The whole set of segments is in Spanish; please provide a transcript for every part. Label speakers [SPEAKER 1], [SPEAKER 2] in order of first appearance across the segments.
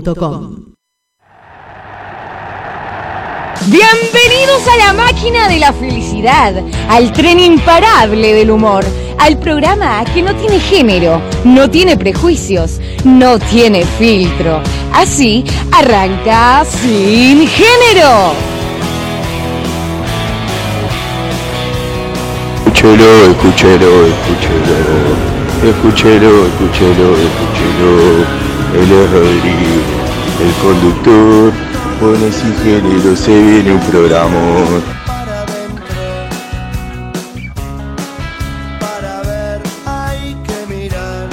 [SPEAKER 1] radiodelpy.com.
[SPEAKER 2] Bienvenidos a la máquina de la felicidad, al tren imparable del humor, al programa que no tiene género, no tiene prejuicios, no tiene filtro. Así arranca sin género.
[SPEAKER 3] Escúchelo, escúchelo, escúchelo. Escúchelo, escúchelo, escúchelo. Él es Rodrigo, el conductor. Pone sin género, se viene un programa.
[SPEAKER 4] para adentro para ver hay que mirar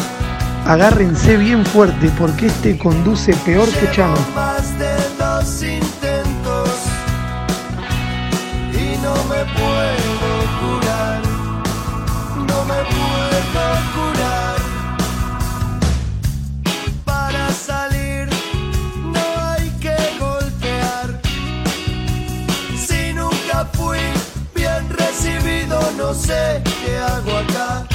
[SPEAKER 5] Agárrense bien fuerte porque este conduce peor que Chano.
[SPEAKER 4] más de dos intentos y no me puedo curar no me puedo curar para salir no hay que golpear si nunca fui bien recibido no sé qué hago acá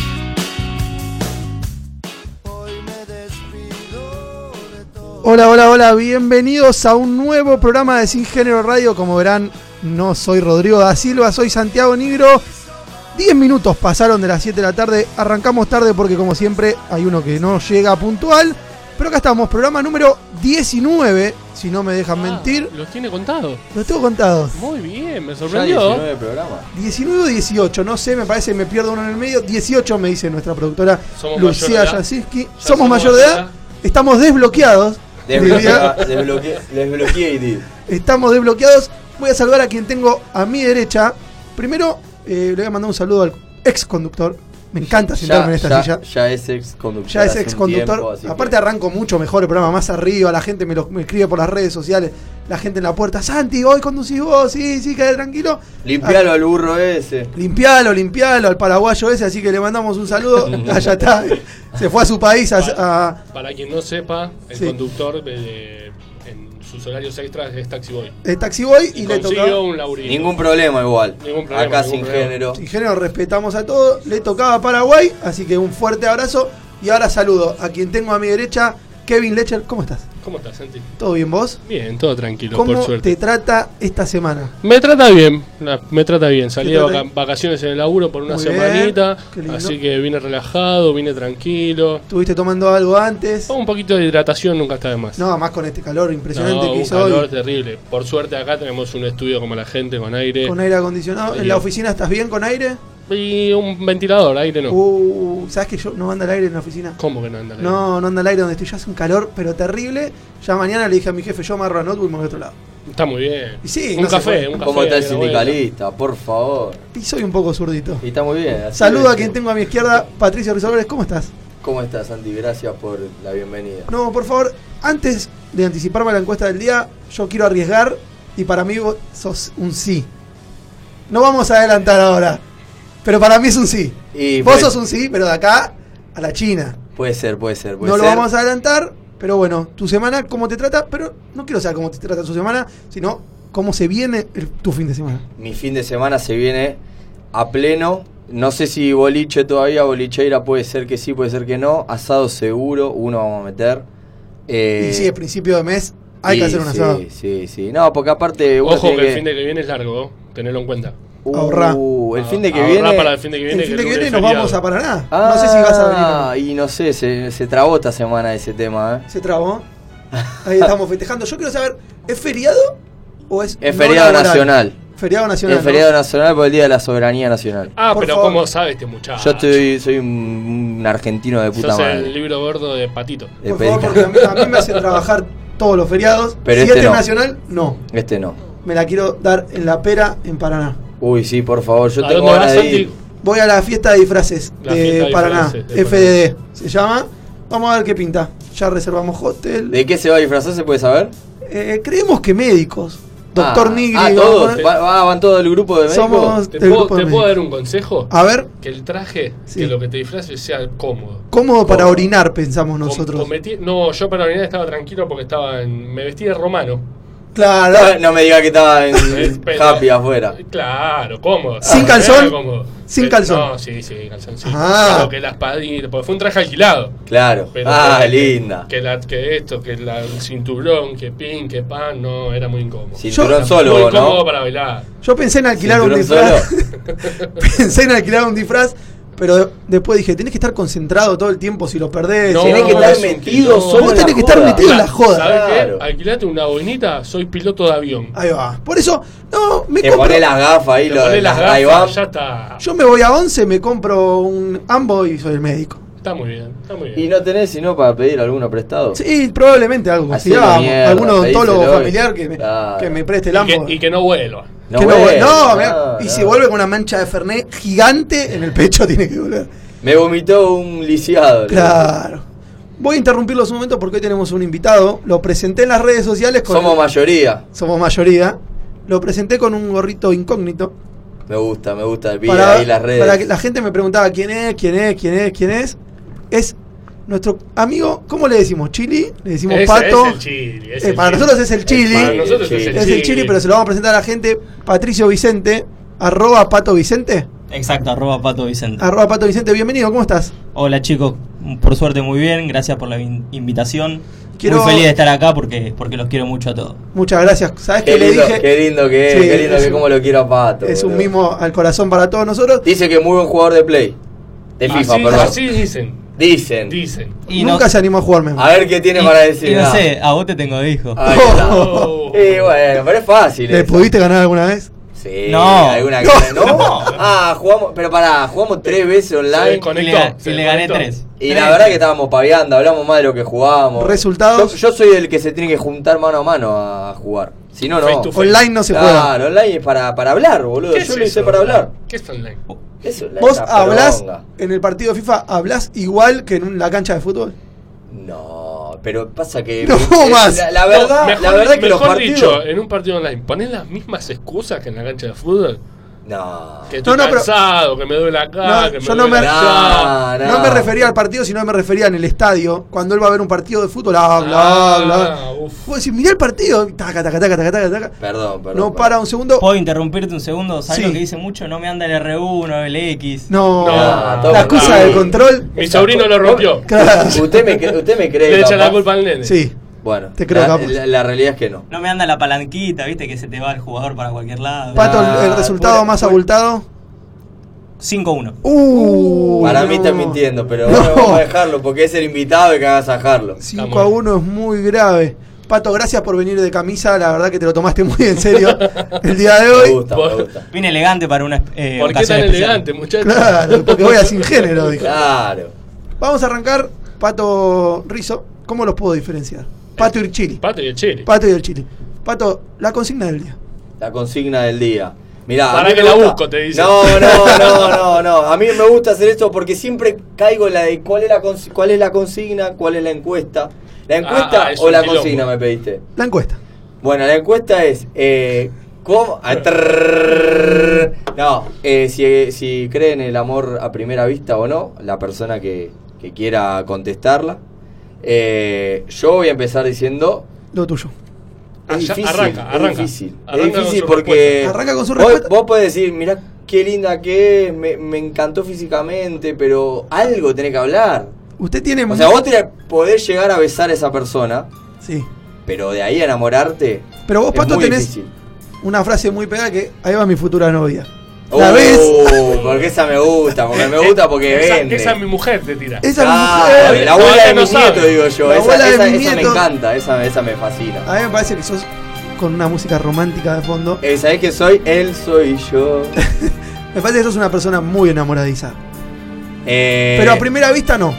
[SPEAKER 4] Hoy me despido de todo.
[SPEAKER 5] Hola, hola, hola, bienvenidos a un nuevo programa de Sin Género Radio. Como verán, no soy Rodrigo da Silva, soy Santiago Nigro. 10 minutos pasaron de las 7 de la tarde, arrancamos tarde porque como siempre hay uno que no llega puntual. Pero acá estamos, programa número 19, si no me dejan mentir.
[SPEAKER 6] Ah, Los tiene contados.
[SPEAKER 5] Los tengo contados.
[SPEAKER 6] Muy bien, me sorprendió.
[SPEAKER 5] 19 o 18, no sé, me parece, me pierdo uno en el medio. 18 me dice nuestra productora
[SPEAKER 6] Somos mayor
[SPEAKER 5] Lucía
[SPEAKER 6] de edad.
[SPEAKER 5] Jasinski. Somos,
[SPEAKER 6] somos
[SPEAKER 5] mayor de edad,
[SPEAKER 6] mayor de edad.
[SPEAKER 5] estamos desbloqueados. diría.
[SPEAKER 7] ah,
[SPEAKER 3] Desbloqueé y di.
[SPEAKER 5] Estamos desbloqueados. Voy a saludar a quien tengo a mi derecha. Primero, eh, le voy a mandar un saludo al ex conductor. Me encanta sentarme en esta silla.
[SPEAKER 7] ya es ex conductor.
[SPEAKER 5] Ya es Ah. ex conductor. Aparte arranco mucho mejor el programa más arriba. La gente me, lo- me escribe por las redes sociales. La gente en la puerta. Santi, hoy conducís vos. Sí, sí, quedé tranquilo.
[SPEAKER 7] Limpialo
[SPEAKER 5] Ah.
[SPEAKER 7] al burro ese.
[SPEAKER 5] Limpialo, limpialo al paraguayo ese, así que le mandamos un saludo. Allá está. Se fue a su país a, a-
[SPEAKER 6] Para quien no sepa, el
[SPEAKER 5] Sí.
[SPEAKER 6] conductor eh, en sus horarios extras es Taxi Boy.
[SPEAKER 5] de Taxi Boy y,
[SPEAKER 6] Y
[SPEAKER 5] le
[SPEAKER 6] consiguió
[SPEAKER 5] tocaba.
[SPEAKER 6] un laurito.
[SPEAKER 7] Ningún problema igual.
[SPEAKER 6] Ningún problema,
[SPEAKER 7] Acá
[SPEAKER 6] ningún
[SPEAKER 7] sin
[SPEAKER 6] problema.
[SPEAKER 7] género.
[SPEAKER 5] Sin género respetamos a todos. Le tocaba a Paraguay, así que un fuerte abrazo. Y ahora saludo a quien tengo a mi derecha, Kevin Lecher. ¿Cómo estás?
[SPEAKER 6] ¿Cómo estás, Santi?
[SPEAKER 5] ¿Todo bien vos?
[SPEAKER 6] Bien, todo tranquilo,
[SPEAKER 5] ¿Cómo
[SPEAKER 6] por
[SPEAKER 5] te
[SPEAKER 6] suerte.
[SPEAKER 5] trata esta semana?
[SPEAKER 6] Me trata bien, la- me trata bien. Salí
[SPEAKER 5] Te
[SPEAKER 6] de
[SPEAKER 5] trata
[SPEAKER 6] vaca-
[SPEAKER 5] bien.
[SPEAKER 6] vacaciones en el laburo por una
[SPEAKER 5] Muy bien,
[SPEAKER 6] semanita,
[SPEAKER 5] qué lindo.
[SPEAKER 6] así que vine relajado, vine tranquilo.
[SPEAKER 5] ¿Estuviste tomando algo antes?
[SPEAKER 6] Un poquito de hidratación nunca está de más.
[SPEAKER 5] No, más con este calor impresionante
[SPEAKER 6] No,
[SPEAKER 5] que
[SPEAKER 6] un
[SPEAKER 5] hizo
[SPEAKER 6] calor
[SPEAKER 5] hoy.
[SPEAKER 6] terrible. Por suerte acá tenemos un estudio como la gente con aire
[SPEAKER 5] Con aire acondicionado. ¿En
[SPEAKER 6] Sí.
[SPEAKER 5] la oficina estás bien con aire?
[SPEAKER 6] y un ventilador, aire no.
[SPEAKER 5] Uh, ¿Sabes que yo no anda el aire en la oficina?
[SPEAKER 6] ¿Cómo que no anda? el aire?
[SPEAKER 5] No, no anda el aire donde estoy. Ya hace un calor, pero terrible. Ya mañana le dije a mi jefe, yo amarro a Notebook y me voy a otro lado.
[SPEAKER 6] Está muy bien.
[SPEAKER 5] Y sí,
[SPEAKER 6] un
[SPEAKER 5] no se
[SPEAKER 6] café,
[SPEAKER 5] puede.
[SPEAKER 6] un café.
[SPEAKER 7] ¿Cómo está el
[SPEAKER 6] de la abuela.
[SPEAKER 7] sindicalista? Por favor.
[SPEAKER 5] Y soy un poco zurdito.
[SPEAKER 7] Y está muy bien. así
[SPEAKER 5] Saludo
[SPEAKER 7] es.
[SPEAKER 5] a quien tengo a mi izquierda, Patricio Rizolores. ¿Cómo estás?
[SPEAKER 7] ¿Cómo estás, Santi? Gracias por la bienvenida.
[SPEAKER 5] No, por favor, antes de anticiparme a la encuesta del día, yo quiero arriesgar y para mí vos sos un sí. No vamos a adelantar ahora, pero para mí es un sí.
[SPEAKER 7] Y
[SPEAKER 5] vos
[SPEAKER 7] pues-
[SPEAKER 5] sos un sí, pero de acá a la China.
[SPEAKER 7] Puede ser, puede ser, puede
[SPEAKER 5] No lo
[SPEAKER 7] ser.
[SPEAKER 5] vamos a adelantar, pero bueno, tu semana, cómo te trata, pero no quiero saber cómo te trata su semana, sino cómo se viene el- tu fin de semana.
[SPEAKER 7] Mi fin de semana se viene a pleno. No sé si boliche todavía, bolicheira puede ser que sí, puede ser que no. Asado seguro, uno vamos a meter. Eh,
[SPEAKER 5] y sí, es principio de mes, hay que
[SPEAKER 7] Sí,
[SPEAKER 5] hacer un
[SPEAKER 7] sí,
[SPEAKER 5] asado.
[SPEAKER 7] Sí, sí. No, porque aparte. uno
[SPEAKER 6] Ojo que,
[SPEAKER 7] tiene
[SPEAKER 6] el fin de que viene es largo, ¿eh? tenerlo en cuenta.
[SPEAKER 7] Uh,
[SPEAKER 5] Ahorrá.
[SPEAKER 7] el fin de que
[SPEAKER 6] Ahorrá
[SPEAKER 7] viene.
[SPEAKER 6] para el fin de que
[SPEAKER 5] El
[SPEAKER 6] viene.
[SPEAKER 5] fin de que
[SPEAKER 6] lunes
[SPEAKER 5] viene
[SPEAKER 6] es
[SPEAKER 5] nos
[SPEAKER 6] feriado.
[SPEAKER 5] vamos a Paraná.
[SPEAKER 7] Ah,
[SPEAKER 5] no sé si vas a venir. o no.
[SPEAKER 7] Y no sé, se, se trabó esta semana ese tema, ¿eh?
[SPEAKER 5] Se trabó. Ahí estamos festejando. Yo quiero saber, ¿es feriado o es.?
[SPEAKER 7] Es
[SPEAKER 5] no
[SPEAKER 7] feriado
[SPEAKER 5] laboral?
[SPEAKER 7] nacional.
[SPEAKER 5] Feriado nacional.
[SPEAKER 7] Es
[SPEAKER 5] ¿no?
[SPEAKER 7] feriado nacional por el Día de la Soberanía Nacional.
[SPEAKER 6] Ah,
[SPEAKER 5] Por
[SPEAKER 6] pero
[SPEAKER 5] favor.
[SPEAKER 6] ¿cómo sabe este muchacho?
[SPEAKER 7] Yo estoy, soy un, un argentino de puta
[SPEAKER 6] Sos el
[SPEAKER 7] madre.
[SPEAKER 6] libro gordo de Patito.
[SPEAKER 7] de
[SPEAKER 5] Por favor,
[SPEAKER 7] pesca.
[SPEAKER 5] porque a mí, a mí me hacen trabajar todos los feriados.
[SPEAKER 7] Pero
[SPEAKER 5] si
[SPEAKER 7] este
[SPEAKER 5] este es
[SPEAKER 7] no.
[SPEAKER 5] nacional, no.
[SPEAKER 7] Este no.
[SPEAKER 5] Me la quiero dar en la pera en Paraná.
[SPEAKER 7] Uy, sí, por favor, yo
[SPEAKER 6] ¿A
[SPEAKER 7] tengo
[SPEAKER 6] dónde vas,
[SPEAKER 7] ganas de
[SPEAKER 6] Santi?
[SPEAKER 7] ir.
[SPEAKER 5] Voy a la fiesta de disfraces
[SPEAKER 6] La fiesta
[SPEAKER 5] de
[SPEAKER 6] de
[SPEAKER 5] Paraná.
[SPEAKER 6] disfraces de
[SPEAKER 5] FDD se llama. Vamos a ver qué pinta. Ya reservamos hotel.
[SPEAKER 7] ¿De qué se va a disfrazar? ¿Se puede saber?
[SPEAKER 5] Eh, creemos que médicos. Doctor
[SPEAKER 7] Ah,
[SPEAKER 5] Nigri.
[SPEAKER 7] Ah,
[SPEAKER 5] vamos a
[SPEAKER 7] todos.
[SPEAKER 5] poner-
[SPEAKER 7] Va- va- ¿Van todo el grupo de médicos?
[SPEAKER 5] Somos-
[SPEAKER 6] ¿Te
[SPEAKER 5] Del
[SPEAKER 6] puedo,
[SPEAKER 5] grupo de
[SPEAKER 6] te puedo
[SPEAKER 5] médicos.
[SPEAKER 6] dar un consejo?
[SPEAKER 5] A ver,
[SPEAKER 6] Que el traje,
[SPEAKER 5] Sí.
[SPEAKER 6] que lo que te disfraces sea cómodo.
[SPEAKER 5] cómodo para orinar, pensamos
[SPEAKER 6] Com-
[SPEAKER 5] nosotros.
[SPEAKER 6] cometí- no, yo para la estaba tranquilo porque estaba en, me vestí de romano.
[SPEAKER 5] Claro.
[SPEAKER 7] No, Ah, no me diga que estaba en
[SPEAKER 6] Pero-
[SPEAKER 7] Happy afuera.
[SPEAKER 6] Claro, cómodo.
[SPEAKER 5] ¿Sin
[SPEAKER 6] Ah,
[SPEAKER 5] calzón?
[SPEAKER 6] era cómodo.
[SPEAKER 5] ¿Sin
[SPEAKER 6] Pero-
[SPEAKER 5] calzón?
[SPEAKER 6] No, sí, sí, calzón. Sí.
[SPEAKER 5] Ah.
[SPEAKER 6] Claro, que las paditas, porque fue un traje alquilado.
[SPEAKER 7] Claro.
[SPEAKER 6] Pero
[SPEAKER 7] ah,
[SPEAKER 6] que-
[SPEAKER 7] linda.
[SPEAKER 6] Que, la, que esto, que la, el cinturón, que pin, que pan, no, era muy incómodo.
[SPEAKER 7] Cinturón
[SPEAKER 5] Yo-
[SPEAKER 7] solo,
[SPEAKER 6] muy
[SPEAKER 7] vos,
[SPEAKER 6] incómodo
[SPEAKER 7] ¿no?
[SPEAKER 6] para bailar.
[SPEAKER 5] Yo pensé en alquilar un
[SPEAKER 7] Cinturón
[SPEAKER 5] disfraz. pensé en alquilar un disfraz, pero de- después dije, tenés que estar concentrado todo el tiempo si lo perdés.
[SPEAKER 6] No,
[SPEAKER 5] si
[SPEAKER 7] Tenés que estar
[SPEAKER 6] es un
[SPEAKER 7] metido
[SPEAKER 6] quilombo.
[SPEAKER 7] solo.
[SPEAKER 5] Vos
[SPEAKER 7] en
[SPEAKER 5] tenés
[SPEAKER 7] la
[SPEAKER 5] que estar
[SPEAKER 7] joda.
[SPEAKER 5] metido en la joda.
[SPEAKER 6] ¿Sabes
[SPEAKER 7] Claro.
[SPEAKER 6] qué? Alquilate una boinita, soy piloto de avión.
[SPEAKER 5] Ahí va. Por eso, no, me
[SPEAKER 7] Te
[SPEAKER 5] compro.
[SPEAKER 7] pones las gafas ahí,
[SPEAKER 6] Te
[SPEAKER 7] lo-
[SPEAKER 6] ponés las
[SPEAKER 7] ahí va.
[SPEAKER 6] gafas, ya
[SPEAKER 7] Ah.
[SPEAKER 6] está.
[SPEAKER 5] Yo me voy a 11, me compro un ambo y soy el médico.
[SPEAKER 6] Está muy bien, está muy bien.
[SPEAKER 7] Y no tenés sino para pedir alguno prestado.
[SPEAKER 5] Sí, probablemente algo que
[SPEAKER 7] Hacelo
[SPEAKER 5] sea,
[SPEAKER 7] mierda,
[SPEAKER 5] algún odontólogo
[SPEAKER 7] pedíselo
[SPEAKER 5] familiar
[SPEAKER 7] y-
[SPEAKER 5] que me,
[SPEAKER 7] Claro.
[SPEAKER 5] que me preste el
[SPEAKER 6] y,
[SPEAKER 5] ambo.
[SPEAKER 6] que, y que no vuelva.
[SPEAKER 5] Que no vuel-
[SPEAKER 7] vuelve,
[SPEAKER 5] no,
[SPEAKER 7] no,
[SPEAKER 5] mirá, y
[SPEAKER 7] no.
[SPEAKER 5] si vuelve con una mancha de Fernet gigante en el pecho, tiene que volver.
[SPEAKER 7] Me vomitó un lisiado.
[SPEAKER 5] Claro. Voy a interrumpirlos un momento porque hoy tenemos un invitado. Lo presenté en las redes sociales con.
[SPEAKER 7] Somos mayoría.
[SPEAKER 5] Somos mayoría. Lo presenté con un gorrito incógnito.
[SPEAKER 7] Me gusta, me gusta. Vi
[SPEAKER 5] para,
[SPEAKER 7] ahí las redes.
[SPEAKER 5] para que la gente me preguntaba quién es, quién es, quién es, quién es. Es nuestro amigo, ¿cómo le decimos? ¿Chili? Le decimos
[SPEAKER 6] Ese
[SPEAKER 5] pato.
[SPEAKER 6] es el chili. ese
[SPEAKER 5] Eh,
[SPEAKER 6] el
[SPEAKER 5] para
[SPEAKER 6] chili.
[SPEAKER 5] nosotros es el chili.
[SPEAKER 6] Para nosotros es el
[SPEAKER 5] es el chili, pero se lo vamos a presentar a la gente. Patricio Vicente, arroba pato Vicente.
[SPEAKER 1] Exacto, arroba Pato Vicente.
[SPEAKER 5] Arroba pato Vicente, bienvenido, ¿cómo estás?
[SPEAKER 1] Hola chicos, por suerte muy bien, gracias por la in- invitación.
[SPEAKER 5] Quiero-
[SPEAKER 1] Muy feliz de estar acá porque, porque los quiero mucho a todos.
[SPEAKER 5] Muchas gracias. ¿Sabes
[SPEAKER 7] Qué
[SPEAKER 5] qué le
[SPEAKER 7] lindo,
[SPEAKER 5] dije?
[SPEAKER 7] qué lindo que es,
[SPEAKER 5] Sí,
[SPEAKER 7] qué lindo
[SPEAKER 5] es
[SPEAKER 7] que
[SPEAKER 5] un-
[SPEAKER 7] como lo quiero a Pato.
[SPEAKER 5] Es un
[SPEAKER 7] boludo.
[SPEAKER 5] mimo al corazón para todos nosotros.
[SPEAKER 7] Dice que es muy buen jugador de Play. De FIFA,
[SPEAKER 6] así,
[SPEAKER 7] perdón.
[SPEAKER 6] así dicen.
[SPEAKER 7] Dicen.
[SPEAKER 6] Dicen.
[SPEAKER 1] Y
[SPEAKER 5] Nunca
[SPEAKER 1] no,
[SPEAKER 5] se animó a jugarme.
[SPEAKER 7] A ver qué tiene
[SPEAKER 1] y-
[SPEAKER 7] para decir. Ah,
[SPEAKER 1] y no
[SPEAKER 7] nada. Ah,
[SPEAKER 1] sé, a vos te tengo hijo.
[SPEAKER 7] Ahí está.
[SPEAKER 6] Oh.
[SPEAKER 7] Y bueno, pero es fácil.
[SPEAKER 5] ¿Le
[SPEAKER 7] eso.
[SPEAKER 5] pudiste ganar alguna vez?
[SPEAKER 7] Sí,
[SPEAKER 1] No.
[SPEAKER 7] alguna
[SPEAKER 5] No.
[SPEAKER 7] que- no. Ah, jugamos, pero pará, jugamos tres veces
[SPEAKER 6] Se
[SPEAKER 7] online.
[SPEAKER 1] Y le,
[SPEAKER 6] desconectó.
[SPEAKER 1] ga-
[SPEAKER 6] se
[SPEAKER 1] y le gané
[SPEAKER 6] desconectó.
[SPEAKER 1] tres.
[SPEAKER 7] Y
[SPEAKER 1] Tres.
[SPEAKER 7] la verdad que estábamos paviando, hablamos más de lo que jugábamos.
[SPEAKER 5] Resultados.
[SPEAKER 7] Yo, yo soy el que se tiene que juntar mano a mano a jugar. Si no, no.
[SPEAKER 6] Face to face.
[SPEAKER 5] Online no se juega.
[SPEAKER 7] Claro, online es para, para hablar, boludo.
[SPEAKER 6] ¿Qué
[SPEAKER 7] Yo
[SPEAKER 6] es
[SPEAKER 7] lo hice
[SPEAKER 6] eso,
[SPEAKER 7] para
[SPEAKER 6] online?
[SPEAKER 7] hablar.
[SPEAKER 6] ¿Qué es online?
[SPEAKER 7] Eso es la-
[SPEAKER 5] Vos
[SPEAKER 7] la
[SPEAKER 5] hablás
[SPEAKER 7] poronga.
[SPEAKER 5] en el partido de FIFA, hablás igual que en un- la cancha de fútbol.
[SPEAKER 7] No, pero pasa que.
[SPEAKER 5] No,
[SPEAKER 7] es-
[SPEAKER 5] más.
[SPEAKER 7] La, la verdad,
[SPEAKER 6] No, mejor
[SPEAKER 7] la verdad
[SPEAKER 6] di-
[SPEAKER 7] que los
[SPEAKER 6] mejor
[SPEAKER 7] partidos.
[SPEAKER 6] dicho, en un partido online, ¿ponés las mismas excusas que en la cancha de fútbol?
[SPEAKER 7] No.
[SPEAKER 6] Que estoy
[SPEAKER 5] no, pero-
[SPEAKER 6] cansado, que me duele acá,
[SPEAKER 5] No,
[SPEAKER 6] que me
[SPEAKER 5] yo no
[SPEAKER 6] duele
[SPEAKER 5] me-
[SPEAKER 6] allá.
[SPEAKER 7] Ah,
[SPEAKER 5] No
[SPEAKER 7] no.
[SPEAKER 5] me refería al partido, sino me refería en el estadio. Cuando él va a ver un partido de fútbol, habla,
[SPEAKER 6] Ah,
[SPEAKER 5] habla.
[SPEAKER 6] uf.
[SPEAKER 5] Vos decís, mirá el partido. Taca, taca, taca, taca, taca, taca. No
[SPEAKER 7] Perdón, perdón. perdón.
[SPEAKER 5] para un segundo.
[SPEAKER 1] ¿Puedo interrumpirte un segundo? ¿Sabes
[SPEAKER 5] Sí.
[SPEAKER 1] lo que dice mucho? No me anda el R1, el X.
[SPEAKER 5] No.
[SPEAKER 6] No,
[SPEAKER 7] todo
[SPEAKER 5] la excusa
[SPEAKER 7] mal.
[SPEAKER 5] de control.
[SPEAKER 6] Mi sobrino lo rompió.
[SPEAKER 5] Claro.
[SPEAKER 7] Usted me, cre- usted me cree.
[SPEAKER 6] Le echa
[SPEAKER 7] capaz.
[SPEAKER 6] la culpa al nene.
[SPEAKER 5] Sí.
[SPEAKER 7] Bueno,
[SPEAKER 5] Te creo
[SPEAKER 7] la,
[SPEAKER 5] capaz.
[SPEAKER 7] la- la realidad es que no.
[SPEAKER 1] No me anda la palanquita, viste que se te va el jugador para cualquier lado.
[SPEAKER 5] Pato, el- el
[SPEAKER 7] Ah,
[SPEAKER 5] resultado
[SPEAKER 6] pues,
[SPEAKER 7] pura-
[SPEAKER 5] más
[SPEAKER 7] pura-
[SPEAKER 5] abultado.
[SPEAKER 1] 5-1.
[SPEAKER 5] Uh,
[SPEAKER 7] para mí
[SPEAKER 5] no.
[SPEAKER 7] está mintiendo, pero
[SPEAKER 5] No.
[SPEAKER 7] bueno, vamos a dejarlo porque es el invitado y que hagas a dejarlo.
[SPEAKER 5] 5 a 1 es muy grave. Pato, gracias por venir de camisa. La verdad que te lo tomaste muy en serio el día de
[SPEAKER 7] Me
[SPEAKER 5] hoy.
[SPEAKER 7] gusta, me gusta.
[SPEAKER 1] Vine elegante para una eh,
[SPEAKER 6] ¿Por qué
[SPEAKER 1] ocasión
[SPEAKER 6] tan
[SPEAKER 1] especial.
[SPEAKER 6] elegante, muchachos?
[SPEAKER 5] Claro, porque voy a sin género, dijo.
[SPEAKER 7] Claro.
[SPEAKER 5] Vamos a arrancar. Pato Rizo, ¿cómo los puedo diferenciar? Pato y el Chili.
[SPEAKER 6] Pato y el chile.
[SPEAKER 5] Pato y el Chili. Pato, la consigna del día.
[SPEAKER 7] La consigna del día. Mirá, a
[SPEAKER 6] Para
[SPEAKER 7] mí
[SPEAKER 6] que
[SPEAKER 7] me
[SPEAKER 6] la
[SPEAKER 7] gusta-
[SPEAKER 6] busco, te dice.
[SPEAKER 7] No, no, no, no, no. A mí me gusta hacer esto porque siempre caigo en la de cuál es la, consi- cuál es la consigna, cuál es la encuesta. ¿La encuesta
[SPEAKER 6] Ah, es
[SPEAKER 7] o
[SPEAKER 6] un
[SPEAKER 7] la
[SPEAKER 6] quilombo.
[SPEAKER 7] consigna me pediste?
[SPEAKER 5] La encuesta.
[SPEAKER 7] Bueno, la encuesta es. Eh, ¿Cómo? Ah, trrrrrr. No, eh, si, si cree en el amor a primera vista o no, la persona que, que quiera contestarla. Eh, yo voy a empezar diciendo.
[SPEAKER 5] Lo tuyo.
[SPEAKER 6] Ah,
[SPEAKER 7] Es
[SPEAKER 6] ya,
[SPEAKER 7] difícil,
[SPEAKER 6] arranca, arranca.
[SPEAKER 7] es difícil.
[SPEAKER 6] Arranca
[SPEAKER 7] es
[SPEAKER 6] con
[SPEAKER 7] difícil
[SPEAKER 6] su
[SPEAKER 7] porque.
[SPEAKER 5] respuesta. Arranca con su
[SPEAKER 7] vos,
[SPEAKER 5] respuesta.
[SPEAKER 7] vos podés decir, mirá qué linda que es, me, me encantó físicamente, pero algo tenés que hablar.
[SPEAKER 5] Usted tiene.
[SPEAKER 7] O sea, vos tenés que poder llegar a besar a esa persona,
[SPEAKER 5] Sí.
[SPEAKER 7] pero de ahí a enamorarte.
[SPEAKER 5] Pero vos,
[SPEAKER 7] es
[SPEAKER 5] Pato,
[SPEAKER 7] muy
[SPEAKER 5] tenés-
[SPEAKER 7] difícil.
[SPEAKER 5] Una frase muy pegada que ahí va mi futura novia. La
[SPEAKER 7] Oh,
[SPEAKER 5] ves.
[SPEAKER 7] Porque esa me gusta, porque me
[SPEAKER 6] Eh,
[SPEAKER 7] gusta porque
[SPEAKER 6] esa,
[SPEAKER 7] vende.
[SPEAKER 6] Esa es mi mujer, te tira.
[SPEAKER 5] Esa
[SPEAKER 7] Ah,
[SPEAKER 5] mujer.
[SPEAKER 7] la abuela
[SPEAKER 6] Todavía
[SPEAKER 7] de
[SPEAKER 6] no
[SPEAKER 7] mis
[SPEAKER 6] sabe.
[SPEAKER 7] nietos, digo yo.
[SPEAKER 5] La
[SPEAKER 7] Esa,
[SPEAKER 5] abuela de
[SPEAKER 7] esa-
[SPEAKER 5] mis
[SPEAKER 7] esa me
[SPEAKER 5] nietos.
[SPEAKER 7] encanta, esa, esa me fascina.
[SPEAKER 5] A mí me parece que sos con una música romántica de fondo.
[SPEAKER 7] Eh, ¿Sabés que soy? Él soy yo.
[SPEAKER 5] Me parece que sos una persona muy enamoradiza.
[SPEAKER 7] Eh,
[SPEAKER 5] Pero a primera vista no.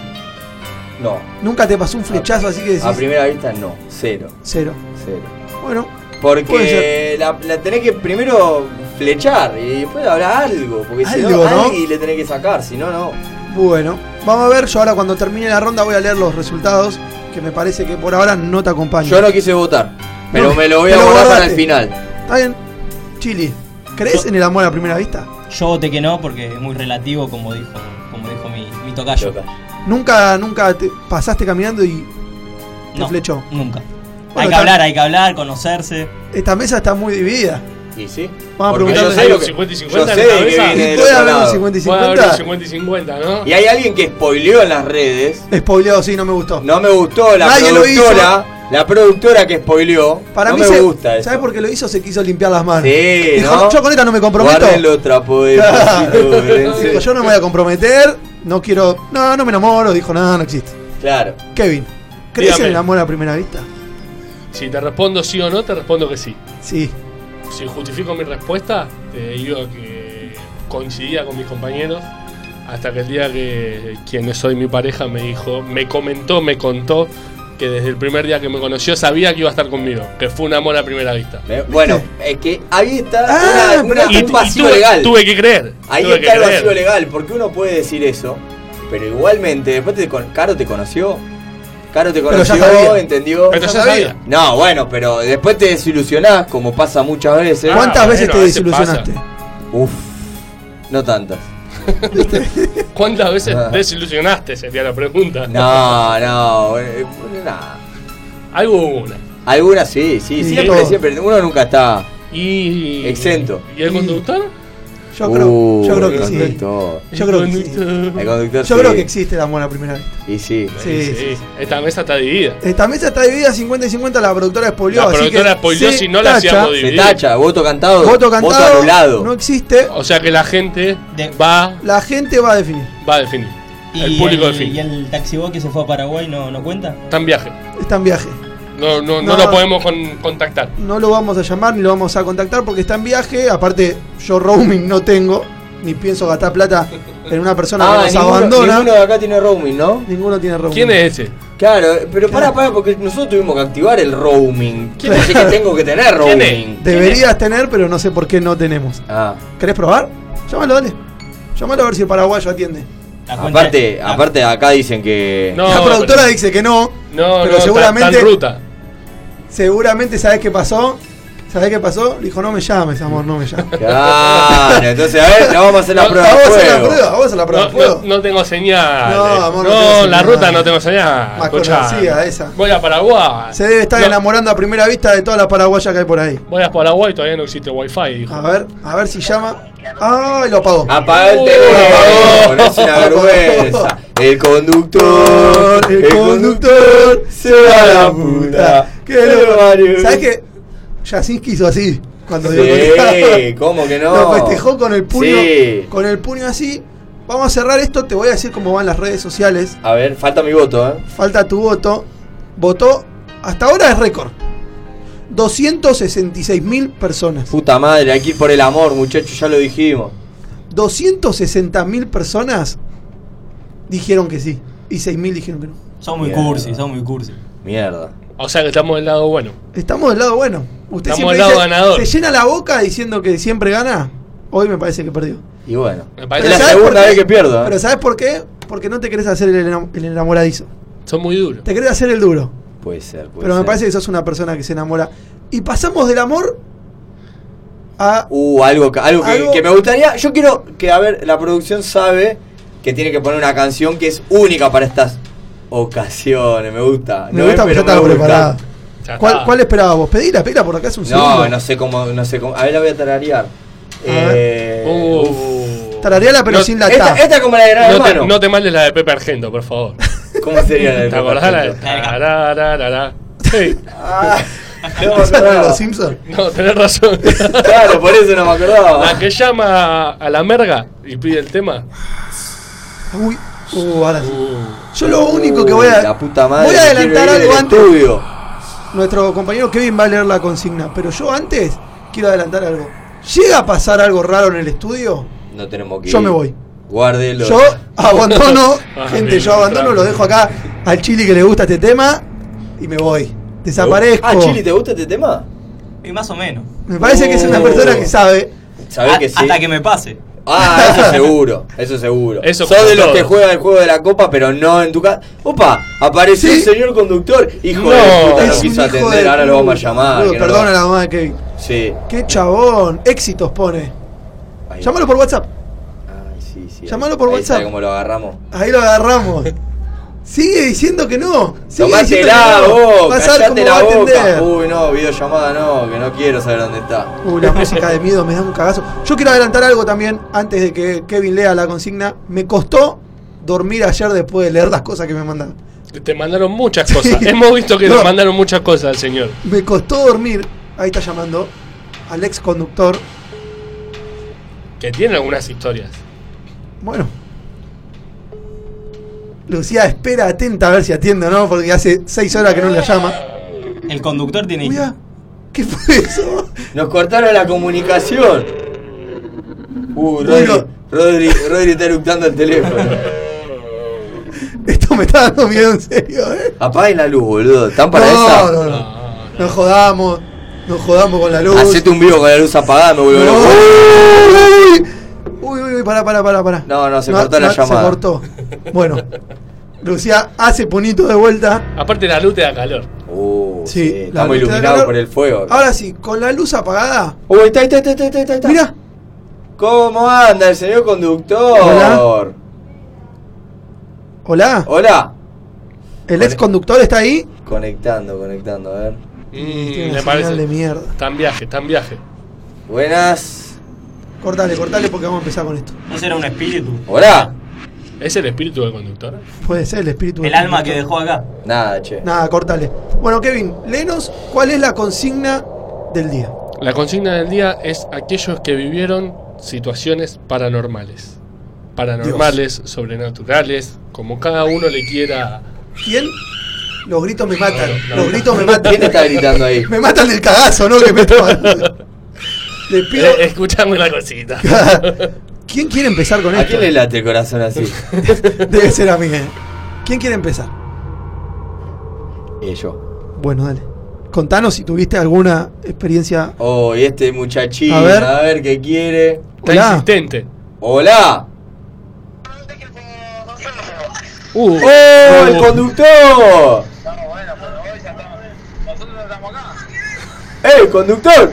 [SPEAKER 7] No,
[SPEAKER 5] Nunca te pasó un flechazo así que
[SPEAKER 7] a
[SPEAKER 5] decís
[SPEAKER 7] primera vista no. Cero,
[SPEAKER 5] cero.
[SPEAKER 7] cero.
[SPEAKER 5] Bueno, Puede
[SPEAKER 7] Porque
[SPEAKER 5] ser.
[SPEAKER 7] la, la tenés que primero flechar y después hablar algo. Porque si
[SPEAKER 5] Algo,
[SPEAKER 7] no,
[SPEAKER 5] ¿no?
[SPEAKER 7] alguien le tenés que sacar, si no, no.
[SPEAKER 5] bueno. Vamos a ver, yo ahora cuando termine la ronda voy a leer los resultados, que me parece que por ahora no te acompañan.
[SPEAKER 7] Yo no quise votar, pero
[SPEAKER 5] No,
[SPEAKER 7] me lo voy a
[SPEAKER 5] te lo
[SPEAKER 7] guardar para
[SPEAKER 5] guardaste.
[SPEAKER 7] el final.
[SPEAKER 5] ¿Está bien? Chili, ¿crees en el amor a primera vista?
[SPEAKER 1] Yo voté que no porque es muy relativo, como dijo, como dijo mi, mi tocayo.
[SPEAKER 7] Loca.
[SPEAKER 5] Nunca, nunca te pasaste caminando y te
[SPEAKER 1] No,
[SPEAKER 5] flechó.
[SPEAKER 1] Nunca.
[SPEAKER 5] Bueno,
[SPEAKER 1] hay que
[SPEAKER 5] tam-
[SPEAKER 1] hablar, hay que hablar, conocerse.
[SPEAKER 5] Esta mesa está muy dividida.
[SPEAKER 7] Y sí.
[SPEAKER 5] Vamos a
[SPEAKER 7] Porque
[SPEAKER 5] preguntarle
[SPEAKER 7] yo sé lo que,
[SPEAKER 6] 50 y
[SPEAKER 7] yo
[SPEAKER 6] 50
[SPEAKER 7] sé
[SPEAKER 6] en la
[SPEAKER 7] de que
[SPEAKER 6] cabeza.
[SPEAKER 7] viene del
[SPEAKER 5] puede
[SPEAKER 7] otro
[SPEAKER 5] haber un
[SPEAKER 7] lado.
[SPEAKER 5] 50 y
[SPEAKER 6] Puede haber un
[SPEAKER 5] 50.
[SPEAKER 6] 50 y 50, ¿no?
[SPEAKER 7] Y hay alguien que spoileó en las redes.
[SPEAKER 5] Spoileado, sí, no me gustó.
[SPEAKER 7] No me gustó la
[SPEAKER 5] Nadie lo hizo.
[SPEAKER 7] productora. La productora que spoileó.
[SPEAKER 5] Para
[SPEAKER 7] no
[SPEAKER 5] mí,
[SPEAKER 7] me
[SPEAKER 5] se,
[SPEAKER 7] gusta eso.
[SPEAKER 5] ¿sabes por qué lo hizo? Se quiso limpiar las manos.
[SPEAKER 7] Sí,
[SPEAKER 5] Dijo,
[SPEAKER 7] ¿no?
[SPEAKER 5] yo con esta no me comprometo.
[SPEAKER 7] Guarden los trapos de cosito, Florencia.
[SPEAKER 5] Dijo, yo no me voy a comprometer, no quiero, no, no me enamoro. Dijo, no, no existe.
[SPEAKER 7] Claro.
[SPEAKER 5] Kevin, ¿crees
[SPEAKER 6] Dígame.
[SPEAKER 5] en el amor a primera vista?
[SPEAKER 6] Si te respondo sí o no, te respondo que sí.
[SPEAKER 5] Sí.
[SPEAKER 6] Si justifico mi respuesta, te digo que coincidía con mis compañeros. Hasta que el día que quien es hoy mi pareja me dijo, me comentó, me contó que desde el primer día que me conoció sabía que iba a estar conmigo, que fue un amor a primera vista.
[SPEAKER 7] Me- Bueno, es que ahí está
[SPEAKER 5] Ah,
[SPEAKER 7] una- una-
[SPEAKER 5] pero-
[SPEAKER 7] un vacío
[SPEAKER 6] tuve,
[SPEAKER 7] legal.
[SPEAKER 6] tuve que creer.
[SPEAKER 7] Ahí
[SPEAKER 6] tuve que
[SPEAKER 7] está el
[SPEAKER 6] creer.
[SPEAKER 7] vacío legal, porque uno puede decir eso, pero igualmente, después te con- Caro te conoció. Caro te
[SPEAKER 5] Pero ya
[SPEAKER 7] conoció,
[SPEAKER 5] sabía.
[SPEAKER 7] entendió.
[SPEAKER 6] Pero ya sabía.
[SPEAKER 7] No, bueno, pero después te desilusionás, como pasa muchas veces.
[SPEAKER 6] Ah,
[SPEAKER 5] ¿Cuántas veces
[SPEAKER 6] bueno,
[SPEAKER 5] te
[SPEAKER 6] a veces
[SPEAKER 5] desilusionaste?
[SPEAKER 7] Uf, no tantas.
[SPEAKER 6] ¿Cuántas veces
[SPEAKER 7] Ah.
[SPEAKER 6] desilusionaste? Sería la pregunta.
[SPEAKER 7] No, no, eh, nada.
[SPEAKER 6] Algo hubo una.
[SPEAKER 7] Algunas sí, sí,
[SPEAKER 5] Sí,
[SPEAKER 7] siempre,
[SPEAKER 5] todo.
[SPEAKER 7] siempre. Uno nunca está.
[SPEAKER 6] Y.
[SPEAKER 7] Exento.
[SPEAKER 6] ¿Y el conductor?
[SPEAKER 5] Yo creo,
[SPEAKER 7] Uh,
[SPEAKER 5] yo creo
[SPEAKER 7] el
[SPEAKER 5] que sí.
[SPEAKER 7] conductor.
[SPEAKER 5] Yo
[SPEAKER 6] El
[SPEAKER 5] creo que sí.
[SPEAKER 6] conductor.
[SPEAKER 7] El
[SPEAKER 5] Yo
[SPEAKER 7] conductor sí.
[SPEAKER 5] creo que existe el amor a primera vista.
[SPEAKER 7] Y sí.
[SPEAKER 5] Sí, sí, sí.
[SPEAKER 6] eh, Esta mesa está dividida.
[SPEAKER 5] Esta mesa Eh, está dividida 50 y 50, la productora spoileó.
[SPEAKER 6] La
[SPEAKER 5] así
[SPEAKER 6] productora
[SPEAKER 5] que
[SPEAKER 6] spoileó,
[SPEAKER 5] se
[SPEAKER 6] si no la hacíamos
[SPEAKER 5] tacha.
[SPEAKER 7] Se
[SPEAKER 6] Dividido.
[SPEAKER 7] tacha, voto cantado,
[SPEAKER 5] Voto cantado,
[SPEAKER 7] anulado.
[SPEAKER 5] no existe.
[SPEAKER 6] O sea que la gente
[SPEAKER 1] De-
[SPEAKER 6] va,
[SPEAKER 5] La gente va a definir.
[SPEAKER 6] va a definir. el público
[SPEAKER 1] Y
[SPEAKER 6] define.
[SPEAKER 1] el taxiboy que se fue a Paraguay no, no cuenta.
[SPEAKER 6] Está en viaje.
[SPEAKER 5] Está en viaje.
[SPEAKER 6] No, no, no,
[SPEAKER 5] No.
[SPEAKER 6] lo podemos con- contactar.
[SPEAKER 5] No lo vamos a llamar ni lo vamos a contactar porque está en viaje. Aparte, yo roaming no tengo, ni pienso gastar plata en una persona que
[SPEAKER 7] Ah,
[SPEAKER 5] nos
[SPEAKER 7] ninguno,
[SPEAKER 5] abandona.
[SPEAKER 7] ninguno
[SPEAKER 5] Ninguno,
[SPEAKER 7] de acá tiene roaming, ¿no?
[SPEAKER 5] tiene roaming.
[SPEAKER 6] ¿Quién es ese?
[SPEAKER 7] Claro, pero pará, pará, porque nosotros tuvimos que activar el roaming. ¿Quién dice que tengo que tener
[SPEAKER 6] ¿Quién es?
[SPEAKER 7] roaming?
[SPEAKER 5] Deberías tener, pero no sé por qué no tenemos.
[SPEAKER 7] Ah,
[SPEAKER 5] ¿Querés probar? Llámalo, dale. Llámalo a ver si el paraguayo atiende.
[SPEAKER 1] La cuenta-
[SPEAKER 7] aparte,
[SPEAKER 1] la-
[SPEAKER 7] aparte acá dicen que...
[SPEAKER 6] No,
[SPEAKER 5] la productora
[SPEAKER 6] pero-
[SPEAKER 5] dice que no.
[SPEAKER 6] No,
[SPEAKER 5] pero
[SPEAKER 6] no, seguramente.
[SPEAKER 5] seguramente.
[SPEAKER 6] Está, en ruta.
[SPEAKER 5] Seguramente, ¿sabés qué pasó? ¿Sabés qué pasó? Le dijo, no me llames, amor, no me llames.
[SPEAKER 7] Claro, entonces a ver, la vamos a hacer la
[SPEAKER 6] No,
[SPEAKER 7] prueba de
[SPEAKER 5] vamos a hacer la
[SPEAKER 7] fuego.
[SPEAKER 5] prueba, vamos a hacer la prueba.
[SPEAKER 6] No,
[SPEAKER 5] de fuego.
[SPEAKER 6] no- no tengo señal. eh.
[SPEAKER 5] No, amor, no
[SPEAKER 6] no,
[SPEAKER 5] tengo
[SPEAKER 6] la
[SPEAKER 5] señal.
[SPEAKER 6] ruta no tengo señal.
[SPEAKER 5] Más
[SPEAKER 6] escuchá.
[SPEAKER 5] conocida esa.
[SPEAKER 6] Voy a Paraguay.
[SPEAKER 5] Se debe estar
[SPEAKER 6] No,
[SPEAKER 5] enamorando a primera vista de todas las paraguayas que hay por ahí.
[SPEAKER 6] Voy a Paraguay todavía no existe wifi, dijo.
[SPEAKER 5] A ver, a ver si llama. ¡Ay, lo apagó!
[SPEAKER 7] Apaga el
[SPEAKER 6] Uy.
[SPEAKER 7] teléfono, Oh, no es una vergüenza. El conductor, el conductor, se va a la puta.
[SPEAKER 5] ¡Qué
[SPEAKER 7] lo
[SPEAKER 5] loco!
[SPEAKER 7] parió.
[SPEAKER 5] ¿Sabés qué? Yasin quiso así cuando dio
[SPEAKER 7] Sí,
[SPEAKER 5] cuenta.
[SPEAKER 7] ¿cómo que no?
[SPEAKER 5] Lo festejó con el puño.
[SPEAKER 7] Sí.
[SPEAKER 5] Con el puño así. Vamos a cerrar esto, te voy a decir cómo van las redes sociales.
[SPEAKER 7] A ver, falta mi voto, ¿eh?
[SPEAKER 5] Falta tu voto. Votó. Hasta ahora es récord. 266 mil personas.
[SPEAKER 7] Puta madre, aquí por el amor, muchachos, ya lo dijimos.
[SPEAKER 5] 260 mil personas dijeron que sí. Y 6 mil dijeron que no.
[SPEAKER 1] Son muy
[SPEAKER 7] Mierda.
[SPEAKER 1] cursi, son muy cursi.
[SPEAKER 7] Mierda.
[SPEAKER 6] O sea que estamos del lado bueno.
[SPEAKER 5] Estamos del lado bueno. Usted
[SPEAKER 6] Estamos
[SPEAKER 5] siempre
[SPEAKER 6] del lado
[SPEAKER 5] dice-
[SPEAKER 6] ganador.
[SPEAKER 5] se llena la boca diciendo que siempre gana. Hoy me parece que perdió.
[SPEAKER 7] Y bueno.
[SPEAKER 6] Me
[SPEAKER 7] Es
[SPEAKER 6] parece
[SPEAKER 7] la
[SPEAKER 6] que
[SPEAKER 5] ¿sabes por
[SPEAKER 7] segunda
[SPEAKER 5] qué?
[SPEAKER 7] vez que pierdo, ¿eh?
[SPEAKER 5] Pero ¿sabes por qué? Porque no te querés hacer el, enam- el enamoradizo.
[SPEAKER 6] son muy duros.
[SPEAKER 5] Te querés hacer el duro.
[SPEAKER 7] Puede ser, puede
[SPEAKER 5] pero me
[SPEAKER 7] ser.
[SPEAKER 5] parece que sos una persona que se enamora. Y pasamos del amor a...
[SPEAKER 7] Uh, algo, que- algo, que-
[SPEAKER 5] Algo-
[SPEAKER 7] Que, me gustaría. Yo quiero que, a ver, la producción sabe que tiene que poner una canción que es única para estas ocasiones. Me gusta.
[SPEAKER 5] me
[SPEAKER 7] No
[SPEAKER 5] gusta porque
[SPEAKER 7] es,
[SPEAKER 5] ya
[SPEAKER 7] pero
[SPEAKER 5] estaba
[SPEAKER 7] me gusta.
[SPEAKER 5] preparada.
[SPEAKER 6] Ya
[SPEAKER 5] ¿Cuál,
[SPEAKER 6] está.
[SPEAKER 5] cuál esperabas vos? Pedila, pedila por acá es un segundo.
[SPEAKER 7] No, no sé cómo, no sé cómo. A ver, la voy a tararear.
[SPEAKER 5] ver.
[SPEAKER 7] Eh, uf.
[SPEAKER 6] Uh.
[SPEAKER 5] Tarareala, pero
[SPEAKER 6] No-
[SPEAKER 5] sin la
[SPEAKER 7] esta,
[SPEAKER 5] ta.
[SPEAKER 7] esta es como la de Gran
[SPEAKER 6] No te,
[SPEAKER 7] Hermano.
[SPEAKER 6] no te mandes la de Pepe Argento, por favor.
[SPEAKER 7] ¿Cómo sería la de
[SPEAKER 6] ¿Te acordás la de.?
[SPEAKER 7] Perfecto?
[SPEAKER 6] Tarararara. Sí,
[SPEAKER 7] No,
[SPEAKER 5] ¿Esa no era
[SPEAKER 7] no,
[SPEAKER 5] los Simpsons?
[SPEAKER 6] no, tenés razón.
[SPEAKER 7] Claro, por eso no me acordaba.
[SPEAKER 6] La que llama a la merga y pide el tema.
[SPEAKER 5] Uy, uh, ahora sí.
[SPEAKER 6] Uh,
[SPEAKER 5] Yo lo único que voy
[SPEAKER 7] Uy,
[SPEAKER 5] a.
[SPEAKER 7] La puta madre.
[SPEAKER 5] voy a
[SPEAKER 7] me
[SPEAKER 5] adelantar
[SPEAKER 7] quiero ir
[SPEAKER 5] algo
[SPEAKER 7] del
[SPEAKER 5] antes.
[SPEAKER 7] estudio.
[SPEAKER 5] Nuestro compañero Kevin va a leer la consigna, pero yo antes quiero adelantar algo. ¿Llega a pasar algo raro en el estudio?
[SPEAKER 7] No tenemos que
[SPEAKER 5] Yo
[SPEAKER 7] ir.
[SPEAKER 5] me voy.
[SPEAKER 7] Guárdelo.
[SPEAKER 5] Yo abandono,
[SPEAKER 6] Ah,
[SPEAKER 5] gente,
[SPEAKER 6] bien,
[SPEAKER 5] yo abandono,
[SPEAKER 6] claro.
[SPEAKER 5] lo dejo acá al Chili que le gusta este tema y me voy. Desaparezco.
[SPEAKER 7] Ah, Chili, ¿te gusta este tema?
[SPEAKER 1] Y más o menos.
[SPEAKER 5] Me parece que es una persona que sabe.
[SPEAKER 7] Sabés
[SPEAKER 1] A-
[SPEAKER 7] que sí.
[SPEAKER 1] Hasta que me pase.
[SPEAKER 7] Ah, eso seguro, eso seguro.
[SPEAKER 6] Eso
[SPEAKER 7] Sos de
[SPEAKER 6] como
[SPEAKER 7] los que
[SPEAKER 6] todo.
[SPEAKER 7] juega el juego de la copa, pero no en tu casa. Opa, apareció
[SPEAKER 5] Sí.
[SPEAKER 7] el señor conductor. Hijo
[SPEAKER 6] No.
[SPEAKER 7] de puta, no
[SPEAKER 5] es un
[SPEAKER 7] quiso
[SPEAKER 5] hijo de
[SPEAKER 7] atender, ahora lo vamos a
[SPEAKER 5] puta,
[SPEAKER 7] llamar.
[SPEAKER 5] boludo,
[SPEAKER 7] que no lo-
[SPEAKER 5] Perdona la mamá de Kevin.
[SPEAKER 7] Sí.
[SPEAKER 5] Qué chabón, éxitos pone.
[SPEAKER 7] Ahí.
[SPEAKER 5] Llámalo por WhatsApp.
[SPEAKER 7] Ay, sí, sí, ahí-
[SPEAKER 5] Llámalo por
[SPEAKER 7] ahí está
[SPEAKER 5] WhatsApp.
[SPEAKER 7] cómo lo agarramos.
[SPEAKER 5] Ahí lo agarramos. Sigue diciendo que no. Sigue diciendo
[SPEAKER 7] Tomátela
[SPEAKER 5] que no.
[SPEAKER 7] vos,
[SPEAKER 5] Vas a ver
[SPEAKER 7] callate
[SPEAKER 5] cómo va
[SPEAKER 7] la
[SPEAKER 5] a
[SPEAKER 7] boca.
[SPEAKER 5] atender.
[SPEAKER 7] Uy, no, videollamada no, que no quiero saber dónde está.
[SPEAKER 5] Uh, la música de miedo me da un cagazo. Yo quiero adelantar algo también antes de que Kevin lea la consigna. Me costó dormir ayer después de leer las cosas que me mandaron.
[SPEAKER 6] Te mandaron muchas cosas. Hemos visto que
[SPEAKER 5] No.
[SPEAKER 6] te mandaron muchas cosas al señor.
[SPEAKER 5] Me costó dormir. Ahí está llamando al ex conductor.
[SPEAKER 6] Que tiene algunas historias.
[SPEAKER 5] Bueno. Lucía espera atenta a ver si atiende o no, porque hace seis horas que no la llama.
[SPEAKER 1] El conductor tiene hijos.
[SPEAKER 5] Cuidá, ah, ¿qué fue eso?
[SPEAKER 7] Nos cortaron la comunicación. Uh, Rodri,
[SPEAKER 5] Bueno.
[SPEAKER 7] Rodri, Rodri está eructando el teléfono.
[SPEAKER 5] Esto me está dando miedo en serio, ¿eh?
[SPEAKER 7] Apaguen la luz, boludo. ¿Están para
[SPEAKER 5] no,
[SPEAKER 7] esa?
[SPEAKER 5] no, no. Nos jodamos. Nos jodamos con la luz.
[SPEAKER 7] Hacete un vivo con la luz apagada, me
[SPEAKER 5] No.
[SPEAKER 7] vuelvo loco.
[SPEAKER 5] Uy, uy, uy, pará, pará, pará, pará.
[SPEAKER 7] No, no, se cortó la llamada.
[SPEAKER 5] Se cortó. Bueno. Lucía hace punito de vuelta.
[SPEAKER 6] Aparte la luz te da calor.
[SPEAKER 7] Uh,
[SPEAKER 5] Sí,
[SPEAKER 7] sí,
[SPEAKER 5] la luz te
[SPEAKER 7] estamos
[SPEAKER 5] da
[SPEAKER 7] iluminados
[SPEAKER 5] calor.
[SPEAKER 7] por el fuego.
[SPEAKER 5] Ahora sí, con la luz apagada.
[SPEAKER 7] Uy, está, está, está, está, está, está.
[SPEAKER 5] Mira,
[SPEAKER 7] ¿Cómo anda el señor conductor?
[SPEAKER 5] Hola. hola.
[SPEAKER 7] Hola.
[SPEAKER 5] El ex conductor está ahí.
[SPEAKER 7] Conectando, conectando, a ver.
[SPEAKER 5] Tiene
[SPEAKER 6] Mm,
[SPEAKER 5] una
[SPEAKER 6] me
[SPEAKER 5] señal
[SPEAKER 6] parece.
[SPEAKER 5] de mierda.
[SPEAKER 6] Está en viaje, está en viaje.
[SPEAKER 7] Buenas.
[SPEAKER 5] Cortale, cortale porque vamos a empezar con esto.
[SPEAKER 1] ¿No será un espíritu?
[SPEAKER 7] Hola.
[SPEAKER 6] ¿Es el espíritu del conductor?
[SPEAKER 5] Puede ser el espíritu.
[SPEAKER 1] El
[SPEAKER 5] del
[SPEAKER 1] alma que
[SPEAKER 5] conductor.
[SPEAKER 1] dejó acá.
[SPEAKER 7] Nada, che.
[SPEAKER 5] Nada, cortale. Bueno, Kevin, léenos cuál es la consigna del día.
[SPEAKER 6] La consigna del día es aquellos que vivieron situaciones paranormales. Paranormales, sobrenaturales, como cada uno le quiera.
[SPEAKER 5] ¿Quién? Los gritos me matan.
[SPEAKER 6] No, no,
[SPEAKER 5] Los
[SPEAKER 6] no.
[SPEAKER 5] gritos me
[SPEAKER 7] ¿Quién te
[SPEAKER 5] matan.
[SPEAKER 7] está gritando ahí?
[SPEAKER 5] Me matan del cagazo, ¿no? Que me toman. Le pido.
[SPEAKER 6] Eh, escuchame la cosita.
[SPEAKER 5] ¿Quién quiere empezar con
[SPEAKER 7] ¿A
[SPEAKER 5] esto?
[SPEAKER 7] quién le late el corazón así?
[SPEAKER 5] Debe ser a mí. eh. ¿Quién quiere empezar?
[SPEAKER 7] Y yo.
[SPEAKER 5] Bueno, dale. Contanos si tuviste alguna experiencia.
[SPEAKER 7] Oh, y este muchachín,
[SPEAKER 5] A
[SPEAKER 7] a
[SPEAKER 5] ver.
[SPEAKER 7] ver, qué quiere.
[SPEAKER 6] Está
[SPEAKER 5] Hola.
[SPEAKER 6] insistente.
[SPEAKER 7] ¡Hola!
[SPEAKER 6] Uh,
[SPEAKER 7] ¡Oh, el conductor! ¡Eh, conductor!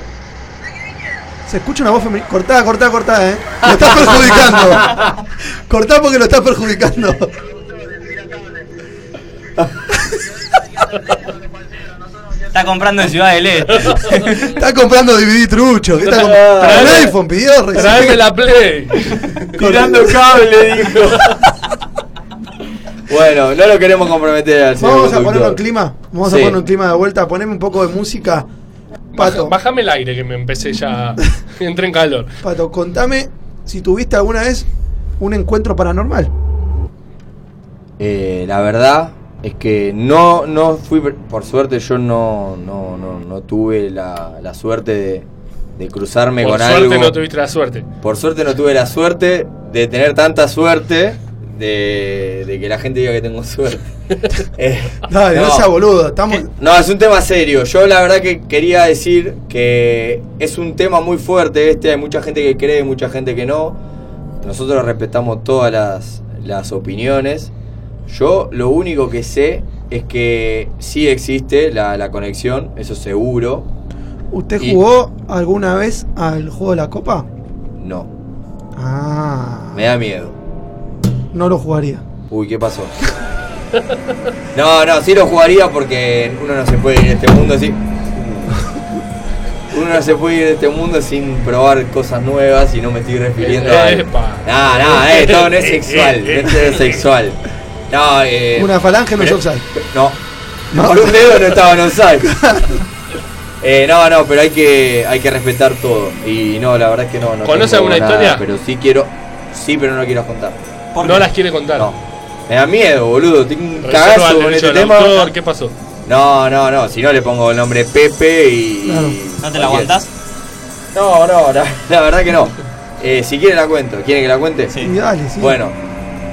[SPEAKER 5] Se escucha una voz femenina. Cortá, cortá, cortá, eh. Lo estás perjudicando. cortá porque lo estás perjudicando.
[SPEAKER 1] Está comprando en Ciudad del Este.
[SPEAKER 5] Está comprando DVD trucho. ¿Qué está comprando?
[SPEAKER 7] Traeme-
[SPEAKER 5] Un iPhone pidió recién.
[SPEAKER 6] Traeme la play.
[SPEAKER 7] Tirando cable, dijo. bueno, no lo queremos comprometer al señor
[SPEAKER 5] Vamos a
[SPEAKER 7] conductor.
[SPEAKER 5] ponerlo en clima. Vamos a
[SPEAKER 7] Sí.
[SPEAKER 5] ponerlo en clima de vuelta. Poneme un poco de música. Pato,
[SPEAKER 6] Bájame el aire que me empecé ya. Entré en calor.
[SPEAKER 5] Pato, contame si tuviste alguna vez un encuentro paranormal.
[SPEAKER 7] Eh, la verdad es que no, no fui, por suerte yo no, no, no, no tuve la, la suerte de, de cruzarme
[SPEAKER 6] Por
[SPEAKER 7] con
[SPEAKER 6] suerte
[SPEAKER 7] algo.
[SPEAKER 6] no tuviste la suerte.
[SPEAKER 7] Por suerte no tuve la suerte de tener tanta suerte de, de que la gente diga que tengo suerte. Eh,
[SPEAKER 5] Dale, no, seas boludo. Estamos.
[SPEAKER 7] no, es un tema serio. Yo la verdad que quería decir que es un tema muy fuerte este. Hay mucha gente que cree, mucha gente que no. Nosotros respetamos todas las, las opiniones. Yo lo único que sé es que sí existe la, la conexión, eso seguro.
[SPEAKER 5] ¿Usted
[SPEAKER 7] Y-
[SPEAKER 5] jugó alguna vez al juego de la copa?
[SPEAKER 7] No,
[SPEAKER 5] Ah.
[SPEAKER 7] me da miedo.
[SPEAKER 5] No lo jugaría.
[SPEAKER 7] Uy, ¿qué pasó? No, no, sí lo jugaría porque uno no se puede ir de este mundo así. Uno no se puede ir de este mundo sin probar cosas nuevas y no me estoy refiriendo a.
[SPEAKER 6] Epa.
[SPEAKER 7] No, no, eh, todo no es sexual, esto no es sexual. No, eh.
[SPEAKER 5] Una falange no es
[SPEAKER 7] pero-
[SPEAKER 5] offside.
[SPEAKER 7] No. Por un dedo no estaba en offside. Eh, no, no, pero hay que, hay que respetar todo. Y no, la verdad es que no. no
[SPEAKER 6] ¿Conoce
[SPEAKER 7] tengo
[SPEAKER 6] alguna
[SPEAKER 7] nada,
[SPEAKER 6] historia?
[SPEAKER 7] Pero sí quiero. Sí, pero no la quiero contar.
[SPEAKER 1] ¿Por
[SPEAKER 6] No
[SPEAKER 1] qué?
[SPEAKER 6] las quiere contar.
[SPEAKER 7] No. Me da miedo, boludo. Tengo un
[SPEAKER 6] Reserva el
[SPEAKER 7] cagazo con
[SPEAKER 6] derecho
[SPEAKER 7] este
[SPEAKER 6] del
[SPEAKER 7] tema.
[SPEAKER 6] autor, ¿Qué pasó?
[SPEAKER 7] No, no, no. Si no, le pongo el nombre Pepe y.
[SPEAKER 5] Claro.
[SPEAKER 1] ¿No te la aguantás?
[SPEAKER 7] No, no, la, la verdad que no. Eh, si quiere la cuento. ¿Quiere que la cuente?
[SPEAKER 1] Sí.
[SPEAKER 5] Y dale, sí.
[SPEAKER 7] Bueno,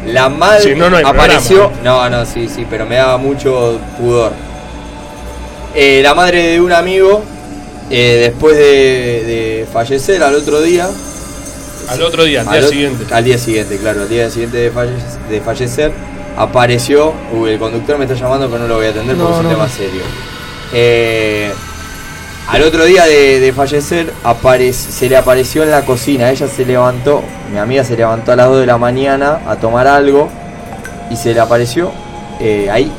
[SPEAKER 7] la madre
[SPEAKER 6] Si no, no hay ¿eh?
[SPEAKER 7] apareció. No, no, sí, sí, pero me daba mucho pudor. Eh, la madre de un amigo, eh, después de, de fallecer al otro día,
[SPEAKER 6] Al otro día, al día
[SPEAKER 7] ot-
[SPEAKER 6] siguiente.
[SPEAKER 7] Al día siguiente, claro, al día siguiente de, falle- de fallecer, apareció. Uy, el conductor me está llamando, pero no lo voy a atender porque
[SPEAKER 5] No,
[SPEAKER 7] es
[SPEAKER 5] no.
[SPEAKER 7] un tema serio. Eh, al otro día de, de fallecer, apare- se le apareció en la cocina. Ella se levantó, mi amiga se levantó a las 2 de la mañana a tomar algo y se le apareció eh, ahí.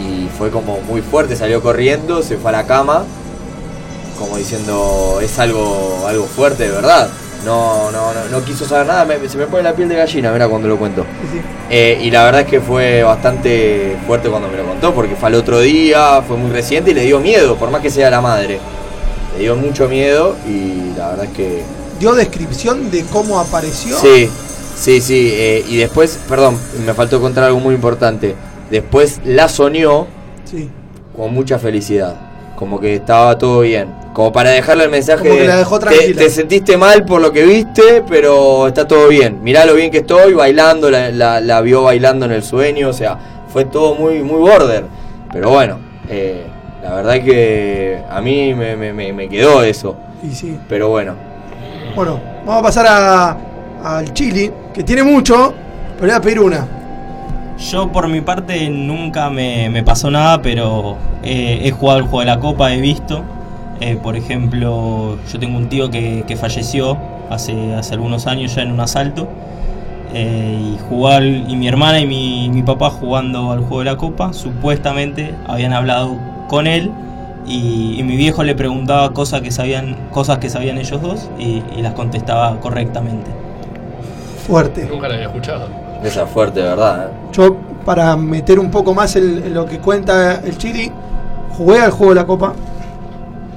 [SPEAKER 7] Y fue como muy fuerte, salió corriendo, se fue a la cama, como diciendo, es algo, algo fuerte de verdad. No, no, no, no quiso saber nada, me- se me pone la piel de gallina, mira cuando lo cuento. Eh, y la verdad es que fue bastante fuerte cuando me lo contó, porque fue al otro día, fue muy reciente y le dio miedo, por más que sea la madre. Le dio mucho miedo y la verdad es que
[SPEAKER 5] ¿Dio descripción de cómo apareció?
[SPEAKER 7] Sí, sí, sí. eh, y después, perdón, me faltó contar algo muy importante. Después la soñó
[SPEAKER 5] Sí.
[SPEAKER 7] con mucha felicidad. Como que estaba todo bien. Como para dejarle el mensaje
[SPEAKER 5] Como que
[SPEAKER 7] de,
[SPEAKER 5] la dejó
[SPEAKER 7] te- te,
[SPEAKER 5] tranquila.
[SPEAKER 7] sentiste mal por lo que viste, pero está todo bien. Mirá lo bien que estoy bailando, la, la- la vio bailando en el sueño, o sea, fue todo muy, muy border. Pero bueno, eh, la verdad que a mí me, me- me- me quedó eso.
[SPEAKER 5] Y sí.
[SPEAKER 7] Pero bueno,
[SPEAKER 5] Bueno, vamos a pasar a, al Chili, que tiene mucho, pero le voy a pedir una.
[SPEAKER 1] Yo por mi parte nunca me, me pasó nada, pero eh, he jugado el juego de la copa, he visto. Eh, por ejemplo, yo tengo un tío que, que falleció hace, hace algunos años ya en un asalto. Eh, y jugar y mi hermana y mi, mi papá jugando al juego de la copa, supuestamente habían hablado con él y, y mi viejo le preguntaba cosas que sabían, cosas que sabían ellos dos y- y las contestaba correctamente.
[SPEAKER 5] Fuerte.
[SPEAKER 6] Nunca la había escuchado.
[SPEAKER 7] esa es fuerte, ¿verdad? eh?
[SPEAKER 5] Yo, para meter un poco más el- en lo que cuenta el Chili, jugué al juego de la Copa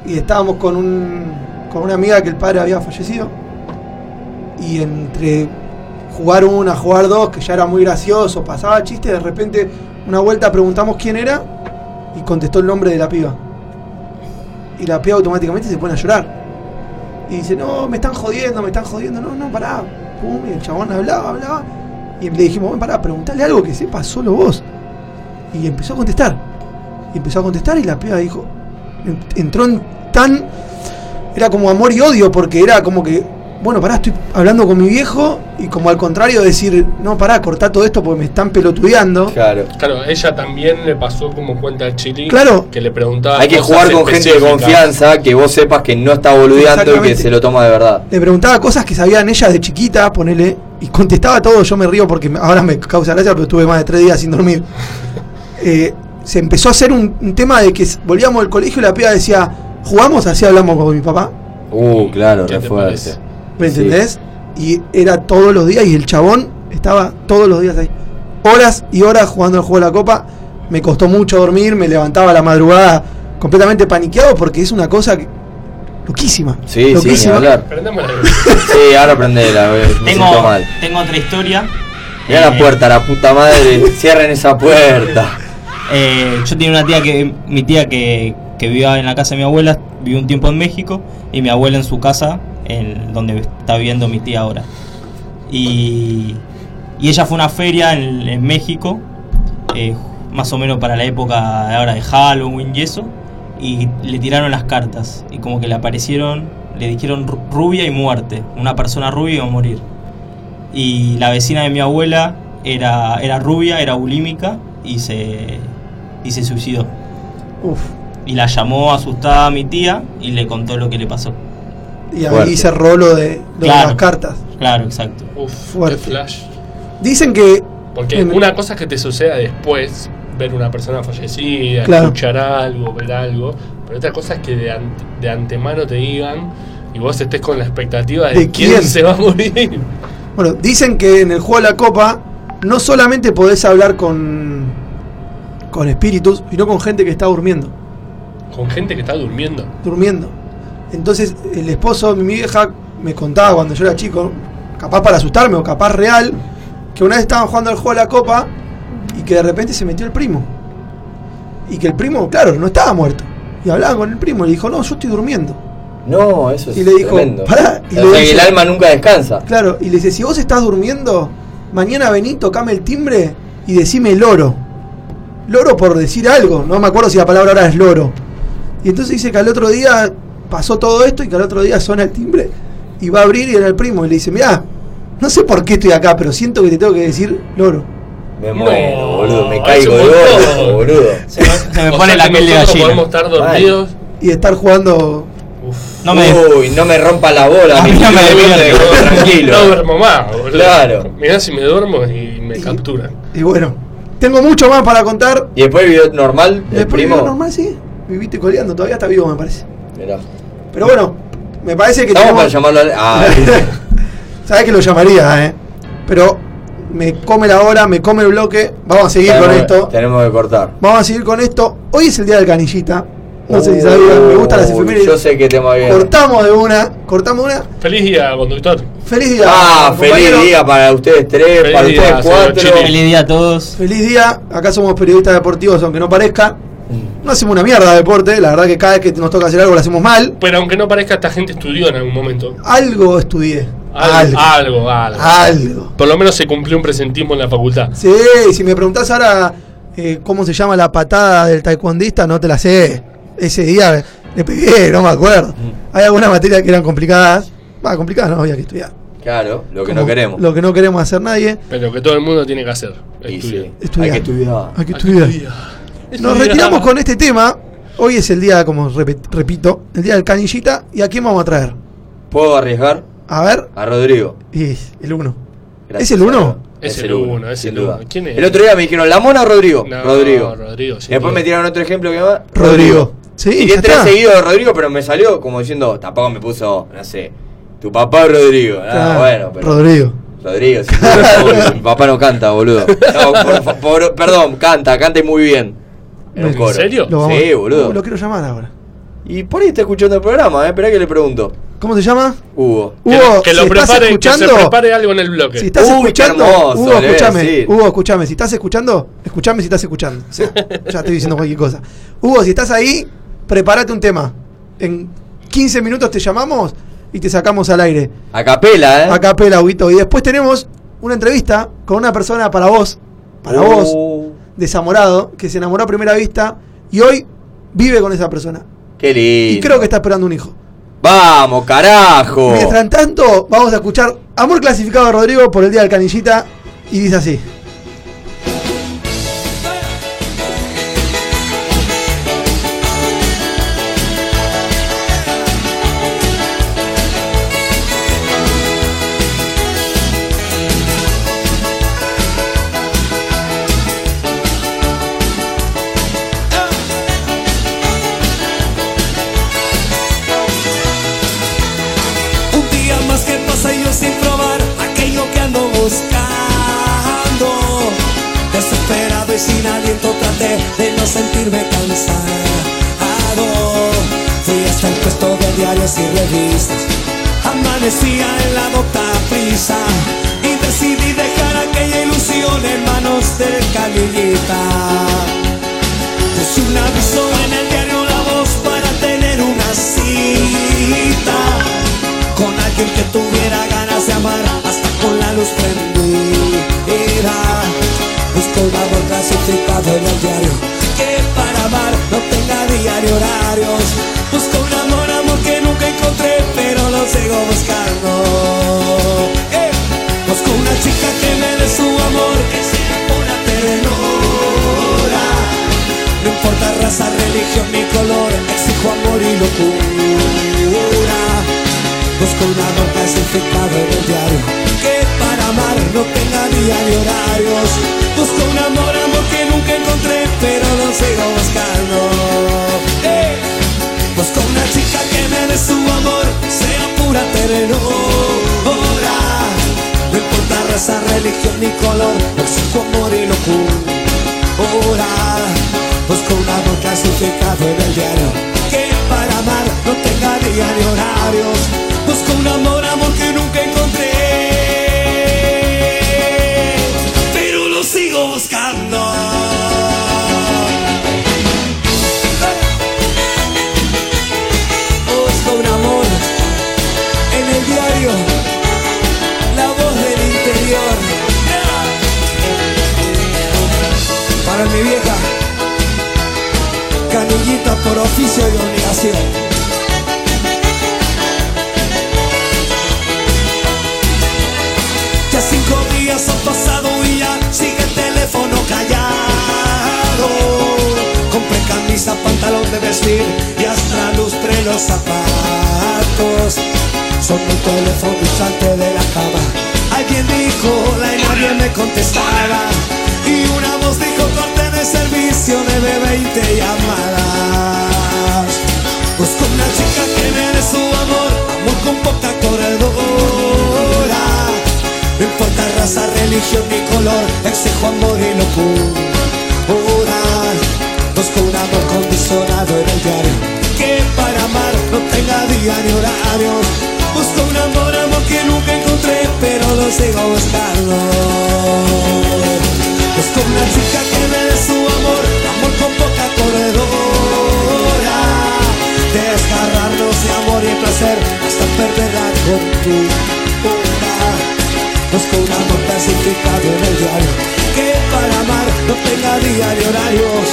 [SPEAKER 5] y estábamos con, un, con una amiga que el padre había fallecido. Y entre jugar una, jugar dos, que ya era muy gracioso, pasaba chiste, de repente una vuelta preguntamos quién era y contestó el nombre de la piba. Y la piba automáticamente se pone a llorar. Y dice, no, me están jodiendo, me están jodiendo, no, no, pará. Pum, y el chabón hablaba, hablaba. Y le dijimos, bueno, pará, preguntale algo que sepa solo vos. Y empezó a contestar. Y empezó a contestar y la piba dijo, en- entró en tan... Era como amor y odio porque era como que, bueno, pará, estoy hablando con mi viejo y como al contrario decir, no, pará, cortá todo esto porque me están pelotudeando.
[SPEAKER 7] Claro.
[SPEAKER 6] Claro, ella también le pasó como cuenta al Chili.
[SPEAKER 5] Claro.
[SPEAKER 6] Que le preguntaba.
[SPEAKER 7] Hay que
[SPEAKER 6] cosas
[SPEAKER 7] jugar con gente de
[SPEAKER 6] específicas.
[SPEAKER 7] confianza, que vos sepas que no está boludeando y que
[SPEAKER 5] Exactamente.
[SPEAKER 7] se lo toma de verdad.
[SPEAKER 5] Le preguntaba cosas que sabían ellas de chiquita, ponele, y contestaba todo. Yo me río porque me- ahora me causa gracia, pero estuve más de tres días sin dormir. Eh, se empezó a hacer un, un tema de que s- volvíamos del colegio y la piba decía, jugamos, así hablamos con mi papá.
[SPEAKER 7] Uh, claro,
[SPEAKER 6] ¿Qué te
[SPEAKER 7] refuerce.
[SPEAKER 6] parece?
[SPEAKER 5] ¿Me
[SPEAKER 7] Sí.
[SPEAKER 5] entendés? Y era todos los días y el chabón estaba todos los días ahí. Horas y horas jugando al juego de la copa. Me costó mucho dormir, me levantaba a la madrugada completamente paniqueado porque es una cosa que- loquísima.
[SPEAKER 7] Sí, sí, ni
[SPEAKER 5] loquísima.
[SPEAKER 7] hablar.
[SPEAKER 6] Prendamos la
[SPEAKER 7] Sí, ahora prendela, a ver, me siento
[SPEAKER 1] Tengo,
[SPEAKER 7] mal.
[SPEAKER 1] tengo otra historia.
[SPEAKER 7] Mirá la
[SPEAKER 1] Eh,
[SPEAKER 7] puerta, la puta madre, cierren esa puerta.
[SPEAKER 1] eh, yo tenía una tía que, mi tía que, que vivía en la casa de mi abuela, vivió un tiempo en México, y mi abuela en su casa, en donde está viviendo mi tía ahora. Y, y ella fue a una feria en, en México, eh, más o menos para la época de ahora de Halloween y eso, y le tiraron las cartas, y como que le aparecieron, le dijeron ru- rubia y muerte, una persona rubia iba a morir. y la vecina de mi abuela era, era rubia, era bulímica y se, y se suicidó.
[SPEAKER 5] Uf.
[SPEAKER 1] Y la llamó asustada a mi tía y le contó lo que le pasó.
[SPEAKER 5] Y
[SPEAKER 7] Fuerte.
[SPEAKER 5] ahí cerró lo de, lo de
[SPEAKER 1] Claro.
[SPEAKER 5] las cartas.
[SPEAKER 1] Claro, exacto.
[SPEAKER 6] Uf,
[SPEAKER 5] Fuerte.
[SPEAKER 6] qué flash.
[SPEAKER 5] Dicen que.
[SPEAKER 6] Porque
[SPEAKER 5] en-
[SPEAKER 6] una cosa es que te suceda después, ver una persona fallecida,
[SPEAKER 5] Claro.
[SPEAKER 6] escuchar algo, ver algo, pero otra cosa es que de, ante- de antemano te digan y vos estés con la expectativa de,
[SPEAKER 5] ¿De
[SPEAKER 6] quién?
[SPEAKER 5] quién?
[SPEAKER 6] se va a morir.
[SPEAKER 5] Bueno, dicen que en el juego de la copa no solamente podés hablar con. con espíritus, sino con gente que está durmiendo.
[SPEAKER 6] Con gente que está durmiendo.
[SPEAKER 5] durmiendo. Entonces el esposo de mi vieja me contaba cuando yo era chico, capaz para asustarme o capaz real, que una vez estaban jugando al juego de la copa y que de repente se metió el primo. Y que el primo, claro, no estaba muerto. Y hablaba con el primo y le dijo, no, yo estoy durmiendo.
[SPEAKER 7] No, eso es
[SPEAKER 5] Y le dijo,
[SPEAKER 7] tremendo.
[SPEAKER 5] pará, y
[SPEAKER 7] O
[SPEAKER 5] le
[SPEAKER 7] sea, que
[SPEAKER 5] dice-
[SPEAKER 7] el alma nunca descansa.
[SPEAKER 5] Claro, y le dice, si vos estás durmiendo, mañana vení, tocame el timbre y decime loro. Loro por decir algo, no me acuerdo si la palabra ahora es loro. Y entonces dice que al otro día pasó todo esto y que al otro día suena el timbre y va a abrir y era el primo y le dice, mirá, no sé por qué estoy acá, pero siento que te tengo que decir loro.
[SPEAKER 7] Me
[SPEAKER 6] No,
[SPEAKER 7] muero, boludo, me
[SPEAKER 6] eso
[SPEAKER 7] caigo
[SPEAKER 6] es
[SPEAKER 7] de
[SPEAKER 6] un
[SPEAKER 7] gordo,
[SPEAKER 6] montón.
[SPEAKER 7] boludo.
[SPEAKER 1] Se me, se me
[SPEAKER 6] O
[SPEAKER 1] pone
[SPEAKER 6] sea
[SPEAKER 1] la
[SPEAKER 6] que
[SPEAKER 1] piel de
[SPEAKER 6] nosotros
[SPEAKER 1] gallina.
[SPEAKER 6] podemos estar dormidos.
[SPEAKER 5] Y estar jugando...
[SPEAKER 6] Uf.
[SPEAKER 1] No me,
[SPEAKER 7] Uy, no me rompa la bola,
[SPEAKER 1] A
[SPEAKER 7] mi
[SPEAKER 1] mí no
[SPEAKER 7] tío,
[SPEAKER 1] me deviene.
[SPEAKER 7] boludo,
[SPEAKER 6] No
[SPEAKER 7] tranquilo.
[SPEAKER 6] duermo más, boludo.
[SPEAKER 7] Claro.
[SPEAKER 6] Mirá si me duermo y me capturan.
[SPEAKER 5] Y bueno, Tengo mucho más para contar.
[SPEAKER 7] Y después el video normal, el
[SPEAKER 5] Después
[SPEAKER 7] primo.
[SPEAKER 5] vivo normal, sí. Viviste coleando, todavía está vivo, me parece.
[SPEAKER 7] Mirá.
[SPEAKER 5] Pero bueno, me parece que.
[SPEAKER 7] Estamos para
[SPEAKER 5] tenemos-
[SPEAKER 7] llamarlo al- ah, viste.
[SPEAKER 5] Sabés que lo llamaría, ¿eh? Pero me come la hora, me come el bloque. Vamos a seguir con
[SPEAKER 7] Tenemos-
[SPEAKER 5] esto.
[SPEAKER 7] Tenemos que cortar.
[SPEAKER 5] Vamos a seguir con esto. Hoy es el día del canillita. No sé si
[SPEAKER 7] Uh,
[SPEAKER 5] sabían, me gustan las
[SPEAKER 7] Yo
[SPEAKER 5] efemérides.
[SPEAKER 7] sé que tema bien.
[SPEAKER 5] Cortamos de una, cortamos de una.
[SPEAKER 6] Feliz día, conductor.
[SPEAKER 5] Feliz día.
[SPEAKER 7] Ah,
[SPEAKER 5] compañero.
[SPEAKER 7] feliz día para ustedes tres,
[SPEAKER 6] Feliz
[SPEAKER 7] para
[SPEAKER 6] día,
[SPEAKER 7] ustedes
[SPEAKER 6] señor
[SPEAKER 7] cuatro.
[SPEAKER 6] Chile.
[SPEAKER 1] Feliz día a todos.
[SPEAKER 5] Feliz día. Acá somos periodistas deportivos, aunque no parezca. No hacemos una mierda de deporte. La verdad que cada vez que nos toca hacer algo lo hacemos mal.
[SPEAKER 6] Pero aunque no parezca, esta gente estudió en algún momento.
[SPEAKER 5] Algo estudié.
[SPEAKER 6] Algo,
[SPEAKER 5] Algo.
[SPEAKER 6] algo. algo.
[SPEAKER 5] Algo.
[SPEAKER 6] Por lo menos se cumplió un presentismo en la facultad.
[SPEAKER 5] Sí, si me preguntás ahora eh, cómo se llama la patada del taekwondista, no te la sé. Ese día le pegué, no me acuerdo. Hay algunas materias que eran complicadas. Va, complicadas no había que estudiar.
[SPEAKER 7] Claro, lo que
[SPEAKER 5] Como
[SPEAKER 7] no queremos.
[SPEAKER 5] Lo que no queremos hacer nadie.
[SPEAKER 6] Pero que todo el mundo tiene que hacer.
[SPEAKER 7] Y
[SPEAKER 6] Estudio.
[SPEAKER 7] sí,
[SPEAKER 5] Estudiar.
[SPEAKER 7] Hay que estudiar.
[SPEAKER 5] Hay que estudiar. Nos retiramos con este tema. Hoy es el día, como repet- repito, el día del canillita. ¿Y a quién vamos a traer?
[SPEAKER 7] ¿Puedo arriesgar?
[SPEAKER 5] A ver,
[SPEAKER 7] A Rodrigo.
[SPEAKER 5] y el uno.
[SPEAKER 7] Gracias,
[SPEAKER 5] ¿Es el uno?
[SPEAKER 7] Álvaro.
[SPEAKER 6] Es el uno, es
[SPEAKER 7] sin
[SPEAKER 6] el
[SPEAKER 7] duda.
[SPEAKER 6] uno. ¿Quién es?
[SPEAKER 7] El otro día me dijeron, ¿la mona o Rodrigo?
[SPEAKER 6] No,
[SPEAKER 7] Rodrigo.
[SPEAKER 6] Rodrigo, sin
[SPEAKER 7] Y después
[SPEAKER 6] duda.
[SPEAKER 7] me tiraron otro ejemplo que va.
[SPEAKER 5] Rodrigo. Sí,
[SPEAKER 7] Y
[SPEAKER 5] ya
[SPEAKER 7] de tres
[SPEAKER 5] está.
[SPEAKER 7] seguidos de Rodrigo, pero me salió como diciendo, tampoco me puso, no sé, tu papá Rodrigo. Ah,
[SPEAKER 5] Ah,
[SPEAKER 7] bueno, pero.
[SPEAKER 5] Rodrigo.
[SPEAKER 7] Rodrigo, sí. Uy, mi papá no canta, boludo. No, por fa- por- perdón, canta, canta y muy bien. En un
[SPEAKER 5] ¿En
[SPEAKER 7] coro.
[SPEAKER 6] serio?
[SPEAKER 5] Lo vamos-
[SPEAKER 7] Sí, boludo.
[SPEAKER 5] Uh, lo quiero llamar ahora.
[SPEAKER 7] Y por ahí está escuchando el programa, ¿eh? Esperá que le pregunto.
[SPEAKER 5] ¿Cómo se llama?
[SPEAKER 7] Hugo.
[SPEAKER 6] Que lo-
[SPEAKER 5] Hugo,
[SPEAKER 6] que lo
[SPEAKER 5] si estás
[SPEAKER 6] prepare, que se
[SPEAKER 5] escuchando,
[SPEAKER 6] prepare algo en el bloque.
[SPEAKER 5] Si estás
[SPEAKER 7] Uy, qué
[SPEAKER 5] escuchando,
[SPEAKER 7] hermoso,
[SPEAKER 5] Hugo,
[SPEAKER 7] le voy a
[SPEAKER 5] escúchame,
[SPEAKER 7] decir.
[SPEAKER 5] Hugo, escúchame, si estás escuchando, escúchame si estás escuchando. O sea, ya estoy diciendo cualquier cosa. Hugo, si estás ahí, prepárate un tema. En 15 minutos te llamamos y te sacamos al aire.
[SPEAKER 7] A capela, ¿eh?
[SPEAKER 5] A capela, Huguito. Y después tenemos una entrevista con una persona para vos, para vos,
[SPEAKER 7] Uh,
[SPEAKER 5] desamorado, que se enamoró a primera vista y hoy vive con esa persona.
[SPEAKER 7] Qué lindo. Oh.
[SPEAKER 5] Y creo que está esperando un hijo.
[SPEAKER 7] Vamos, carajo.
[SPEAKER 5] Mientras tanto, vamos a escuchar Amor Clasificado de Rodrigo por el Día del Canillita y dice así.
[SPEAKER 8] Un día más que pasa yo sin probar aquello que ando buscando. Desesperado y sin aliento traté de no sentirme cansado. Fui hasta el puesto de diarios y revistas. Amanecía en la docta prisa y decidí dejar aquella ilusión en manos del canillita. Puse un aviso en el diario La Voz para tener una cita Con alguien que tuviera ganas de amar hasta con la luz prendida Busco un amor clasificado en el diario Que para amar no tenga diario horarios Busco un amor, amor que nunca encontré pero lo sigo buscando ¡Eh! Busco una chica que me dé su amor Que sea una telenovela no importa raza, religión ni color, exijo amor y locura. Busco una amor clasificado en el diario, que para amar no tenga día ni horarios. Busco un amor, amor que nunca encontré, pero lo sigo buscando. ¡Eh! Busco una chica que me dé su amor, sea pura telenovela. No importa raza, religión ni color, exijo amor y locura. Busco un amor clasificado en el diario Que para amar no tenga día ni horarios Busco un amor, amor que nunca encontré Pero lo sigo buscando Oh, Busco un amor en el diario La voz del interior Para mi vieja Canillita por oficio y obligación. Ya cinco días han pasado y ya sigue el teléfono callado. Compré camisa, pantalón de vestir y hasta lustré los zapatos. Sonó el teléfono y salté de la cama. Alguien dijo hola y nadie me contestaba. Y una voz dijo conversaciones de 20 llamadas. Busco una chica que me dé su amor, amor con poca corredora. No importa raza, religión ni color, exijo amor y locura. Busco un amor condicionado en el diario, que para amar no tenga día ni horario. Busco un amor, amor que nunca encontré, pero lo sigo buscando. Busco una chica que me dé su amor, amor con poca corredora. Desgarrarnos de amor y el placer hasta perder la compostura. Busco un amor clasificado en el diario, que para amar no tenga día ni horarios.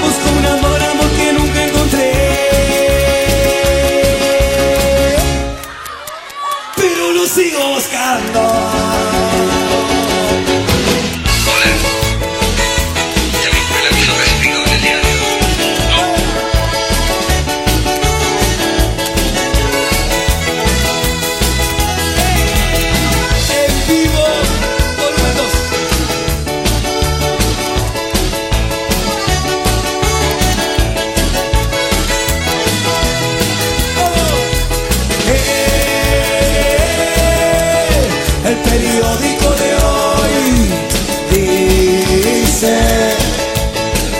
[SPEAKER 8] Busco un amor, amor que nunca encontré. Pero lo sigo buscando.
[SPEAKER 9] Hola. Ya me fue el aviso clasificado del diario.
[SPEAKER 8] En vivo, volumen 2. Oh. Eh, eh, El periódico de hoy dice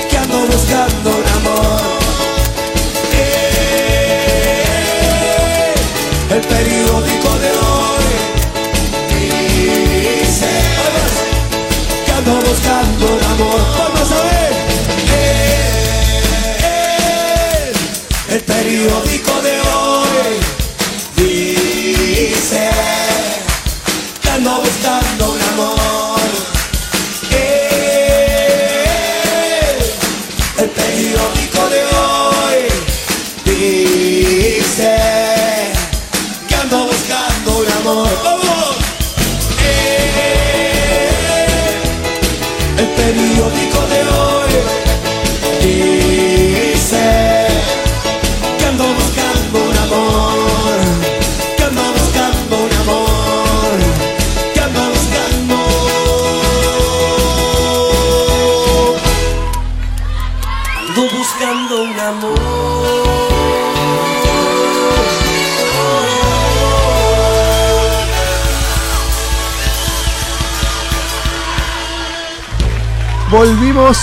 [SPEAKER 8] que ando buscando un amor. Eh, El periódico de hoy dice que ando buscando un amor. Vamos a ver. Eh, El periódico de hoy dice que ando buscando un amor. Eh, El periódico de hoy dice que ando buscando un amor. ¡Vamos! Eh, El periódico de hoy dice que ando buscando un amor, que ando buscando un amor, que ando buscando, ando buscando un amor.
[SPEAKER 5] Volvimos.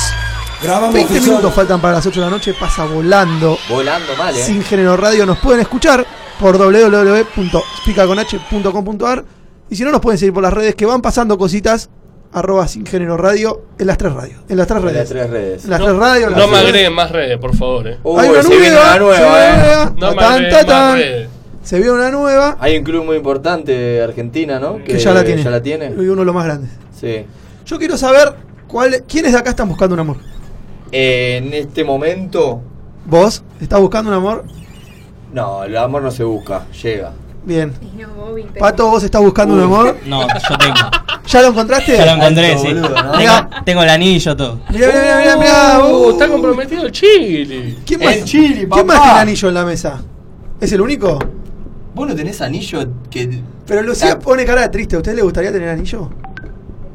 [SPEAKER 8] Grabamos
[SPEAKER 5] 20
[SPEAKER 8] oficial.
[SPEAKER 5] minutos faltan para las 8 de la noche. Pasa volando.
[SPEAKER 7] Volando mal, ¿eh?
[SPEAKER 5] Sin Género Radio nos pueden escuchar por www.spicaconh.com.ar y si no nos pueden seguir por las redes que van pasando cositas arroba sin género radio en las tres radios en las tres
[SPEAKER 7] En las
[SPEAKER 5] redes
[SPEAKER 7] tres redes.
[SPEAKER 5] en las tres radios en
[SPEAKER 6] No
[SPEAKER 5] las
[SPEAKER 6] me
[SPEAKER 5] tres-
[SPEAKER 6] agreguen más redes, por favor. eh.
[SPEAKER 7] Uy,
[SPEAKER 5] hay una
[SPEAKER 7] se viene
[SPEAKER 5] nueva,
[SPEAKER 7] una nueva, ¿eh?
[SPEAKER 5] se viene
[SPEAKER 6] No
[SPEAKER 5] una
[SPEAKER 6] me
[SPEAKER 5] nueva, tan,
[SPEAKER 6] agreguen más
[SPEAKER 5] tan, tan.
[SPEAKER 6] redes.
[SPEAKER 5] se vio una nueva
[SPEAKER 7] Hay un club muy importante de Argentina, ¿no?
[SPEAKER 5] que ya la tiene
[SPEAKER 7] Ya la tiene.
[SPEAKER 5] y uno de los más grandes
[SPEAKER 7] Sí.
[SPEAKER 5] yo quiero saber cuál quiénes de acá están buscando un amor
[SPEAKER 7] Eh, en este momento,
[SPEAKER 5] vos estás buscando un amor
[SPEAKER 7] no, el amor no se busca, llega.
[SPEAKER 5] bien
[SPEAKER 2] No, Bobby, pero-
[SPEAKER 5] pato vos estás buscando un amor
[SPEAKER 1] No, yo tengo.
[SPEAKER 5] ya lo encontraste
[SPEAKER 1] Ya lo
[SPEAKER 5] mirá
[SPEAKER 1] encontré,
[SPEAKER 7] Alto,
[SPEAKER 1] sí.
[SPEAKER 7] boludo, ¿no?
[SPEAKER 1] Tengo, tengo el anillo, todo.
[SPEAKER 5] mirá mirá mirá, mirá
[SPEAKER 6] Uh,
[SPEAKER 5] uh.
[SPEAKER 6] está comprometido Chile.
[SPEAKER 5] ¿Quién
[SPEAKER 7] En
[SPEAKER 5] más,
[SPEAKER 7] Chile,
[SPEAKER 5] ¿quién
[SPEAKER 7] papá.
[SPEAKER 5] más tiene anillo en la mesa? ¿Es el único?
[SPEAKER 7] Vos no tenés anillo que.
[SPEAKER 5] Pero Lucía
[SPEAKER 7] Ah.
[SPEAKER 5] pone cara de triste. ¿A usted le gustaría tener anillo?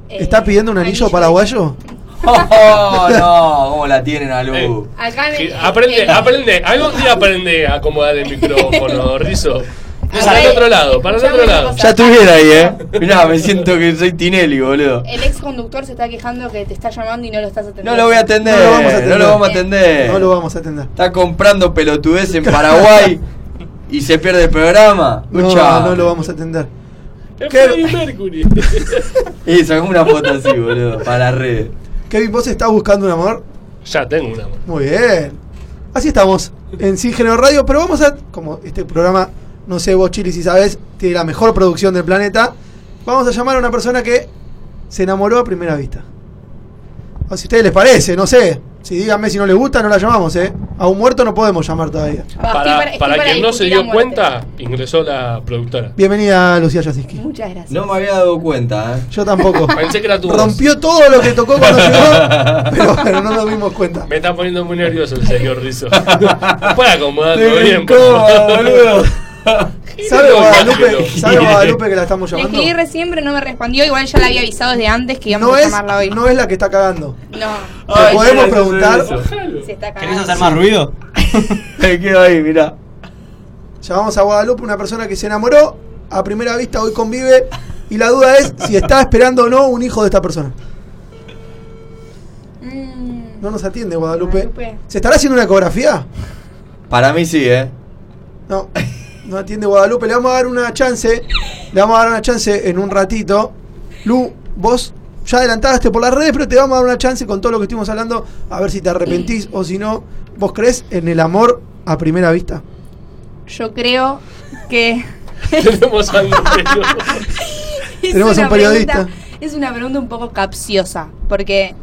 [SPEAKER 10] Eh,
[SPEAKER 5] ¿Está pidiendo un anillo, paraguayo?
[SPEAKER 7] Oh, no, ¿cómo la tienen a Lu?
[SPEAKER 6] Eh.
[SPEAKER 10] Acá me-
[SPEAKER 6] Que Aprende,
[SPEAKER 10] eh,
[SPEAKER 6] aprende. Algún día aprende a acomodar el micrófono, Rizo. Para el
[SPEAKER 10] Ay.
[SPEAKER 6] otro lado, para el otro lado.
[SPEAKER 10] Ya
[SPEAKER 7] estuviera ahí, eh. Mirá, me siento que soy Tinelli, boludo.
[SPEAKER 10] El ex conductor se está quejando que te está llamando y no lo estás atendiendo.
[SPEAKER 7] No lo voy a atender,
[SPEAKER 5] No lo vamos a atender.
[SPEAKER 7] no lo vamos a atender.
[SPEAKER 5] No lo vamos a atender.
[SPEAKER 7] Está comprando pelotudez en Paraguay y se pierde el programa.
[SPEAKER 5] No,
[SPEAKER 7] Escuchá.
[SPEAKER 5] no lo vamos a atender.
[SPEAKER 6] Es
[SPEAKER 5] ¿Qué?
[SPEAKER 6] Freddie Mercury.
[SPEAKER 7] Y sacamos una foto así, boludo, para la red.
[SPEAKER 5] Kevin, ¿vos estás buscando un amor?
[SPEAKER 6] ya tengo una. mano.
[SPEAKER 5] Muy bien. Así estamos en Sin Género Radio, pero vamos a. Como este programa, no sé vos, Chili, si sabés, tiene la mejor producción del planeta. Vamos a llamar a una persona que se enamoró a primera vista. O si a ustedes les parece, no sé. Si díganme si no les gusta, no la llamamos, ¿eh? A un muerto no podemos llamar
[SPEAKER 10] Va,
[SPEAKER 5] todavía.
[SPEAKER 10] estoy
[SPEAKER 6] Para,
[SPEAKER 10] Ah, para- estoy
[SPEAKER 6] para
[SPEAKER 10] para
[SPEAKER 6] quien no se
[SPEAKER 10] discutir a
[SPEAKER 6] dio
[SPEAKER 10] muerte.
[SPEAKER 6] cuenta, ingresó la productora.
[SPEAKER 5] Bienvenida, Lucía Jasinski.
[SPEAKER 10] Muchas gracias.
[SPEAKER 7] No me había dado cuenta, eh.
[SPEAKER 5] Yo tampoco.
[SPEAKER 6] Pensé que era tu voz.
[SPEAKER 5] Rompió todo lo que tocó cuando llegó, pero bueno, no nos dimos cuenta.
[SPEAKER 6] Me está poniendo muy nervioso el señor Rizo. Puede acomodarlo
[SPEAKER 7] Estoy
[SPEAKER 6] bien.
[SPEAKER 7] incómodo,
[SPEAKER 6] por favor.
[SPEAKER 7] boludo.
[SPEAKER 5] ¿Sabe Guadalupe,
[SPEAKER 6] Ángelo.
[SPEAKER 5] ¿Sabe Guadalupe que la estamos
[SPEAKER 10] Le
[SPEAKER 5] llamando?
[SPEAKER 10] escribí recién, pero no me respondió. Igual ya la había avisado desde antes que íbamos
[SPEAKER 5] No
[SPEAKER 10] a
[SPEAKER 5] es,
[SPEAKER 10] llamarla hoy.
[SPEAKER 5] no es la que está cagando.
[SPEAKER 10] No.
[SPEAKER 5] ¿Te podemos preguntar?
[SPEAKER 10] Se está
[SPEAKER 1] ¿Querés
[SPEAKER 10] cagando.
[SPEAKER 1] hacer más ruido?
[SPEAKER 7] Me quedo ahí, mirá.
[SPEAKER 5] Llamamos a Guadalupe, una persona que se enamoró, a primera vista hoy convive, y la duda es si está esperando o no un hijo de esta persona.
[SPEAKER 10] Mm,
[SPEAKER 5] No nos atiende Guadalupe.
[SPEAKER 10] Guadalupe.
[SPEAKER 5] ¿Se estará haciendo una ecografía?
[SPEAKER 7] Para mí sí, ¿eh?
[SPEAKER 5] No, no atiende Guadalupe. Le vamos a dar una chance. Le vamos a dar una chance en un ratito. Lu, vos ya adelantaste por las redes, pero te vamos a dar una chance con todo lo que estuvimos hablando. A ver si te arrepentís o si no. ¿Vos crees en el amor a primera vista?
[SPEAKER 10] Yo creo que.
[SPEAKER 6] Tenemos al Luperio.
[SPEAKER 10] es
[SPEAKER 5] Tenemos
[SPEAKER 10] una
[SPEAKER 5] un periodista.
[SPEAKER 10] pregunta- es una pregunta un poco capciosa. Porque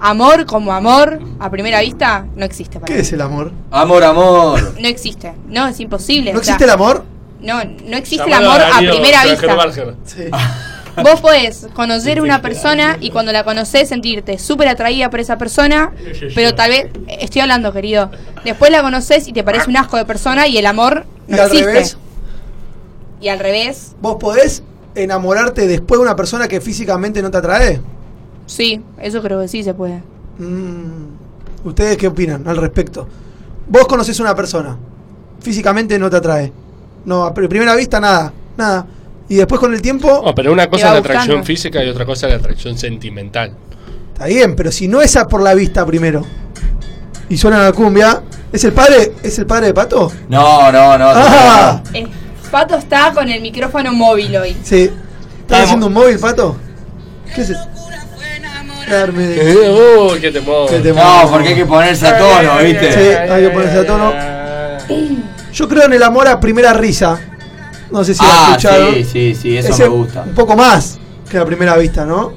[SPEAKER 10] amor como amor, a primera vista, no existe para
[SPEAKER 5] ¿Qué
[SPEAKER 10] mí.
[SPEAKER 5] es el amor?
[SPEAKER 7] Amor, amor.
[SPEAKER 10] No existe. No, es imposible.
[SPEAKER 5] ¿No
[SPEAKER 10] o sea,
[SPEAKER 5] existe el amor?
[SPEAKER 10] No, no existe el
[SPEAKER 6] Llamalo
[SPEAKER 10] amor a
[SPEAKER 6] Darío
[SPEAKER 10] primera
[SPEAKER 6] Franker
[SPEAKER 10] vista.
[SPEAKER 6] Barger.
[SPEAKER 5] Sí.
[SPEAKER 10] Vos podés conocer a una persona y cuando la conocés sentirte súper atraída por esa persona, pero tal vez, estoy hablando querido, después la conoces y te parece un asco de persona y el amor no
[SPEAKER 5] Y al
[SPEAKER 10] existe.
[SPEAKER 5] revés,
[SPEAKER 10] Y al revés,
[SPEAKER 5] ¿vos podés enamorarte después de una persona que físicamente no te atrae?
[SPEAKER 10] sí, eso creo que sí se puede.
[SPEAKER 5] Mm, ¿Ustedes qué opinan al respecto? Vos conoces una persona, físicamente no te atrae. No, a pr- primera vista nada, nada. Y después con el tiempo,
[SPEAKER 6] No, pero una cosa es
[SPEAKER 10] va
[SPEAKER 6] la atracción
[SPEAKER 10] buscando.
[SPEAKER 6] física y otra cosa es la atracción sentimental.
[SPEAKER 5] está bien, pero si no es a por la vista primero. Y suena la cumbia, ¿es el padre? ¿Es el padre de Pato?
[SPEAKER 7] No, no, no.
[SPEAKER 5] Ah,
[SPEAKER 10] Eh, Pato está con el micrófono móvil hoy.
[SPEAKER 5] sí. ¿Estás
[SPEAKER 1] Vamos.
[SPEAKER 5] haciendo un móvil, Pato? ¿Qué es eso? Carmen.
[SPEAKER 6] Eh, oh, qué temor.
[SPEAKER 5] Qué temor.
[SPEAKER 7] No, porque hay que ponerse a tono, ¿viste?
[SPEAKER 5] Sí, hay que ponerse a tono. Yo creo en el amor a primera risa. No sé si lo
[SPEAKER 7] ah,
[SPEAKER 5] escucharon.
[SPEAKER 7] sí, sí, sí, eso
[SPEAKER 5] Ese
[SPEAKER 7] me gusta.
[SPEAKER 5] Un poco más que a primera vista, ¿no?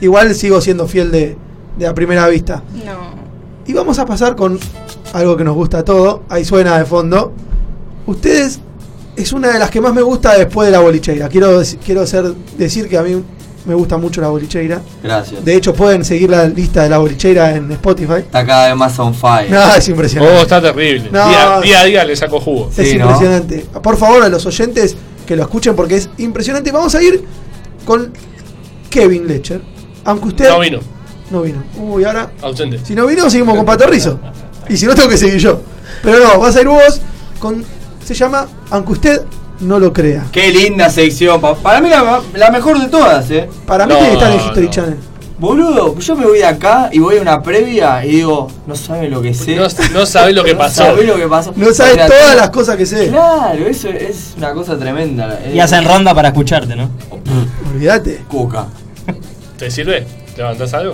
[SPEAKER 5] Igual sigo siendo fiel de, de a primera vista.
[SPEAKER 10] No.
[SPEAKER 5] Y vamos a pasar con algo que nos gusta a todo. Ahí suena de fondo. Ustedes es una de las que más me gusta después de la bolicheira. Quiero, dec- quiero ser, decir que a mí me gusta mucho la bolicheira.
[SPEAKER 7] Gracias.
[SPEAKER 5] De hecho, pueden seguir la lista de la bolicheira en Spotify.
[SPEAKER 7] Está cada vez más on fire.
[SPEAKER 5] No, es impresionante.
[SPEAKER 6] Oh, está terrible.
[SPEAKER 5] No.
[SPEAKER 6] Día, día a día le saco jugo.
[SPEAKER 5] Es
[SPEAKER 7] Sí, ¿no?
[SPEAKER 5] impresionante. Por favor, a los oyentes que lo escuchen porque es impresionante. Vamos a ir con Kevin Lecher. Aunque usted
[SPEAKER 6] No vino,
[SPEAKER 5] no vino. Uy, ahora.
[SPEAKER 6] ausente.
[SPEAKER 5] Si no vino, seguimos con Pato Rizzo. Y si no, tengo que seguir yo. Pero no, vas a ir vos con. Se llama Aunque usted no lo crea.
[SPEAKER 7] Qué linda sección. pa- Para mí la, la mejor de todas, ¿eh?
[SPEAKER 5] Para mí
[SPEAKER 6] No,
[SPEAKER 5] tiene que estar en History
[SPEAKER 6] no.
[SPEAKER 5] Channel.
[SPEAKER 7] Boludo, yo me voy de acá y voy a una previa y digo, no sabe lo que sé.
[SPEAKER 6] No, no sabés lo que
[SPEAKER 7] No
[SPEAKER 6] pasó.
[SPEAKER 7] sabés lo que pasó.
[SPEAKER 5] No sabes
[SPEAKER 7] Mira,
[SPEAKER 5] todas
[SPEAKER 7] tengo-
[SPEAKER 5] las cosas que sé.
[SPEAKER 7] Claro, eso es una cosa tremenda. Eh,
[SPEAKER 1] Y hacen ronda para escucharte, ¿no?
[SPEAKER 5] Olvídate.
[SPEAKER 7] Cuca.
[SPEAKER 6] ¿Te sirve? ¿Levantás algo?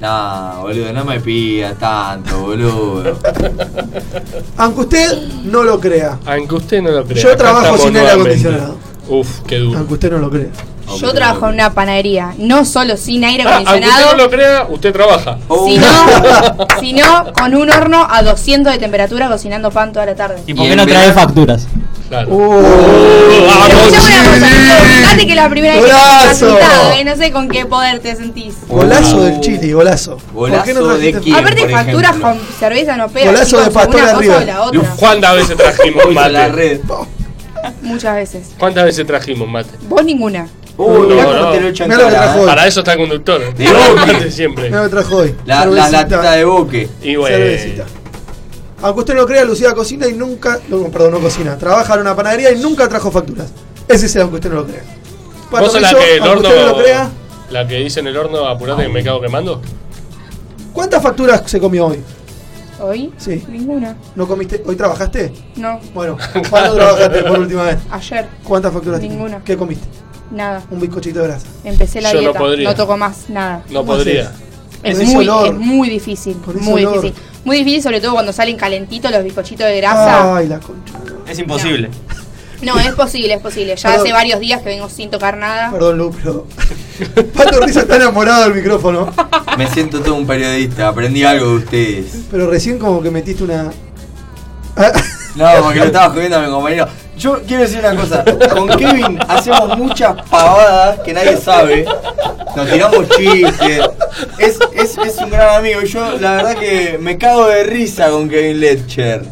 [SPEAKER 7] Nah, boludo, no me pidas tanto, boludo.
[SPEAKER 5] Aunque usted no lo crea.
[SPEAKER 6] Aunque usted no lo crea.
[SPEAKER 5] Yo
[SPEAKER 6] acá
[SPEAKER 5] trabajo
[SPEAKER 6] estamos
[SPEAKER 5] sin aire
[SPEAKER 6] nuevamente.
[SPEAKER 5] acondicionado.
[SPEAKER 6] Uf, qué duro.
[SPEAKER 5] Aunque usted no lo crea.
[SPEAKER 7] Aunque
[SPEAKER 10] Yo trabajo
[SPEAKER 7] no lo
[SPEAKER 10] en una panadería, no solo sin aire
[SPEAKER 6] Ah, aunque usted no
[SPEAKER 10] acondicionado,
[SPEAKER 6] lo crea, usted trabaja.
[SPEAKER 7] Oh.
[SPEAKER 10] sino, sino con un horno a 200 de temperatura cocinando pan toda la tarde.
[SPEAKER 1] ¿Y por
[SPEAKER 7] Y
[SPEAKER 1] qué
[SPEAKER 7] en
[SPEAKER 1] no traes
[SPEAKER 7] verano-
[SPEAKER 1] facturas?
[SPEAKER 6] Claro.
[SPEAKER 1] Uh,
[SPEAKER 5] Oh,
[SPEAKER 6] Vamos,
[SPEAKER 10] Escuchame una cosa, Nico, fíjate que la primera vez que te
[SPEAKER 5] Golazo.
[SPEAKER 10] resultado, eh, no sé con qué poder te sentís.
[SPEAKER 5] golazo
[SPEAKER 7] Oh.
[SPEAKER 5] del Chile, golazo.
[SPEAKER 7] Golazo de
[SPEAKER 5] trajiste-
[SPEAKER 7] quién?
[SPEAKER 10] Aparte
[SPEAKER 7] por
[SPEAKER 10] facturas
[SPEAKER 7] ejemplo.
[SPEAKER 10] con cerveza no pega.
[SPEAKER 5] Golazo
[SPEAKER 10] chicos,
[SPEAKER 5] de Pastor
[SPEAKER 10] una cosa
[SPEAKER 5] arriba.
[SPEAKER 10] o la otra.
[SPEAKER 6] ¿Cuántas veces trajimos
[SPEAKER 7] Uy, la
[SPEAKER 6] mate?
[SPEAKER 7] red.
[SPEAKER 10] Muchas veces.
[SPEAKER 6] ¿Cuántas veces trajimos mate?
[SPEAKER 10] Vos ninguna.
[SPEAKER 7] Uy,
[SPEAKER 6] No,
[SPEAKER 7] mirá
[SPEAKER 6] no.
[SPEAKER 7] cómo te lo echan
[SPEAKER 5] Mirá lo que
[SPEAKER 7] cara,
[SPEAKER 5] trajo
[SPEAKER 7] eh.
[SPEAKER 5] hoy.
[SPEAKER 6] Para eso está el conductor.
[SPEAKER 7] Sí.
[SPEAKER 6] No, mate siempre.
[SPEAKER 5] Me lo trajo hoy.
[SPEAKER 7] La, la
[SPEAKER 5] Cervecita.
[SPEAKER 7] latita de boque.
[SPEAKER 6] Y bueno.
[SPEAKER 5] Cervecita. Aunque usted no lo crea, Lucía cocina y nunca. No, perdón, no cocina. Trabaja en una panadería y nunca trajo facturas. Ese es el aunque usted no lo crea. Pato
[SPEAKER 6] ¿Vos sos la
[SPEAKER 5] Rizzo,
[SPEAKER 6] que el
[SPEAKER 5] aunque
[SPEAKER 6] horno.
[SPEAKER 5] usted no lo crea,
[SPEAKER 6] La que dice en el horno, apurate que me cago quemando.
[SPEAKER 5] ¿cuántas facturas se comió hoy?
[SPEAKER 10] ¿Hoy?
[SPEAKER 5] Sí.
[SPEAKER 10] Ninguna.
[SPEAKER 5] ¿No comiste? ¿Hoy trabajaste?
[SPEAKER 10] No.
[SPEAKER 5] Bueno, ¿cuándo trabajaste por última vez?
[SPEAKER 10] Ayer.
[SPEAKER 5] ¿Cuántas facturas tenías?
[SPEAKER 10] Ninguna.
[SPEAKER 5] ¿Qué comiste?
[SPEAKER 10] Nada.
[SPEAKER 5] Un bizcochito de grasa.
[SPEAKER 10] Empecé la
[SPEAKER 6] Yo no
[SPEAKER 10] dieta.
[SPEAKER 6] podría.
[SPEAKER 10] toco más nada.
[SPEAKER 6] No
[SPEAKER 5] ¿Cómo
[SPEAKER 6] podría.
[SPEAKER 5] haces?
[SPEAKER 10] Es
[SPEAKER 5] ese
[SPEAKER 10] muy,
[SPEAKER 5] olor.
[SPEAKER 10] es muy difícil.
[SPEAKER 5] Con ese
[SPEAKER 10] Muy
[SPEAKER 5] olor.
[SPEAKER 10] difícil. Muy difícil, sobre todo cuando salen calentitos los bizcochitos de grasa.
[SPEAKER 5] Ay, la concha.
[SPEAKER 1] Es imposible.
[SPEAKER 10] No, es posible, es posible. Ya
[SPEAKER 5] Perdón.
[SPEAKER 10] hace varios días que vengo sin tocar nada.
[SPEAKER 5] Perdón, Lu, pero. Pato Rizzo está enamorado del micrófono.
[SPEAKER 7] Me siento todo un periodista, aprendí algo de ustedes.
[SPEAKER 5] Pero recién como que metiste una.
[SPEAKER 7] No, porque lo estaba jodiendo a mi compañero. Yo quiero decir una cosa, con Kevin hacemos muchas pavadas que nadie sabe. Nos tiramos chistes. Es, es, es un gran amigo. Yo la verdad que me cago de risa con Kevin Letcher.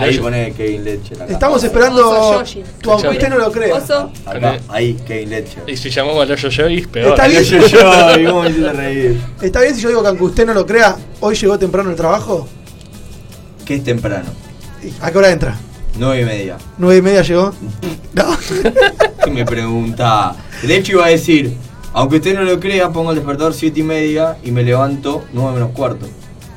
[SPEAKER 7] Ahí se pone Kevin Ledger. acá.
[SPEAKER 5] Estamos esperando
[SPEAKER 10] Yoshi.
[SPEAKER 5] tu aunque no lo crea.
[SPEAKER 10] Oso.
[SPEAKER 7] Acá, ahí, Kevin Ledger.
[SPEAKER 6] Y si llamamos a los yoyois, peor.
[SPEAKER 5] Está bien.
[SPEAKER 7] Yo, yo, yo, ¿cómo me hiciste reír?
[SPEAKER 5] Está bien si yo digo que aunque usted no lo crea, hoy llegó temprano el trabajo.
[SPEAKER 7] Que es temprano.
[SPEAKER 5] ¿Y ¿A qué hora entra?
[SPEAKER 7] Nueve y media.
[SPEAKER 5] ¿Nueve y media llegó? No.
[SPEAKER 7] Y me pregunta. De hecho iba a decir, aunque usted no lo crea, pongo el despertador siete y media y me levanto nueve menos cuarto.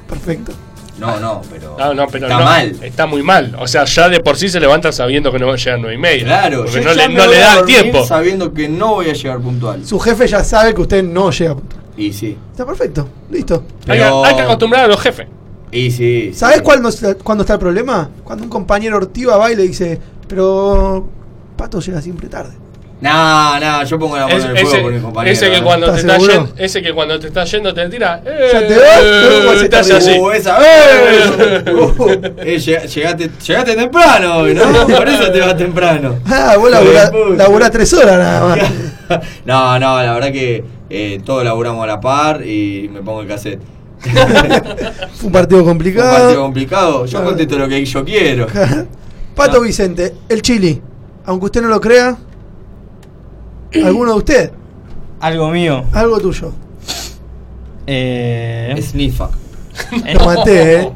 [SPEAKER 5] Perfecto.
[SPEAKER 7] No, no, pero.
[SPEAKER 6] No, no, pero
[SPEAKER 7] está
[SPEAKER 6] no,
[SPEAKER 7] mal.
[SPEAKER 6] Está muy mal. O sea, ya de por sí se levanta sabiendo que no va a llegar a 9 y media.
[SPEAKER 7] Claro,
[SPEAKER 6] porque
[SPEAKER 7] yo
[SPEAKER 6] no
[SPEAKER 7] ya
[SPEAKER 6] le,
[SPEAKER 7] me
[SPEAKER 6] no
[SPEAKER 7] voy
[SPEAKER 6] le
[SPEAKER 7] a
[SPEAKER 6] da el
[SPEAKER 7] dormir
[SPEAKER 6] tiempo.
[SPEAKER 7] Sabiendo que no voy a llegar puntual.
[SPEAKER 5] Su jefe ya sabe que usted no llega.
[SPEAKER 7] Y sí.
[SPEAKER 5] Está perfecto. Listo.
[SPEAKER 6] Hay, que-
[SPEAKER 7] Pero-
[SPEAKER 6] hay que acostumbrar a los jefes.
[SPEAKER 7] Y sí.
[SPEAKER 5] ¿Sabes
[SPEAKER 7] sí.
[SPEAKER 5] cuándo, está- cuándo está el problema? Cuando un compañero ortiva va y le dice, pero Pato llega siempre tarde.
[SPEAKER 7] No, no, yo pongo la mano
[SPEAKER 6] Es-
[SPEAKER 7] en el fuego por mi
[SPEAKER 6] ese,
[SPEAKER 7] compañero.
[SPEAKER 6] ese que
[SPEAKER 7] ¿eh?
[SPEAKER 6] cuando te
[SPEAKER 5] ¿Estás
[SPEAKER 6] está
[SPEAKER 5] seguro?
[SPEAKER 6] yendo, ese que cuando te está yendo te tira. Eh,
[SPEAKER 5] Ya te vas, luego se
[SPEAKER 6] te hace
[SPEAKER 5] te
[SPEAKER 6] así.
[SPEAKER 7] Uh, esa. ¡Eh! Uh, eh, llega- llegaste, llegaste temprano hoy, ¿no? Por eso te vas temprano.
[SPEAKER 5] Ah, vos
[SPEAKER 7] Hijo de
[SPEAKER 5] laburás,
[SPEAKER 7] puta.
[SPEAKER 5] laburás tres horas nada más.
[SPEAKER 7] No, no, la verdad que eh, todos laburamos a la par y me pongo el cassette.
[SPEAKER 5] Fue un partido
[SPEAKER 7] Un partido
[SPEAKER 5] complicado.
[SPEAKER 7] complicado, yo contesto lo que yo quiero.
[SPEAKER 5] Pato
[SPEAKER 1] Ah.
[SPEAKER 5] Vicente, el Chili. Aunque usted no lo crea, alguno de usted,
[SPEAKER 1] Algo mío.
[SPEAKER 5] algo tuyo.
[SPEAKER 1] Eh,
[SPEAKER 7] Sniffa.
[SPEAKER 5] Lo maté, ¿eh?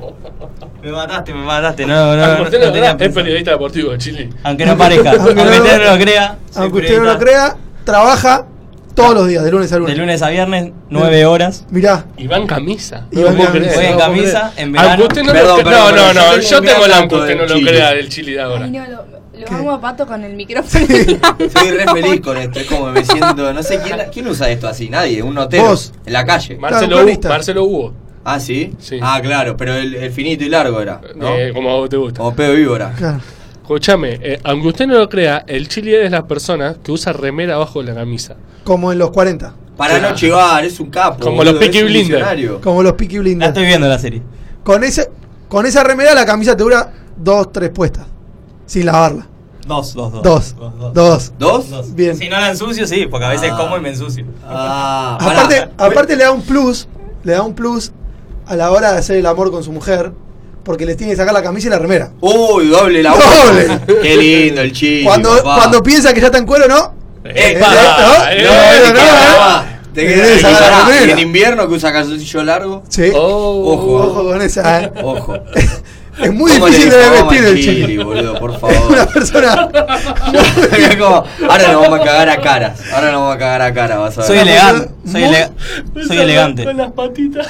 [SPEAKER 1] Me mataste, me mataste. No,
[SPEAKER 7] Ah,
[SPEAKER 1] no,
[SPEAKER 6] Aunque
[SPEAKER 1] no,
[SPEAKER 6] usted
[SPEAKER 1] no
[SPEAKER 6] no lo
[SPEAKER 1] tenía
[SPEAKER 6] crea, es
[SPEAKER 1] pensado.
[SPEAKER 6] periodista eh, deportivo de Chile.
[SPEAKER 1] Aunque no parezca,
[SPEAKER 5] Aunque
[SPEAKER 1] aunque
[SPEAKER 5] no-
[SPEAKER 1] usted no lo crea. soy
[SPEAKER 5] Aunque usted no lo
[SPEAKER 1] periodista.
[SPEAKER 5] crea, trabaja todos los días, de lunes a
[SPEAKER 1] De
[SPEAKER 5] lunes. Mm.
[SPEAKER 1] lunes a viernes, 9 horas.
[SPEAKER 5] Mirá,
[SPEAKER 6] Y va en camisa.
[SPEAKER 5] Y va en
[SPEAKER 6] puedo
[SPEAKER 5] camisa.
[SPEAKER 6] creer,
[SPEAKER 1] Voy en
[SPEAKER 6] no puedo
[SPEAKER 1] camisa,
[SPEAKER 6] creer.
[SPEAKER 1] en verano.
[SPEAKER 6] Aunque usted no
[SPEAKER 7] Perdón,
[SPEAKER 6] lo crea.
[SPEAKER 7] perdón,
[SPEAKER 6] No, no,
[SPEAKER 7] perdón,
[SPEAKER 6] no.
[SPEAKER 7] yo
[SPEAKER 6] Yo
[SPEAKER 7] tengo
[SPEAKER 6] tengo
[SPEAKER 7] un
[SPEAKER 6] la
[SPEAKER 7] gran
[SPEAKER 6] aunque usted
[SPEAKER 7] tanto
[SPEAKER 6] no
[SPEAKER 7] del
[SPEAKER 6] lo
[SPEAKER 7] Chile.
[SPEAKER 6] crea del Chile de ahora.
[SPEAKER 10] Ay, no, lo, lo amo a Pato con el micrófono.
[SPEAKER 7] Soy re feliz con esto, es como me siento, no sé quién, quién usa esto así, nadie, un notero
[SPEAKER 5] Vos.
[SPEAKER 7] en la calle.
[SPEAKER 6] Marcelo,
[SPEAKER 5] Claro,
[SPEAKER 6] Hugo-
[SPEAKER 5] lista.
[SPEAKER 6] Marcelo Hugo.
[SPEAKER 7] Ah, ¿sí?
[SPEAKER 6] Sí.
[SPEAKER 7] Ah, claro, pero el, el finito y largo era, ¿no?
[SPEAKER 6] eh, como a vos te gusta.
[SPEAKER 7] Como pedo víbora.
[SPEAKER 5] claro.
[SPEAKER 6] Escuchame, eh, aunque usted no lo crea, el Chile es la persona que usa remera abajo de la camisa.
[SPEAKER 5] como en los 40,
[SPEAKER 7] Para no chivar, es un capo.
[SPEAKER 6] Como
[SPEAKER 7] boludo,
[SPEAKER 6] los Peaky
[SPEAKER 7] es un
[SPEAKER 6] Blinders.
[SPEAKER 7] visionario.
[SPEAKER 5] como los Peaky
[SPEAKER 1] La estoy
[SPEAKER 5] Blinders.
[SPEAKER 1] viendo la serie.
[SPEAKER 5] Con, ese, con esa remera la camisa te dura dos, tres puestas, sin lavarla.
[SPEAKER 1] Dos, dos, dos.
[SPEAKER 5] Dos, dos.
[SPEAKER 7] ¿Dos?
[SPEAKER 1] Dos.
[SPEAKER 5] Bien.
[SPEAKER 1] Si no la ensucio, sí, porque a veces
[SPEAKER 7] Ah.
[SPEAKER 1] como y me ensucio.
[SPEAKER 7] Ah, pará.
[SPEAKER 5] Aparte, aparte le da un plus, le da un plus a la hora de hacer el amor con su mujer, porque le tiene que sacar la camisa y la remera.
[SPEAKER 7] Uy, doble la
[SPEAKER 5] Doble.
[SPEAKER 7] Qué lindo el chile.
[SPEAKER 5] Cuando,
[SPEAKER 7] papá.
[SPEAKER 5] cuando piensa que ya está en cuero, ¿no?
[SPEAKER 7] Eh,
[SPEAKER 6] ¡Epa!
[SPEAKER 5] ¿no?
[SPEAKER 6] ¡Eh!
[SPEAKER 7] No, no,
[SPEAKER 5] no,
[SPEAKER 7] no, Te
[SPEAKER 5] Te
[SPEAKER 7] quedás
[SPEAKER 5] querés
[SPEAKER 7] ahí,
[SPEAKER 5] a la
[SPEAKER 7] pará,
[SPEAKER 5] remera.
[SPEAKER 7] En invierno que usa calzoncillo largo.
[SPEAKER 5] Sí.
[SPEAKER 6] Oh.
[SPEAKER 7] Ojo.
[SPEAKER 5] Ojo con esa, ¿eh?
[SPEAKER 7] Ojo.
[SPEAKER 5] Es muy
[SPEAKER 7] Ah, ¿Cómo
[SPEAKER 5] difícil
[SPEAKER 7] le
[SPEAKER 5] de
[SPEAKER 7] difamamos
[SPEAKER 5] vestir
[SPEAKER 7] al
[SPEAKER 5] el
[SPEAKER 7] Chili,
[SPEAKER 5] chile.
[SPEAKER 7] boludo, por
[SPEAKER 5] Una
[SPEAKER 7] favor.
[SPEAKER 5] persona.
[SPEAKER 7] Mirá cómo- ahora nos vamos a cagar a caras. Ahora nos vamos a cagar a caras, vas a ver.
[SPEAKER 1] Soy elegante. Soy,
[SPEAKER 5] Muy-
[SPEAKER 1] elega- soy elegante.
[SPEAKER 6] Con las patitas.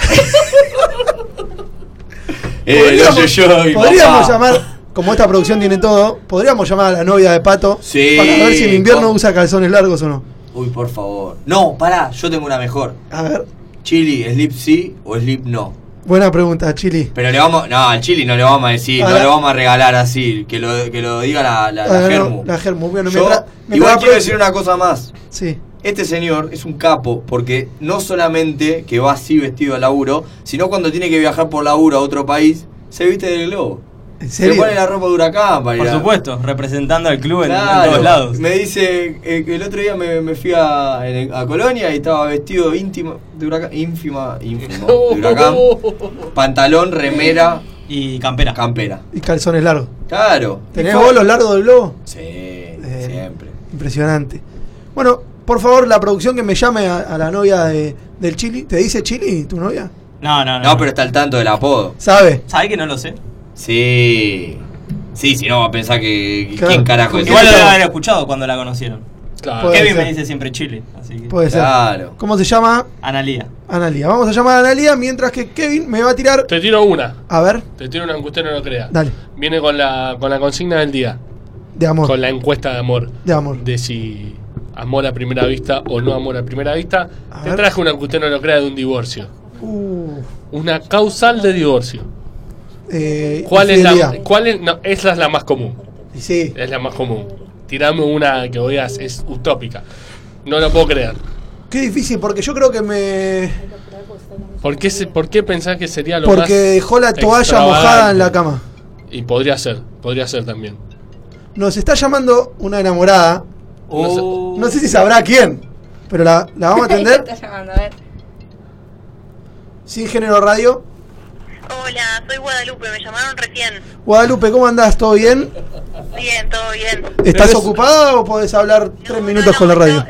[SPEAKER 7] Eh, yo, yo, yo,
[SPEAKER 5] podríamos
[SPEAKER 7] papá.
[SPEAKER 5] llamar, como esta producción tiene todo, podríamos llamar a la novia de Pato
[SPEAKER 7] Sí.
[SPEAKER 5] para ver si en invierno
[SPEAKER 7] Con-
[SPEAKER 5] usa calzones largos o no.
[SPEAKER 7] Uy, por favor. No, pará, yo tengo una mejor.
[SPEAKER 5] A ver,
[SPEAKER 7] Chili, ¿slip sí o slip no?
[SPEAKER 5] buena pregunta, Chili.
[SPEAKER 7] Pero le vamos. No, al Chili no le vamos a decir,
[SPEAKER 5] A
[SPEAKER 7] no
[SPEAKER 5] la-
[SPEAKER 7] le vamos a regalar así. Que lo, que lo diga la, la, la
[SPEAKER 5] Ah, no,
[SPEAKER 7] Germu.
[SPEAKER 5] la Germu, bueno,
[SPEAKER 7] Yo-
[SPEAKER 5] mientras- mientras
[SPEAKER 7] igual
[SPEAKER 5] la
[SPEAKER 7] quiero
[SPEAKER 5] produ-
[SPEAKER 7] decir una cosa más.
[SPEAKER 5] Sí.
[SPEAKER 7] Este señor es un capo porque no solamente que va así vestido al laburo, sino cuando tiene que viajar por laburo a otro país, se viste del globo.
[SPEAKER 5] ¿En
[SPEAKER 7] Se
[SPEAKER 5] serio?
[SPEAKER 7] pone la ropa de huracán para ir
[SPEAKER 1] Por
[SPEAKER 7] a-
[SPEAKER 1] supuesto, representando al club en, en
[SPEAKER 7] Claro.
[SPEAKER 1] todos lados.
[SPEAKER 7] Me dice, eh, que el otro día me, me fui a, en- a Colonia y estaba vestido íntimo de huracán, ínfima, ínfimo de huracán, pantalón, remera,
[SPEAKER 1] Y campera.
[SPEAKER 7] campera.
[SPEAKER 5] Y calzones largos.
[SPEAKER 7] Claro.
[SPEAKER 5] ¿Tenés vos los largos del globo?
[SPEAKER 7] Sí,
[SPEAKER 5] Eh,
[SPEAKER 7] siempre.
[SPEAKER 5] Impresionante. Bueno, por favor, la producción que me llame a, a la novia de, del Chili. ¿Te dice Chili, tu novia?
[SPEAKER 1] No, no, no.
[SPEAKER 7] No, pero está al tanto del apodo.
[SPEAKER 5] ¿Sabe?
[SPEAKER 1] ¿Sabés que no lo sé?
[SPEAKER 7] Sí. Sí, si no va a pensar que. que
[SPEAKER 5] Claro.
[SPEAKER 7] ¿Quién carajo es
[SPEAKER 1] Igual lo
[SPEAKER 7] ese?
[SPEAKER 1] debe haber escuchado cuando la conocieron.
[SPEAKER 6] Claro.
[SPEAKER 5] Puede
[SPEAKER 1] Kevin
[SPEAKER 5] ser.
[SPEAKER 1] me dice siempre Chile, así que.
[SPEAKER 5] Puede ser.
[SPEAKER 7] Claro.
[SPEAKER 5] ¿Cómo se llama?
[SPEAKER 1] Analía.
[SPEAKER 5] Analia. Vamos a llamar a Analia mientras que Kevin me va a tirar.
[SPEAKER 6] Te tiro una.
[SPEAKER 5] A ver,
[SPEAKER 6] Te tiro una aunque usted no lo crea.
[SPEAKER 5] Dale.
[SPEAKER 6] Viene con la, con la consigna del día.
[SPEAKER 5] de amor.
[SPEAKER 6] Con la encuesta de amor.
[SPEAKER 5] De amor.
[SPEAKER 6] De si amor a primera vista o no amor a primera vista.
[SPEAKER 5] A
[SPEAKER 6] te
[SPEAKER 5] ver.
[SPEAKER 6] traje una aunque usted no lo crea de un divorcio.
[SPEAKER 5] Uh,
[SPEAKER 6] Una causal de divorcio.
[SPEAKER 5] eh,
[SPEAKER 6] ¿Cuál es
[SPEAKER 5] infidelidad.
[SPEAKER 6] la.? Cuál es, no, esa es la más común.
[SPEAKER 5] Y Sí.
[SPEAKER 6] Es la más común. Tirame una que veas, es utópica. No lo puedo creer.
[SPEAKER 5] Qué difícil, porque yo creo que me.
[SPEAKER 6] ¿Por qué, se- por qué pensás que sería lo más
[SPEAKER 5] Porque dejó la toalla mojada en la
[SPEAKER 6] extravagante?
[SPEAKER 5] cama.
[SPEAKER 6] Y podría ser, podría ser también.
[SPEAKER 5] Nos está llamando una enamorada.
[SPEAKER 7] Oh.
[SPEAKER 6] No
[SPEAKER 5] No sé si sabrá quién, pero la, la vamos a
[SPEAKER 10] Ahí te
[SPEAKER 5] atender.
[SPEAKER 10] está llamando, a ver.
[SPEAKER 5] Sin género radio.
[SPEAKER 11] Hola, soy Guadalupe, me llamaron recién.
[SPEAKER 5] Guadalupe, ¿cómo andás? ¿Todo bien?
[SPEAKER 11] Bien, todo bien.
[SPEAKER 5] ¿Estás ocupada o podés hablar tres minutos con la radio?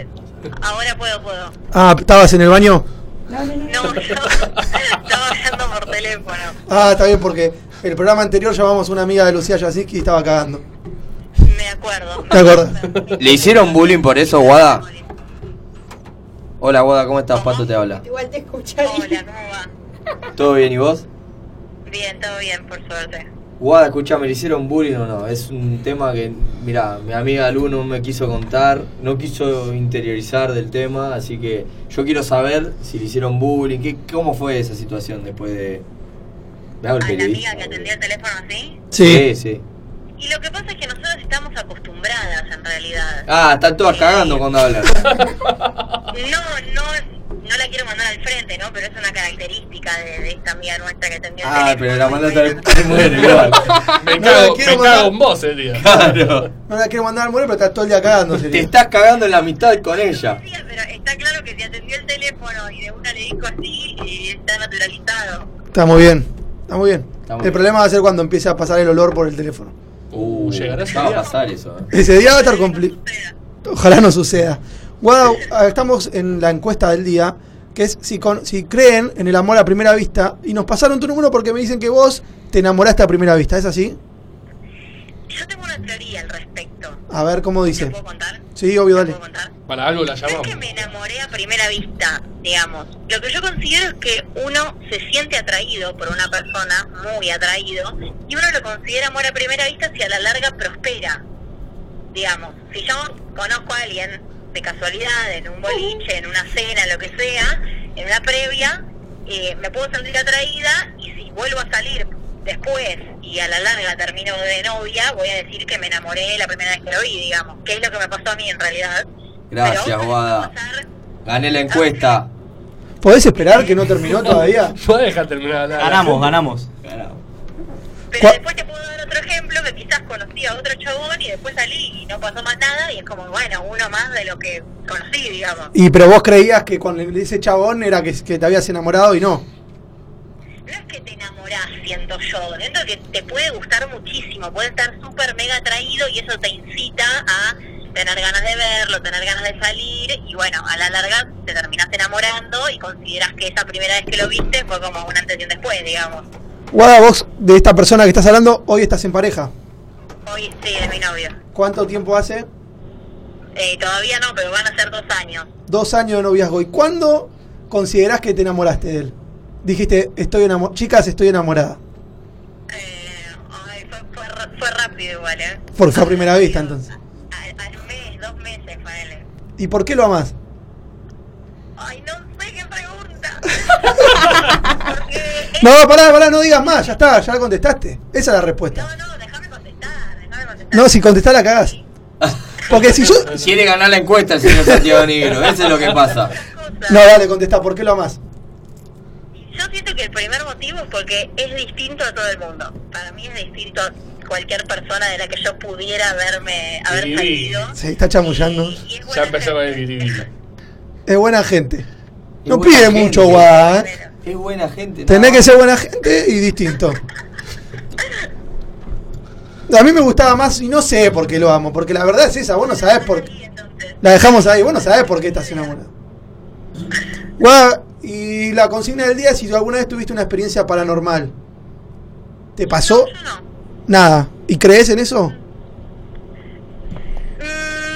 [SPEAKER 11] Ahora puedo, puedo.
[SPEAKER 5] Ah, ¿estabas en el baño?
[SPEAKER 11] No, no, no. Estaba hablando por teléfono.
[SPEAKER 5] Ah, está bien, porque el programa anterior llamamos a una amiga de Lucía Yasinski y estaba cagando. Me acuerdo. ¿Te acuerdas?
[SPEAKER 7] ¿Le hicieron bullying por eso, Guada? Hola, Guada, ¿cómo estás? Pato te habla.
[SPEAKER 11] Igual te escucharé. Hola, ¿cómo va?
[SPEAKER 7] ¿Todo bien y vos?
[SPEAKER 11] Bien, todo bien, por suerte.
[SPEAKER 7] Guada, escuchame, ¿le hicieron bullying o no? Es un tema que, mira, mi amiga Lu no me quiso contar, no quiso interiorizar del tema, así que yo quiero saber si le hicieron bullying, qué, cómo fue esa situación después de... Me hago el periodista.
[SPEAKER 11] Que atendía el teléfono así.
[SPEAKER 7] Sí, sí.
[SPEAKER 11] Y lo que pasa es que nosotros estamos acostumbradas en realidad.
[SPEAKER 7] Ah, están todas cagando cuando hablan.
[SPEAKER 11] No, no, no la quiero mandar al frente, ¿no? Pero es una característica de, de esta amiga nuestra que atendió el
[SPEAKER 7] Ah,
[SPEAKER 11] teléfono.
[SPEAKER 7] pero la mandaste al... Bueno, igual.
[SPEAKER 6] Me
[SPEAKER 5] No,
[SPEAKER 6] cago,
[SPEAKER 5] quiero
[SPEAKER 6] me
[SPEAKER 5] mandar-
[SPEAKER 6] cago en vos, sería.
[SPEAKER 7] Claro.
[SPEAKER 5] No la quiero mandar al morir, pero estás todo el día cagando.
[SPEAKER 7] Te estás cagando en la mitad con ella.
[SPEAKER 5] Está muy bien, está muy bien.
[SPEAKER 7] Está muy
[SPEAKER 5] el
[SPEAKER 7] bien.
[SPEAKER 5] problema va a ser cuando empiece a pasar el olor por el teléfono.
[SPEAKER 7] Uh,
[SPEAKER 6] llegará ese
[SPEAKER 7] va a
[SPEAKER 6] día.
[SPEAKER 7] pasar eso, eh.
[SPEAKER 5] Ese día va a estar complicado. Ojalá no suceda. Guada, ah, estamos en la encuesta del día, que es si, con- si creen en el amor a primera vista. Y nos pasaron tu número porque me dicen que vos te enamoraste a primera vista, ¿es así? Yo tengo una teoría al respecto. A ver, ¿cómo dice? puedo contar? Sí, obvio, dale.
[SPEAKER 6] Para algo la llamamos.
[SPEAKER 11] primera vista, digamos. Lo que yo considero es que uno se siente atraído por una persona, muy atraído, y uno lo considera amor a primera vista si a la larga prospera. Digamos, si yo conozco a alguien de casualidad, en un boliche, en una cena, en lo que sea, en una previa, eh, me puedo sentir atraída y si vuelvo a salir después y a la larga termino de novia, voy a decir que me enamoré la primera vez que lo vi, digamos, que es lo que me pasó a mí en realidad. Pero
[SPEAKER 7] Gracias, Guada. Gané la encuesta.
[SPEAKER 5] ¿Podés esperar que no terminó todavía?
[SPEAKER 6] No deja terminar la
[SPEAKER 1] Ganamos, ganamos.
[SPEAKER 11] Pero después te puedo dar otro ejemplo que quizás conocí a otro chabón y después salí y no pasó más nada y es como, bueno, uno más de lo que conocí, digamos.
[SPEAKER 5] Y pero vos creías que con ese chabón era que, que te habías enamorado y no.
[SPEAKER 11] Enamorás, siento yo. Dentro que te puede gustar muchísimo, puede estar súper mega atraído y eso te incita a tener ganas de verlo, tener ganas de salir y bueno, a la larga te terminás enamorando y considerás que esa primera vez que lo viste fue como un antes y un después, digamos.
[SPEAKER 5] Guada, vos de esta persona que estás hablando, hoy estás en pareja.
[SPEAKER 11] Hoy sí, de mi novio.
[SPEAKER 5] ¿Cuánto tiempo hace?
[SPEAKER 11] Eh, todavía no, pero van a ser dos años.
[SPEAKER 5] Dos años de noviazgo. ¿Y cuándo considerás que te enamoraste de él? Dijiste, estoy enamorada. Chicas, estoy enamorada.
[SPEAKER 11] Eh, Fue rápido igual, ¿eh?
[SPEAKER 5] Por fue a primera vista, entonces.
[SPEAKER 11] Al, al mes, dos meses, ponele.
[SPEAKER 5] ¿Y por qué lo amás?
[SPEAKER 11] Ay, no sé qué pregunta.
[SPEAKER 5] No, pará, pará, no digas más. Ya está, ya la contestaste. Esa es la respuesta. No, si contestás la cagás. Porque si yo...
[SPEAKER 7] Quiere ganar la encuesta el señor Santiago Negro. Eso es lo que pasa.
[SPEAKER 5] No, dale, contestá. ¿Por qué lo amás?
[SPEAKER 11] Yo siento que el primer motivo es porque es distinto a todo el mundo. Para mí es distinto a cualquier persona de la que yo pudiera haberme, haber
[SPEAKER 6] Kiribiri.
[SPEAKER 11] salido.
[SPEAKER 5] Se está chamullando.
[SPEAKER 6] Ya empezó con el kiribiri.
[SPEAKER 5] Es buena gente. No
[SPEAKER 7] buena
[SPEAKER 5] pide
[SPEAKER 7] gente.
[SPEAKER 5] mucho, Guada, ¿eh?
[SPEAKER 7] Es buena gente. nada
[SPEAKER 5] Tenés que
[SPEAKER 7] más.
[SPEAKER 5] ser buena gente y distinto. A mí me gustaba más y no sé por qué lo amo, porque la verdad es esa, vos no sabés por qué. La dejamos ahí, vos no sabés por qué estás enamorado. Guau, y la consigna del día es si tú alguna vez tuviste una experiencia paranormal. ¿Te pasó? Nada. ¿Y crees en eso?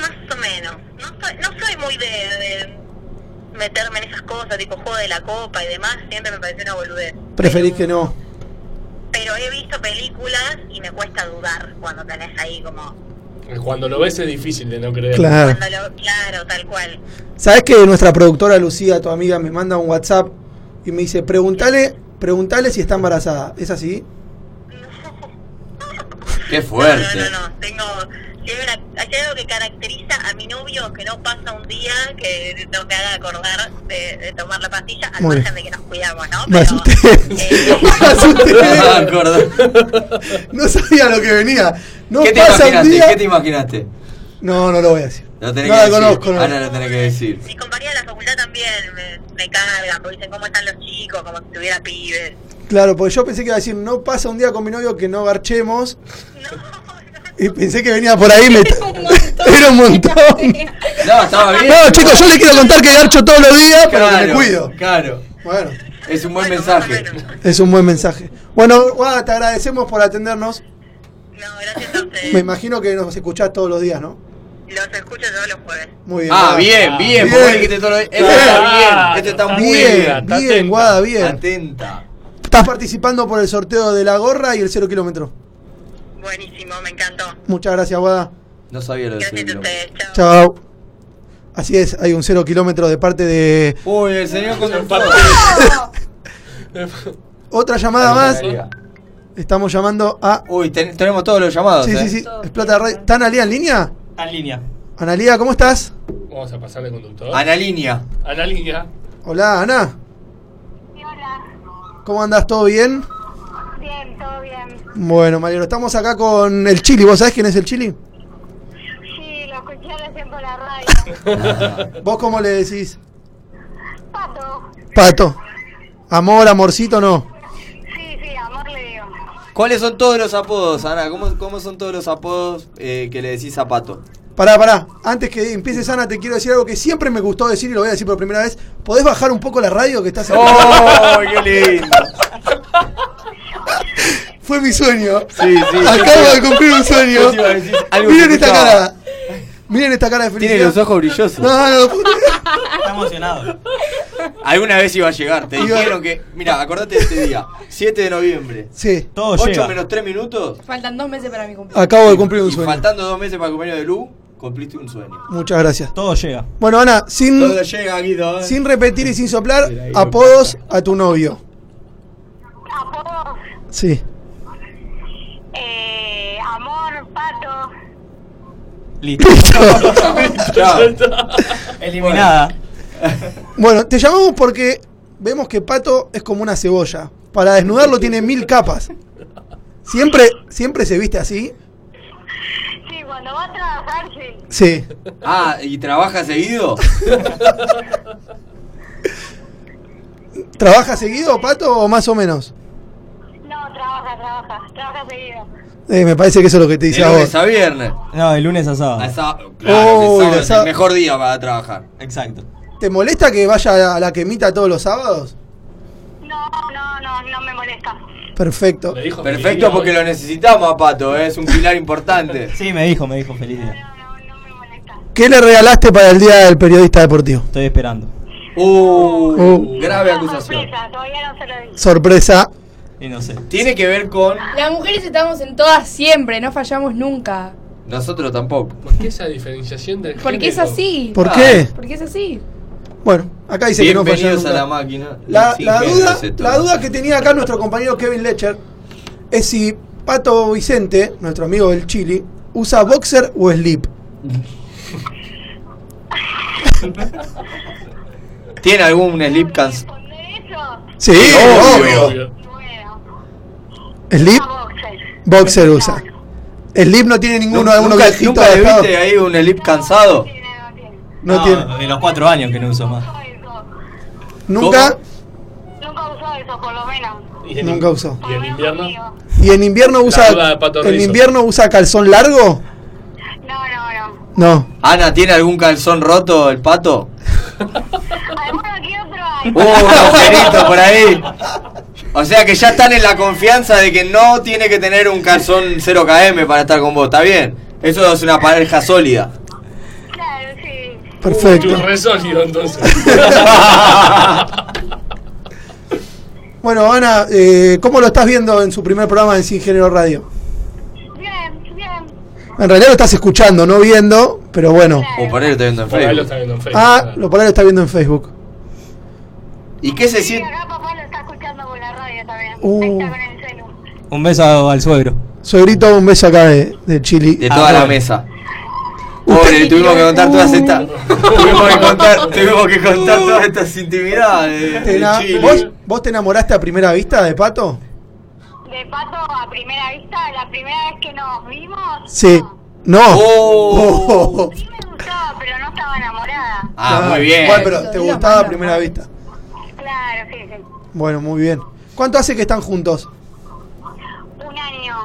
[SPEAKER 11] Más o menos. No soy, no soy muy de, de meterme en esas cosas, tipo juego de la copa y demás. Siempre me parece una boludez.
[SPEAKER 5] Preferís que no.
[SPEAKER 11] Pero he visto películas y me cuesta dudar cuando tenés ahí como...
[SPEAKER 6] Cuando lo ves es difícil de no creer.
[SPEAKER 5] Claro.
[SPEAKER 11] Cuando lo- claro, tal cual.
[SPEAKER 5] ¿Sabés que nuestra productora Lucía, tu amiga, me manda un WhatsApp y me dice, preguntale, preguntale si está embarazada? ¿Es así?
[SPEAKER 7] Qué fuerte.
[SPEAKER 11] No, tengo... si hay una- Hay algo que caracteriza a mi novio que no pasa un día que no me haga acordar de, de tomar la pastilla, al
[SPEAKER 5] Muy bien.
[SPEAKER 11] margen de que nos cuidamos, ¿no?
[SPEAKER 5] Me asusté. Me
[SPEAKER 7] Ah,
[SPEAKER 5] asusté.
[SPEAKER 7] acordé.
[SPEAKER 5] No sabía lo que venía. No
[SPEAKER 7] ¿Qué te
[SPEAKER 5] pasa un
[SPEAKER 7] imaginaste?
[SPEAKER 5] día.
[SPEAKER 7] ¿Qué te imaginaste?
[SPEAKER 5] No, no lo voy a decir.
[SPEAKER 7] Lo tenés
[SPEAKER 5] No
[SPEAKER 7] que
[SPEAKER 5] la
[SPEAKER 7] decir.
[SPEAKER 5] conozco, no.
[SPEAKER 7] Ahora lo tenés que decir.
[SPEAKER 11] Mis compañeros de la facultad también me, me cargan, porque dicen cómo están los chicos, como si tuviera pibes.
[SPEAKER 5] Claro, porque yo pensé que iba a decir, no pasa un día con mi novio que no garchemos. Y pensé que venía por ahí. Me... Era un montón.
[SPEAKER 7] No, estaba bien.
[SPEAKER 5] No, chicos, yo les quiero contar que garcho todos los días porque
[SPEAKER 7] Claro,
[SPEAKER 5] me cuido.
[SPEAKER 7] Claro.
[SPEAKER 5] Bueno.
[SPEAKER 7] Es un buen mensaje.
[SPEAKER 5] Es un buen mensaje. Bueno, Guada, te agradecemos por atendernos. Me imagino que nos escuchás todos los días, ¿no? Los escucho todos los jueves. Muy bien.
[SPEAKER 7] Ah,
[SPEAKER 5] Guada.
[SPEAKER 7] bien, bien. porque vos dijiste todo lo- Este está bien. Este está muy
[SPEAKER 5] bien,
[SPEAKER 7] Está
[SPEAKER 5] bien,
[SPEAKER 7] atenta.
[SPEAKER 5] Guada, bien.
[SPEAKER 7] Atenta.
[SPEAKER 5] Estás participando por el sorteo de la gorra y el cero kilómetro. Buenísimo, me encantó. Muchas gracias, Guada.
[SPEAKER 7] No sabía lo de decirlo.
[SPEAKER 5] Chao. Así es, hay un cero kilómetro de parte de
[SPEAKER 7] Uy, el señor conductor.
[SPEAKER 5] otra llamada más. Estamos llamando a.
[SPEAKER 7] Uy, ten- tenemos todos los llamados.
[SPEAKER 5] Sí,
[SPEAKER 7] eh.
[SPEAKER 5] sí, sí. Explota la radio. ¿Está Analía en línea?
[SPEAKER 1] Está en línea.
[SPEAKER 5] Analía, ¿cómo estás?
[SPEAKER 6] Vamos a pasar de conductor.
[SPEAKER 7] Analínea.
[SPEAKER 6] Analínea.
[SPEAKER 5] Hola, Ana. ¿Cómo andás? ¿Todo bien?
[SPEAKER 11] Bien, todo bien.
[SPEAKER 5] Bueno, Mariano, estamos acá con el Chili. ¿Vos sabés quién es el Chili?
[SPEAKER 11] Sí, lo escuché recién por la radio.
[SPEAKER 5] ¿Vos cómo le decís?
[SPEAKER 11] Pato.
[SPEAKER 5] Pato. Amor, amorcito, no.
[SPEAKER 11] Sí, sí, amor le digo.
[SPEAKER 7] ¿Cuáles son todos los apodos, Ana? ¿Cómo, cómo son todos los apodos eh, que le decís a Pato?
[SPEAKER 5] Pará, pará. Antes que empieces, Ana, te quiero decir algo que siempre me gustó decir y lo voy a decir por primera vez. ¿Podés bajar un poco la radio que estás
[SPEAKER 7] ¡Oh, qué lindo!
[SPEAKER 5] Fue mi sueño.
[SPEAKER 7] Sí, sí.
[SPEAKER 5] Acabo de cumplir un
[SPEAKER 7] Yo
[SPEAKER 5] sueño.
[SPEAKER 7] te iba a decir algo
[SPEAKER 5] Miren
[SPEAKER 7] que
[SPEAKER 5] esta
[SPEAKER 7] escuchaba.
[SPEAKER 5] cara. Miren esta cara de felicidad.
[SPEAKER 7] Tiene los ojos brillosos.
[SPEAKER 5] No, no, puta.
[SPEAKER 1] Está emocionado.
[SPEAKER 7] Alguna vez iba a llegar. Te
[SPEAKER 5] Iba-
[SPEAKER 7] dijeron que. Mira, acordate de este día. 7 de noviembre.
[SPEAKER 5] Sí.
[SPEAKER 1] Todo
[SPEAKER 7] 8
[SPEAKER 1] llega.
[SPEAKER 7] menos 3 minutos.
[SPEAKER 10] Faltan dos meses para mi cumpleaños.
[SPEAKER 5] Acabo de cumplir un
[SPEAKER 7] y
[SPEAKER 5] sueño.
[SPEAKER 7] faltando dos meses para el cumpleaños de Lu, cumpliste un sueño.
[SPEAKER 5] Muchas gracias.
[SPEAKER 1] Todo llega.
[SPEAKER 5] Bueno, Ana, sin,
[SPEAKER 7] Todo llega, Guido. ¿eh?
[SPEAKER 5] sin repetir y sin soplar, apodos a tu novio.
[SPEAKER 11] Apodos.
[SPEAKER 5] Sí.
[SPEAKER 11] Eh, amor, pato.
[SPEAKER 1] Listo.
[SPEAKER 7] Chao.
[SPEAKER 1] Eliminada.
[SPEAKER 5] Bueno, te llamamos porque vemos que Pato es como una cebolla. Para desnudarlo tiene mil capas. Siempre, siempre se viste así.
[SPEAKER 11] Sí, cuando va a trabajar, sí.
[SPEAKER 5] Sí.
[SPEAKER 7] Ah, ¿y trabaja seguido?
[SPEAKER 5] ¿Trabaja seguido, Pato, o más o menos?
[SPEAKER 11] No, trabaja, trabaja. Trabaja seguido.
[SPEAKER 5] Eh, me parece que eso es lo que te
[SPEAKER 7] De
[SPEAKER 5] dice a
[SPEAKER 7] lunes
[SPEAKER 5] vos.
[SPEAKER 7] a viernes.
[SPEAKER 1] No, de lunes a
[SPEAKER 7] A
[SPEAKER 1] sábado.
[SPEAKER 7] sá-
[SPEAKER 5] Uy,
[SPEAKER 7] claro, el sábado
[SPEAKER 5] la
[SPEAKER 7] es
[SPEAKER 5] sá-
[SPEAKER 7] el mejor día para trabajar.
[SPEAKER 1] Exacto.
[SPEAKER 5] ¿Te molesta que vaya a la quemita todos los sábados?
[SPEAKER 11] No, no, no, no me molesta.
[SPEAKER 5] Perfecto.
[SPEAKER 6] Le dijo
[SPEAKER 7] Perfecto porque lo necesitamos a Pato, ¿eh? es un pilar importante.
[SPEAKER 1] Sí, me dijo, me dijo, feliz día.
[SPEAKER 5] ¿Qué le regalaste para el día del periodista deportivo?
[SPEAKER 1] Estoy esperando.
[SPEAKER 7] Uh,
[SPEAKER 5] Uh.
[SPEAKER 7] grave
[SPEAKER 11] Una
[SPEAKER 7] acusación.
[SPEAKER 11] sorpresa, todavía no se lo dije.
[SPEAKER 5] Sorpresa.
[SPEAKER 1] Y no sé.
[SPEAKER 7] Tiene que ver con
[SPEAKER 10] Las mujeres estamos en todas siempre, no fallamos nunca.
[SPEAKER 7] nosotros tampoco.
[SPEAKER 6] ¿Por qué esa diferenciación del
[SPEAKER 10] Porque es
[SPEAKER 6] género?
[SPEAKER 10] así.
[SPEAKER 5] ¿Por
[SPEAKER 7] Ah.
[SPEAKER 5] qué?
[SPEAKER 10] Porque es así.
[SPEAKER 5] Bueno, acá dice que no falló
[SPEAKER 7] Bienvenidos a
[SPEAKER 5] nunca.
[SPEAKER 7] la máquina.
[SPEAKER 5] La,
[SPEAKER 7] Sí,
[SPEAKER 5] la
[SPEAKER 7] sí,
[SPEAKER 5] duda,
[SPEAKER 7] ese todo.
[SPEAKER 5] la duda que tenía acá nuestro compañero Kevin Lecher es si Pato Vicente, nuestro amigo del Chili, usa boxer o slip.
[SPEAKER 7] ¿Tiene algún slip cans?
[SPEAKER 11] ¿Responder eso?
[SPEAKER 5] Sí,
[SPEAKER 7] obvio.
[SPEAKER 6] Obvio.
[SPEAKER 11] Bueno,
[SPEAKER 5] ¿Slip?
[SPEAKER 11] a boxer.
[SPEAKER 5] Boxer usa. Slip no tiene ninguno, alguno
[SPEAKER 7] ¿Nunca,
[SPEAKER 5] viejito
[SPEAKER 7] nunca le
[SPEAKER 5] adaptado.
[SPEAKER 7] viste ahí un slip cansado?
[SPEAKER 11] No tiene,
[SPEAKER 5] No, tiene.
[SPEAKER 1] De los cuatro años que no uso más.
[SPEAKER 11] no tiene. Nunca usó
[SPEAKER 5] Nunca,
[SPEAKER 11] eso. Nunca usó eso, por lo menos.
[SPEAKER 6] Y en-
[SPEAKER 5] nunca usó.
[SPEAKER 6] ¿Y en invierno?
[SPEAKER 11] No,
[SPEAKER 5] ¿Y en invierno
[SPEAKER 6] duda de
[SPEAKER 5] usa
[SPEAKER 6] Pato
[SPEAKER 5] en
[SPEAKER 6] Rizzo.
[SPEAKER 5] invierno usa calzón largo?
[SPEAKER 11] no, no.
[SPEAKER 5] No.
[SPEAKER 7] Ana, ¿tiene algún calzón roto el pato?
[SPEAKER 11] Alguno que otro hay.
[SPEAKER 7] Uh, un agujerito por ahí. O sea que ya están en la confianza de que no tiene que tener un calzón 0KM para estar con vos, ¿está bien? Eso es una pareja sólida.
[SPEAKER 11] Claro, sí.
[SPEAKER 5] Perfecto.
[SPEAKER 6] Estoy re sólido entonces.
[SPEAKER 5] Bueno, Ana, eh, ¿cómo lo estás viendo en su primer programa en Sin Género Radio?
[SPEAKER 11] Bien, bien.
[SPEAKER 5] En realidad lo estás escuchando, no viendo, pero bueno.
[SPEAKER 7] O por ahí lo está viendo en
[SPEAKER 6] Por ahí lo
[SPEAKER 7] Facebook.
[SPEAKER 6] está viendo en Facebook.
[SPEAKER 5] Ah, lo por ahí lo está viendo en Facebook.
[SPEAKER 7] ¿Y qué se
[SPEAKER 11] Sí,
[SPEAKER 7] siente?
[SPEAKER 11] acá papá lo está escuchando por la radio también.
[SPEAKER 5] Uh.
[SPEAKER 11] Ahí está con el celu.
[SPEAKER 1] Un beso al suegro.
[SPEAKER 5] Suegrito, un beso acá de, de Chili. Ah,
[SPEAKER 7] De toda la mesa. Pobre, le tuvimos que contar todas estas. Tuvimos que contar, tuvimos que contar todas estas intimidades.
[SPEAKER 5] Te
[SPEAKER 7] de
[SPEAKER 5] na-
[SPEAKER 7] Chile.
[SPEAKER 5] ¿Vos, vos te enamoraste a primera vista de Pato?
[SPEAKER 11] De pato a primera vista, la primera vez que nos vimos.
[SPEAKER 5] Sí. No.
[SPEAKER 7] Oh.
[SPEAKER 11] Sí me gustaba, pero no estaba enamorada.
[SPEAKER 7] Ah, muy bien.
[SPEAKER 5] Bueno, pero te gustaba a primera vista.
[SPEAKER 11] Claro, sí, sí.
[SPEAKER 5] Bueno, muy bien. ¿Cuánto hace que están juntos?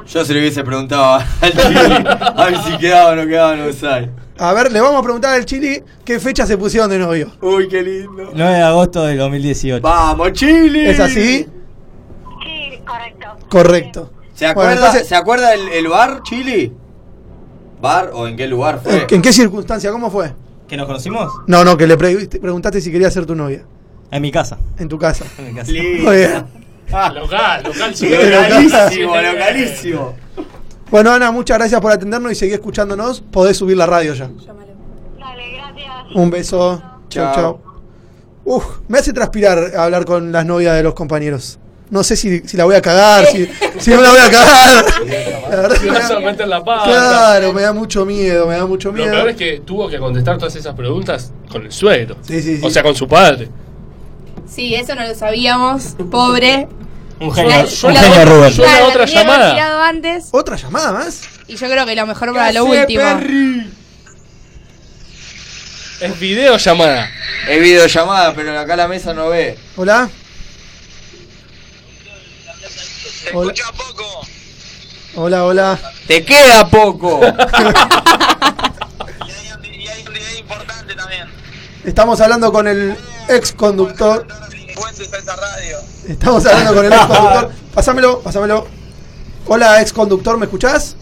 [SPEAKER 7] Yo se le hubiese preguntado al Chili a ver si quedaba o no quedaba en Buenos Aires.
[SPEAKER 5] A ver, le vamos a preguntar al Chili qué fecha se pusieron de novio.
[SPEAKER 7] Uy, qué lindo.
[SPEAKER 1] 9 de agosto del 2018.
[SPEAKER 7] ¡Vamos, Chile!
[SPEAKER 5] ¿Es así? Sí, correcto. Correcto.
[SPEAKER 7] ¿Se acuerda,
[SPEAKER 5] Bueno, entonces-
[SPEAKER 7] ¿se acuerda el, el bar, Chili? ¿Bar o en qué lugar fue?
[SPEAKER 5] ¿En qué circunstancia? ¿Cómo fue?
[SPEAKER 1] ¿Que nos conocimos?
[SPEAKER 5] No, no, que le pre- te preguntaste si quería ser tu novia.
[SPEAKER 1] En mi casa.
[SPEAKER 5] En tu casa.
[SPEAKER 1] En mi casa.
[SPEAKER 5] Muy bien.
[SPEAKER 6] Local, local, sí.
[SPEAKER 7] Localísimo, localísimo.
[SPEAKER 5] Bueno, Ana, muchas gracias por atendernos y seguir escuchándonos. Podés subir la radio ya. Un beso. Chau,
[SPEAKER 7] Chao.
[SPEAKER 5] chau. Uf, me hace transpirar hablar con las novias de los compañeros. No sé si, si la voy a cagar, si, si no la voy a cagar. La verdad
[SPEAKER 6] Si
[SPEAKER 5] que me
[SPEAKER 6] vas
[SPEAKER 5] da-
[SPEAKER 6] a meter la pata.
[SPEAKER 5] claro, me da mucho miedo, me da mucho
[SPEAKER 6] Lo
[SPEAKER 5] miedo.
[SPEAKER 6] peor es que tuvo que contestar todas esas preguntas con el suegro.
[SPEAKER 5] sí.
[SPEAKER 6] O sea, con su padre.
[SPEAKER 10] Sí, eso no lo sabíamos, pobre.
[SPEAKER 6] Un
[SPEAKER 10] La- la-
[SPEAKER 6] Yo la
[SPEAKER 10] Claro,
[SPEAKER 6] otra
[SPEAKER 10] tenía que haber
[SPEAKER 6] llamada.
[SPEAKER 10] tirado antes.
[SPEAKER 5] ¿Otra llamada más?
[SPEAKER 10] Y yo creo que lo mejor para lo último.
[SPEAKER 6] Es videollamada.
[SPEAKER 7] Es videollamada, pero acá la mesa no ve.
[SPEAKER 5] Hola. Hola. Hola, hola.
[SPEAKER 7] ¡Te queda poco!
[SPEAKER 5] Estamos hablando con el ex conductor. Estamos hablando con el ex conductor. Pásamelo, pásamelo. Hola, ex conductor, ¿me escuchás?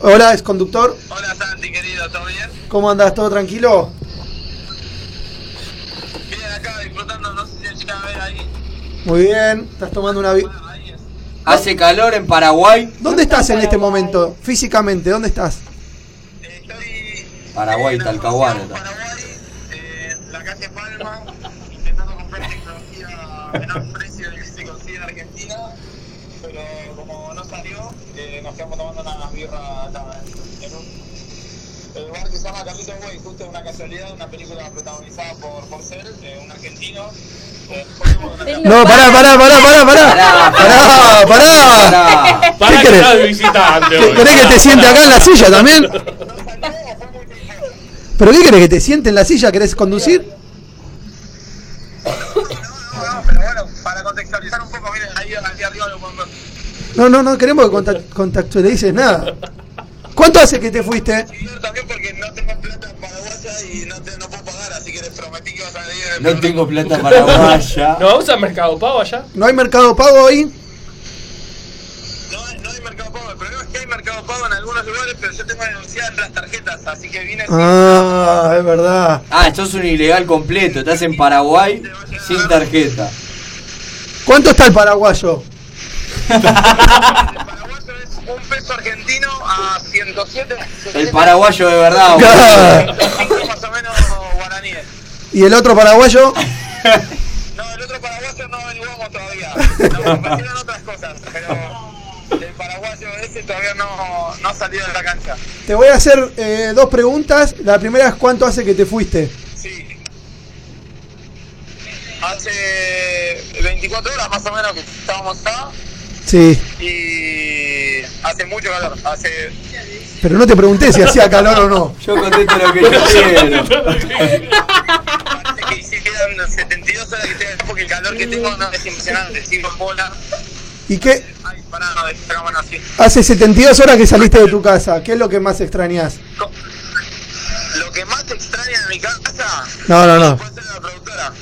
[SPEAKER 5] Hola, ex conductor. Hola, Santi, querido, ¿todo bien? ¿Cómo andás? ¿Todo tranquilo? Muy bien, estás tomando una. vi-
[SPEAKER 7] Hace calor en Paraguay.
[SPEAKER 5] ¿Dónde estás en este momento? Físicamente, ¿dónde estás?
[SPEAKER 7] Paraguay, Talcahuano.
[SPEAKER 12] eh, eh,
[SPEAKER 5] No, pará, pará, pará, pará, pará. Pará, pará.
[SPEAKER 6] Para
[SPEAKER 5] ¿Qué
[SPEAKER 6] que
[SPEAKER 5] querés?
[SPEAKER 6] estás de visitante. hoy.
[SPEAKER 5] ¿Querés que te siente acá en la silla también? ¿Pero qué querés que te siente en la silla? ¿Querés conducir? No, no, no queremos que contact- contactualices nada. ¿Cuánto hace que te fuiste?
[SPEAKER 7] No tengo plata paraguaya.
[SPEAKER 6] ¿Nos vamos al Mercado Pago allá?
[SPEAKER 5] ¿No hay mercado pago hoy? Ah, es verdad.
[SPEAKER 7] Ah, sos un ilegal completo. Estás en Paraguay sin tarjeta.
[SPEAKER 5] ¿Cuánto está el paraguayo?
[SPEAKER 7] El paraguayo de verdad. boludo.
[SPEAKER 5] Claro. ¿Y el otro paraguayo? Te voy a hacer eh, dos preguntas. La primera es cuánto hace que te fuiste.
[SPEAKER 12] Hace 24 horas más o menos que estábamos acá
[SPEAKER 5] Sí,
[SPEAKER 12] y hace mucho calor. Hace
[SPEAKER 5] pero no te pregunté si hacía calor o no.
[SPEAKER 7] Yo contesto lo que yo quiero.
[SPEAKER 12] 72 horas que estoy acá porque el calor que tengo no es impresionante. Sigo en bola.
[SPEAKER 5] ¿Y qué?
[SPEAKER 12] Ay, pará, no, esta cámara así.
[SPEAKER 5] Hace 72 horas que saliste de tu casa. ¿Qué es lo que más extrañas?
[SPEAKER 12] Lo que más te extraña en mi casa
[SPEAKER 5] No, no, no.
[SPEAKER 12] es la productora.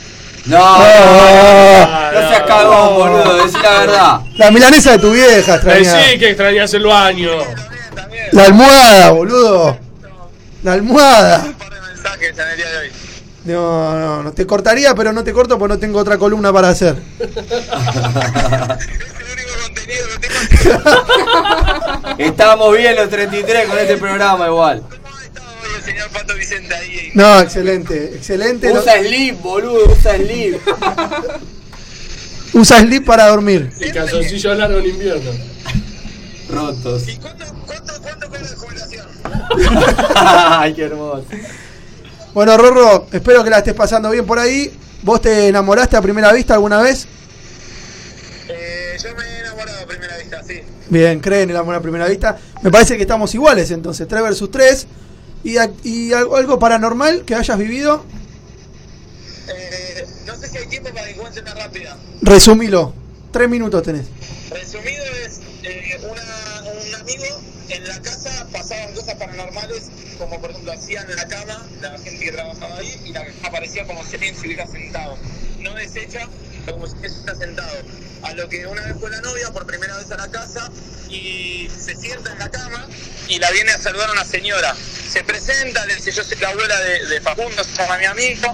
[SPEAKER 7] No,
[SPEAKER 5] Ah,
[SPEAKER 7] no seas cagón, boludo. Decí la verdad.
[SPEAKER 5] La milanesa de tu vieja
[SPEAKER 6] Decí
[SPEAKER 5] extrañas.
[SPEAKER 6] que extrañas el baño.
[SPEAKER 5] La almohada, boludo. La almohada.
[SPEAKER 12] Mensajes en el día de hoy.
[SPEAKER 5] No, no, no. Te cortaría, pero no te corto porque no tengo otra columna para hacer.
[SPEAKER 7] Estamos bien los 33 con este programa igual.
[SPEAKER 5] No, excelente, excelente.
[SPEAKER 7] Usa slip, boludo. Usa slip.
[SPEAKER 5] Usa slip para dormir.
[SPEAKER 6] Y calzoncillo largo en invierno.
[SPEAKER 7] Rotos. ¿Y cuánto, cuánto, cuánto cobra la jubilación? Ay, qué hermoso.
[SPEAKER 5] Bueno, Rorro, espero que la estés pasando bien por ahí. ¿Vos te enamoraste a primera vista alguna vez?
[SPEAKER 12] Eh,
[SPEAKER 5] Bien, creen en el amor a primera vista. Me parece que estamos iguales entonces, 3 versus 3. ¿Y, ac- y algo, algo paranormal que hayas vivido?
[SPEAKER 12] Eh, No sé si hay tiempo para que cuente una rápida.
[SPEAKER 5] Resumilo. Tres minutos tenés.
[SPEAKER 12] Resumido es eh, una- un amigo en la casa pasaban cosas paranormales, como por ejemplo hacían la cama, la gente que trabajaba ahí, y la cama parecía como si alguien se hubiera sentado. No deshecha, pero como si alguien se hubiera sentado. A lo que una vez fue la novia por primera vez a la casa y se sienta en la cama y la viene a saludar una señora. Se presenta, le dice, yo soy la abuela de, de Facundo, se llama mi amigo,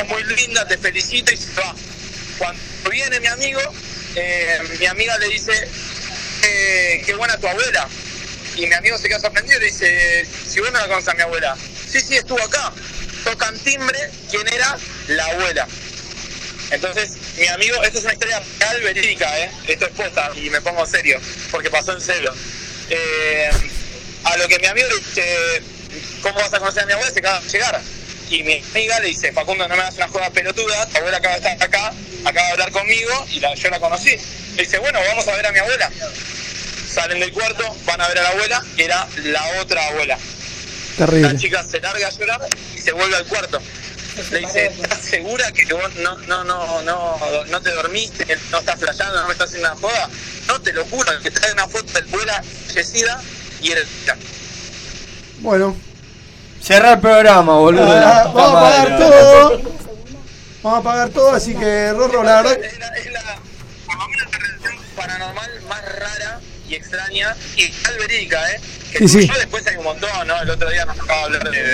[SPEAKER 12] es muy linda, te felicito y se va. Cuando viene mi amigo, eh, mi amiga le dice, eh, qué buena tu abuela. Y mi amigo se queda sorprendido y le dice, si vos no la conoces a mi abuela. Sí, sí, estuvo acá. Tocan timbre, ¿quién era? La abuela. Entonces, mi amigo, esta es una historia real, verídica, ¿eh? Esto es posta y me pongo serio, porque pasó en serio. Eh, a lo que mi amigo le dice, ¿cómo vas a conocer a mi abuela? Se acaba de llegar. Y mi amiga le dice, Facundo, no me hagas una joda pelotuda, tu abuela acaba de estar acá, acaba de hablar conmigo y la- yo la conocí. Le dice, bueno, vamos a ver a mi abuela. Salen del cuarto, van a ver a la abuela, que era la otra abuela. La
[SPEAKER 5] Terrible.
[SPEAKER 12] chica se larga a llorar y se vuelve al cuarto. Le dice, ¿estás segura que vos no, no, no, no, no te dormiste, que no estás flasheando, no me estás haciendo una joda? No, te lo juro, que trae una foto del abuela fallecida y era
[SPEAKER 5] Bueno.
[SPEAKER 7] Cerrar el programa, boludo.
[SPEAKER 5] Ah,
[SPEAKER 7] la puta
[SPEAKER 5] vamos a pagar
[SPEAKER 7] madre.
[SPEAKER 5] todo. Vamos a pagar todo, así que Rorro, la verdad.
[SPEAKER 12] Eh,
[SPEAKER 5] que-
[SPEAKER 12] paranormal más rara y extraña y tal verídica, ¿eh? Que
[SPEAKER 5] Sí, sí.
[SPEAKER 12] yo después hay un montón, ¿no? El otro día nos tocaba hablar de, de,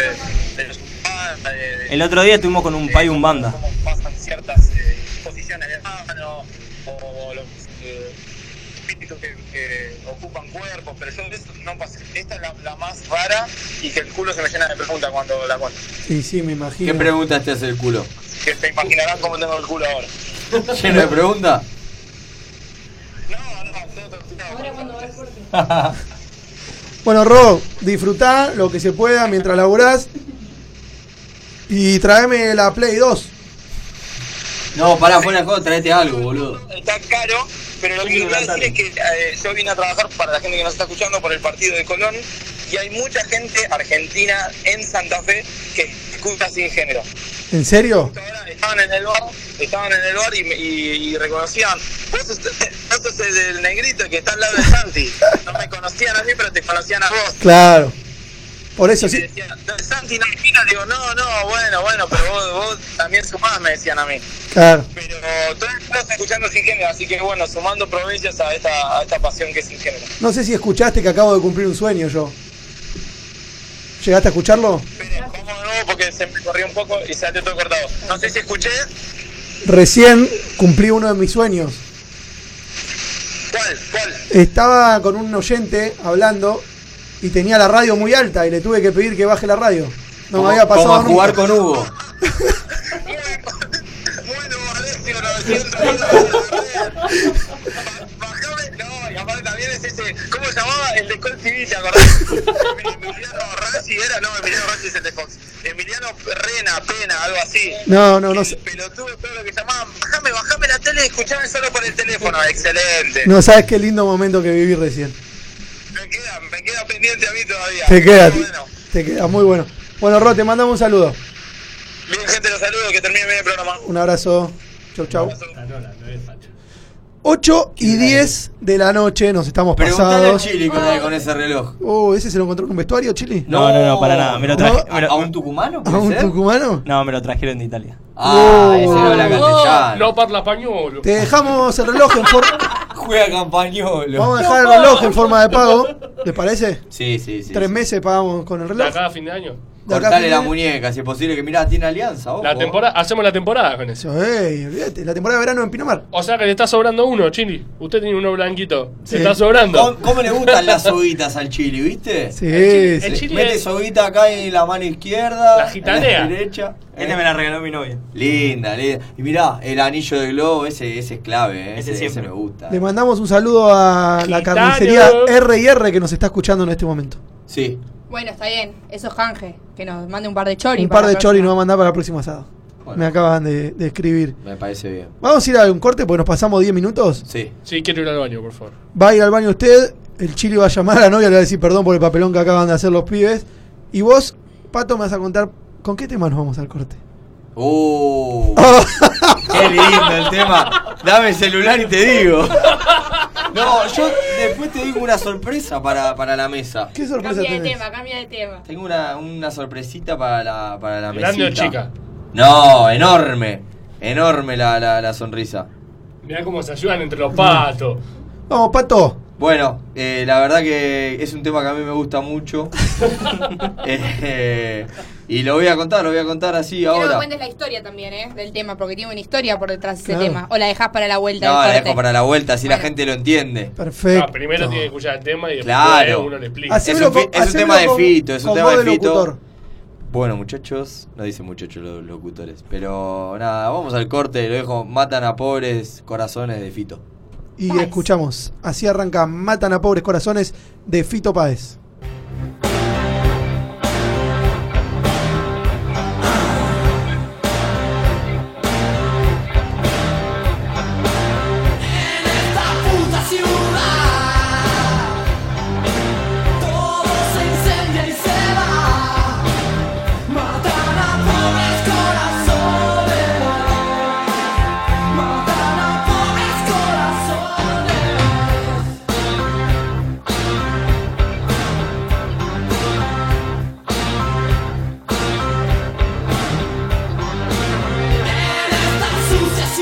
[SPEAKER 12] de los de, de-
[SPEAKER 1] El otro día estuvimos con un pay un banda.
[SPEAKER 12] pasan ciertas eh, posiciones de mano o los eh, espíritus que, que ocupan cuerpos, pero yo de eso no pasé. Esta es la, la más rara y que el culo se me llena de preguntas cuando la cuento.
[SPEAKER 5] Sí, sí, me imagino.
[SPEAKER 7] ¿Qué preguntas te hace el culo?
[SPEAKER 12] Que se imaginarán cómo tengo el culo ahora.
[SPEAKER 7] ¿Lleno de preguntas?
[SPEAKER 5] Bueno, Ro, disfrutá lo que se pueda mientras laburás. Y tráeme la Play 2.
[SPEAKER 7] No, pará, fuera de juego, traete algo, boludo.
[SPEAKER 12] Está caro, pero lo que quiero decir es que eh, yo vine a trabajar para la gente que nos está escuchando por el partido de Colón y hay mucha gente argentina en Santa Fe que escucha sin género.
[SPEAKER 5] ¿En serio?
[SPEAKER 12] estaban en el bar, estaban en el bar y, me- y- y reconocían, vos sos, vos sos el del negrito que está al lado de Santi. No me conocían a mí, pero te conocían a vos.
[SPEAKER 5] Claro. Por eso sí.
[SPEAKER 12] No, el Santi no opina, digo, no, no, bueno, bueno, pero vos, vos también sumás, me decían a mí.
[SPEAKER 5] Claro.
[SPEAKER 12] Pero todos estamos escuchando sin género, así que bueno, sumando provincias a esta, a esta pasión que es sin género.
[SPEAKER 5] No sé si escuchaste que acabo de cumplir un sueño yo. ¿Llegaste a escucharlo?
[SPEAKER 12] Vamos de nuevo porque se me corrió un poco y salió todo cortado. No sé si escuché,
[SPEAKER 5] Recién cumplí uno de mis sueños.
[SPEAKER 12] ¿cuál? ¿Cuál?
[SPEAKER 5] Estaba con un oyente hablando y tenía la radio muy alta y le tuve que pedir que baje la radio. No me había pasado
[SPEAKER 7] Como a jugar
[SPEAKER 5] nunca.
[SPEAKER 7] con Hugo.
[SPEAKER 12] No, y aparte también es ese, ¿cómo se llamaba? El de Col TV, ¿te acordás? Emiliano Rossi era, no, Emiliano Rossi es el de Fox. Emiliano Rena, Pena, algo así.
[SPEAKER 5] No, no, no sé.
[SPEAKER 12] Pelotudo, todo lo que llamaban, bajame, bajame la tele y escuchame solo por el teléfono. Excelente.
[SPEAKER 5] No sabes qué lindo momento que viví recién.
[SPEAKER 12] Me queda pendiente a mí todavía.
[SPEAKER 5] Te queda, te queda muy bueno. Bueno, Ro, te mandamos un saludo.
[SPEAKER 12] Bien, gente, los saludo, que termine bien el programa.
[SPEAKER 5] Un abrazo. Chau, chau. 8 y 10 de la noche, nos estamos
[SPEAKER 7] Preguntale al
[SPEAKER 5] pasados.
[SPEAKER 7] Chili con, con ese reloj.
[SPEAKER 5] Oh, ¿ese se lo encontró en un vestuario, Chile?
[SPEAKER 1] No, no, no, para nada. Me lo traje. me lo-
[SPEAKER 7] ¿A un tucumano?
[SPEAKER 5] ¿A un tucumano?
[SPEAKER 1] No, me lo trajeron de Italia.
[SPEAKER 7] Ah, ese no habla
[SPEAKER 6] No,
[SPEAKER 7] castellano.
[SPEAKER 6] no parla pañolo.
[SPEAKER 5] Te dejamos el reloj en forma.
[SPEAKER 7] Juega campañolo.
[SPEAKER 5] Vamos a dejar el reloj en forma de pago. ¿Les parece?
[SPEAKER 7] Sí, sí, sí.
[SPEAKER 5] Tres meses pagamos con el
[SPEAKER 6] De
[SPEAKER 5] reloj.
[SPEAKER 6] acá a fin de año.
[SPEAKER 5] De acá
[SPEAKER 7] Cortale la
[SPEAKER 5] tiene-
[SPEAKER 7] muñeca, si es posible, que mirá, tiene alianza, ojo.
[SPEAKER 6] La temporada, hacemos la temporada con eso.
[SPEAKER 5] Ey, eh, olvídate, la temporada de verano en Pinamar.
[SPEAKER 6] O sea que le está sobrando uno, Chini. Usted tiene uno blanquito.
[SPEAKER 5] Sí.
[SPEAKER 6] Se está sobrando.
[SPEAKER 7] ¿Cómo, cómo le gustan las soguitas al Chili, viste?
[SPEAKER 5] Sí,
[SPEAKER 6] El
[SPEAKER 5] sí.
[SPEAKER 6] Chile- el Chile
[SPEAKER 7] Mete
[SPEAKER 6] es-
[SPEAKER 7] soguita acá en la mano izquierda.
[SPEAKER 6] La gitanea.
[SPEAKER 7] En la derecha.
[SPEAKER 1] Este me la regaló mi novia.
[SPEAKER 7] Linda, linda. Y mirá, el anillo de globo, ese, ese es clave, ¿eh? ese,
[SPEAKER 1] Ese
[SPEAKER 7] ese
[SPEAKER 1] siempre.
[SPEAKER 7] me gusta.
[SPEAKER 5] Le mandamos un saludo a la
[SPEAKER 6] Gitano.
[SPEAKER 5] carnicería R&R que nos está escuchando en este momento.
[SPEAKER 7] Sí.
[SPEAKER 10] Bueno, está bien. Eso es Janje. Que nos mande un par de chori.
[SPEAKER 5] Un
[SPEAKER 10] para
[SPEAKER 5] par
[SPEAKER 10] la
[SPEAKER 5] de
[SPEAKER 10] próxima.
[SPEAKER 5] choris nos va a mandar para el próximo asado.
[SPEAKER 7] Bueno.
[SPEAKER 5] Me acaban de, de escribir.
[SPEAKER 7] Me parece bien.
[SPEAKER 5] Vamos a ir a un corte porque nos pasamos 10 minutos.
[SPEAKER 7] Sí.
[SPEAKER 6] Sí, quiero ir al baño, por favor.
[SPEAKER 5] Va a ir al baño usted, el chili va a llamar a la novia, le va a decir perdón por el papelón que acaban de hacer los pibes. Y vos, Pato, me vas a contar con qué tema nos vamos al corte.
[SPEAKER 7] Uh. Qué lindo el tema. Dame el celular y te digo. No, yo después te digo una sorpresa para, para la mesa.
[SPEAKER 5] ¿Qué sorpresa
[SPEAKER 10] Cambia de tema, cambia de tema.
[SPEAKER 7] Tengo una,
[SPEAKER 1] eh.
[SPEAKER 7] una sorpresita para la, para la
[SPEAKER 6] ¿Grande o
[SPEAKER 7] mesita.
[SPEAKER 6] chica?
[SPEAKER 7] No, enorme. Enorme la, la, la sonrisa.
[SPEAKER 6] Mirá cómo se ayudan entre los patos.
[SPEAKER 5] Vamos, Pato.
[SPEAKER 7] Bueno, eh, la verdad que es un tema que a mí me gusta mucho. Eh, y lo voy a contar, lo voy a contar así
[SPEAKER 10] Quiero que
[SPEAKER 7] ahora.
[SPEAKER 10] cuentes la historia también, ¿eh? Del tema, porque tiene una historia por detrás de ese
[SPEAKER 7] Claro.
[SPEAKER 10] tema. O la dejás para la vuelta.
[SPEAKER 7] No,
[SPEAKER 10] del
[SPEAKER 7] la
[SPEAKER 10] corte.
[SPEAKER 7] dejo para la vuelta, así la gente lo entiende.
[SPEAKER 5] Perfecto.
[SPEAKER 6] primero tiene que escuchar el tema y después eh,
[SPEAKER 7] Claro.
[SPEAKER 6] uno le explica.
[SPEAKER 7] Es un, fi- es un tema de fito, es un tema de fito.
[SPEAKER 5] locutor.
[SPEAKER 7] Bueno, muchachos, no dicen muchachos los locutores, pero nada, vamos al corte, lo dejo, matan a pobres corazones de fito.
[SPEAKER 5] Y escuchamos. Así arranca Matan a Pobres Corazones de Fito Páez.
[SPEAKER 8] esta puta ciudad Todo se incendia y se va Matan a pobres corazones Matan a pobres corazones
[SPEAKER 3] E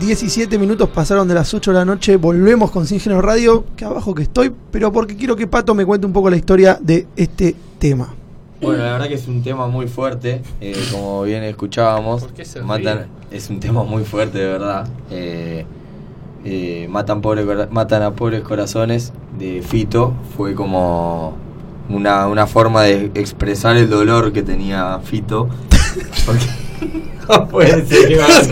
[SPEAKER 5] 17 minutos pasaron de las 8 de la noche. Volvemos con Sin Género Radio, que abajo que estoy, pero porque quiero que Pato me cuente un poco la historia de este tema.
[SPEAKER 7] Bueno, la verdad que es un tema muy fuerte, eh, como bien escuchábamos.
[SPEAKER 6] se
[SPEAKER 7] matan, es un tema muy fuerte, de verdad. Eh, eh, matan, pobre, cora- matan a pobres corazones de Fito. Fue como una, una forma de expresar el dolor que tenía Fito. Porque no puede ser que va a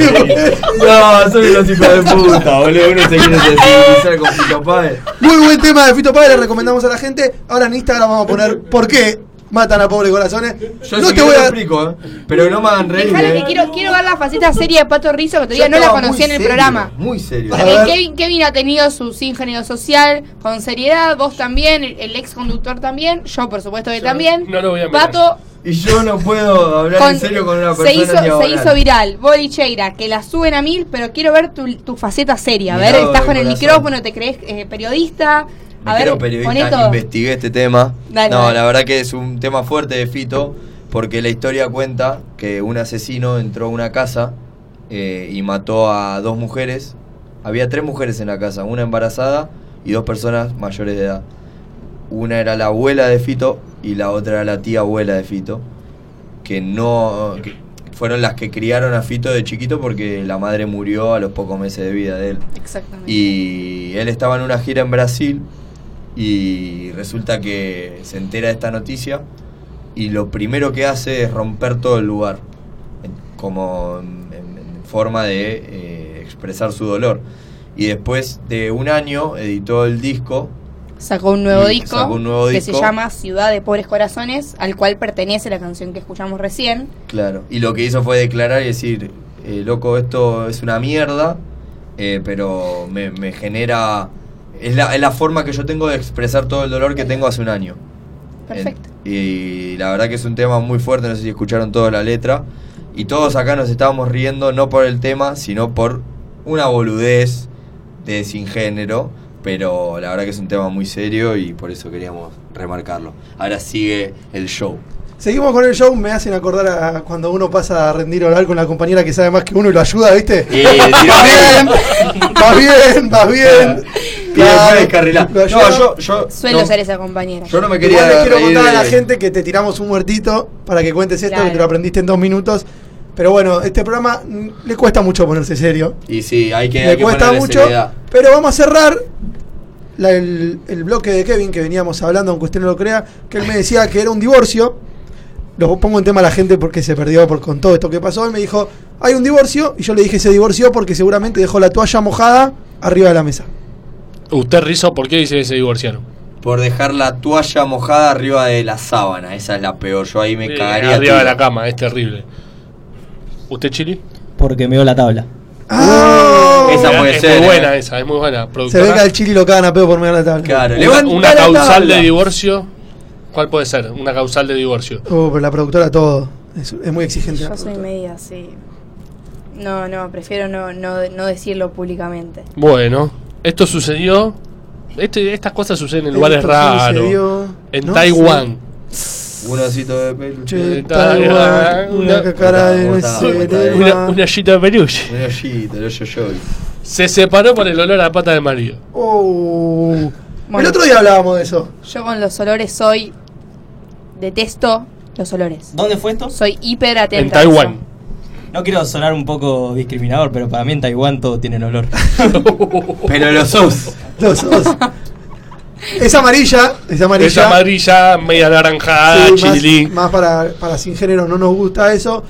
[SPEAKER 7] reír. No, son los hijos de puta, boludo. Uno se quiere sensibilizar con Fito Páez.
[SPEAKER 5] Muy buen tema de Fito Páez, le recomendamos a la gente. Ahora en Instagram vamos a poner por qué matan a pobres corazones.
[SPEAKER 7] Yo no te voy a explico, ¿eh? pero no me hagan reír.
[SPEAKER 10] Dejale
[SPEAKER 7] eh.
[SPEAKER 10] que quiero, quiero ver la faceta seria de Pato Rizzo que todavía
[SPEAKER 7] Yo
[SPEAKER 10] no la
[SPEAKER 7] estaba muy
[SPEAKER 10] conocí en el
[SPEAKER 7] serio,
[SPEAKER 10] programa.
[SPEAKER 7] Muy serio.
[SPEAKER 10] Eh, Kevin, Kevin ha tenido su ingeniero social con seriedad, vos también, el, el ex conductor también, yo por supuesto que también.
[SPEAKER 6] No lo voy a meter.
[SPEAKER 10] Pato
[SPEAKER 7] Y yo no puedo hablar
[SPEAKER 10] Con-
[SPEAKER 7] en serio con una persona
[SPEAKER 10] se hizo, se
[SPEAKER 7] diagonal.
[SPEAKER 10] hizo viral, Body Cheira, que la suben a mil, pero quiero ver tu, tu faceta seria. A
[SPEAKER 7] Mirá,
[SPEAKER 10] ver, estás
[SPEAKER 7] de
[SPEAKER 10] con el
[SPEAKER 7] corazón.
[SPEAKER 10] micrófono, te crees eh, periodista.
[SPEAKER 7] Me
[SPEAKER 10] A ver,
[SPEAKER 7] creo
[SPEAKER 10] poné
[SPEAKER 7] periodista,
[SPEAKER 10] todo.
[SPEAKER 7] investigué este tema.
[SPEAKER 10] Dale,
[SPEAKER 7] no,
[SPEAKER 10] dale.
[SPEAKER 7] la verdad que es un tema fuerte de Fito, porque la historia cuenta que un asesino entró a una casa eh, y mató a dos mujeres. Había tres mujeres en la casa, una embarazada y dos personas mayores de edad. Una era la abuela de Fito y la otra era la tía abuela de Fito, que no que fueron las que criaron a Fito de chiquito porque la madre murió a los pocos meses de vida de él.
[SPEAKER 10] Exactamente.
[SPEAKER 7] Y él estaba en una gira en Brasil y resulta que se entera de esta noticia y lo primero que hace es romper todo el lugar, en- como en, en- en forma de eh, expresar su dolor. Y después de un año editó el disco
[SPEAKER 10] Sacó un nuevo
[SPEAKER 7] Y
[SPEAKER 10] disco
[SPEAKER 7] sacó un nuevo
[SPEAKER 10] que se
[SPEAKER 7] disco.
[SPEAKER 10] llama Ciudad de Pobres Corazones, al cual pertenece la canción que escuchamos recién.
[SPEAKER 7] Claro. Y lo que hizo fue declarar y decir, eh, loco, esto es una mierda, eh, pero me, me genera... Es la, es la forma que yo tengo de expresar todo el dolor que tengo hace un año.
[SPEAKER 10] Perfecto.
[SPEAKER 7] Y la verdad que es un tema muy fuerte, no sé si escucharon toda la letra. Y todos acá nos estábamos riendo, no por el tema, sino por una boludez de sin género. Pero la verdad que es un tema muy serio y por eso queríamos remarcarlo. Ahora sigue el show.
[SPEAKER 5] Seguimos con el show, me hacen acordar a cuando uno pasa a rendir oral con la compañera que sabe más que uno y lo ayuda, ¿viste?
[SPEAKER 7] Y tiró-
[SPEAKER 5] Vas bien, vas bien.
[SPEAKER 7] Y después descarrilá.
[SPEAKER 5] Lo
[SPEAKER 7] No,
[SPEAKER 5] ayuda.
[SPEAKER 7] yo, yo,
[SPEAKER 10] Suelo
[SPEAKER 7] no,
[SPEAKER 10] ser esa compañera.
[SPEAKER 7] yo no me
[SPEAKER 5] Igual
[SPEAKER 7] quería.
[SPEAKER 5] le quiero
[SPEAKER 7] reír
[SPEAKER 5] contar a
[SPEAKER 7] de-
[SPEAKER 5] la gente que te tiramos un muertito para que cuentes esto,
[SPEAKER 10] Claro.
[SPEAKER 5] que te lo aprendiste en dos minutos. Pero bueno, este programa mm, le cuesta mucho ponerse serio.
[SPEAKER 7] Y sí, hay que. hay
[SPEAKER 5] le
[SPEAKER 7] que
[SPEAKER 5] cuesta
[SPEAKER 7] ponerle
[SPEAKER 5] mucho.
[SPEAKER 7] seriedad.
[SPEAKER 5] Pero vamos a cerrar la- el, el bloque de Kevin que veníamos hablando, aunque usted no lo crea, que él me decía que era un divorcio. Lo pongo en tema a la gente porque se perdió por, con todo esto que pasó. Él me dijo, hay un divorcio, y yo le dije, se divorció porque seguramente dejó la toalla mojada arriba de la mesa.
[SPEAKER 6] ¿Usted Rizzo por qué dice que se divorciaron?
[SPEAKER 7] Por dejar la toalla mojada arriba de la sábana. Esa es la peor. Yo ahí me
[SPEAKER 6] Eh,
[SPEAKER 7] cagaría.
[SPEAKER 6] arriba
[SPEAKER 7] tiro.
[SPEAKER 6] de la cama, es terrible. ¿Usted, Chili?
[SPEAKER 1] Porque me dio la tabla.
[SPEAKER 7] Esa
[SPEAKER 6] Mirá,
[SPEAKER 7] puede
[SPEAKER 6] es
[SPEAKER 7] ser,
[SPEAKER 6] muy
[SPEAKER 7] eh.
[SPEAKER 6] buena esa, es muy buena.
[SPEAKER 5] Se ve
[SPEAKER 6] Productora.
[SPEAKER 5] que al chili lo cagan a pedo por mirar la tabla.
[SPEAKER 7] Claro,
[SPEAKER 6] Una,
[SPEAKER 7] levanta
[SPEAKER 6] una
[SPEAKER 7] la
[SPEAKER 6] causal de
[SPEAKER 7] tabla.
[SPEAKER 6] divorcio. ¿Cuál puede ser? Una causal de divorcio.
[SPEAKER 5] Oh, pero la productora todo. Es, es muy exigente. la
[SPEAKER 10] Yo soy
[SPEAKER 5] productora.
[SPEAKER 10] media, sí. No, no, prefiero no, no, no decirlo públicamente.
[SPEAKER 6] Bueno, esto sucedió. este- estas cosas suceden en
[SPEAKER 5] Esto
[SPEAKER 6] lugares raros.
[SPEAKER 5] sucedió,
[SPEAKER 6] En
[SPEAKER 5] no
[SPEAKER 6] Taiwán.
[SPEAKER 7] Un osito de
[SPEAKER 5] sé,
[SPEAKER 7] peluche.
[SPEAKER 5] che, Taiwán, una cacara de
[SPEAKER 7] Bota, bota, bota,
[SPEAKER 5] ese
[SPEAKER 7] eh.
[SPEAKER 6] Una,
[SPEAKER 5] tema.
[SPEAKER 6] una yita de peluche.
[SPEAKER 7] Un osito, el hoyo yo.
[SPEAKER 6] Se separó por el olor a la pata del marido.
[SPEAKER 5] Oh. El
[SPEAKER 10] Bueno.
[SPEAKER 5] otro día hablábamos de eso.
[SPEAKER 10] Yo con los olores soy. Detesto los olores.
[SPEAKER 1] ¿Dónde fue esto?
[SPEAKER 10] Soy hiper
[SPEAKER 6] En
[SPEAKER 10] atenta. a
[SPEAKER 6] Taiwán.
[SPEAKER 1] No quiero sonar un poco discriminador, pero para mí en Taiwán todo tiene el olor.
[SPEAKER 7] Pero los sos.
[SPEAKER 5] Los dos. es amarilla. Es amarilla.
[SPEAKER 6] Es amarilla, media naranjada,
[SPEAKER 5] Sí, más-
[SPEAKER 6] chili.
[SPEAKER 5] Más, para, para sin género, no nos gusta eso.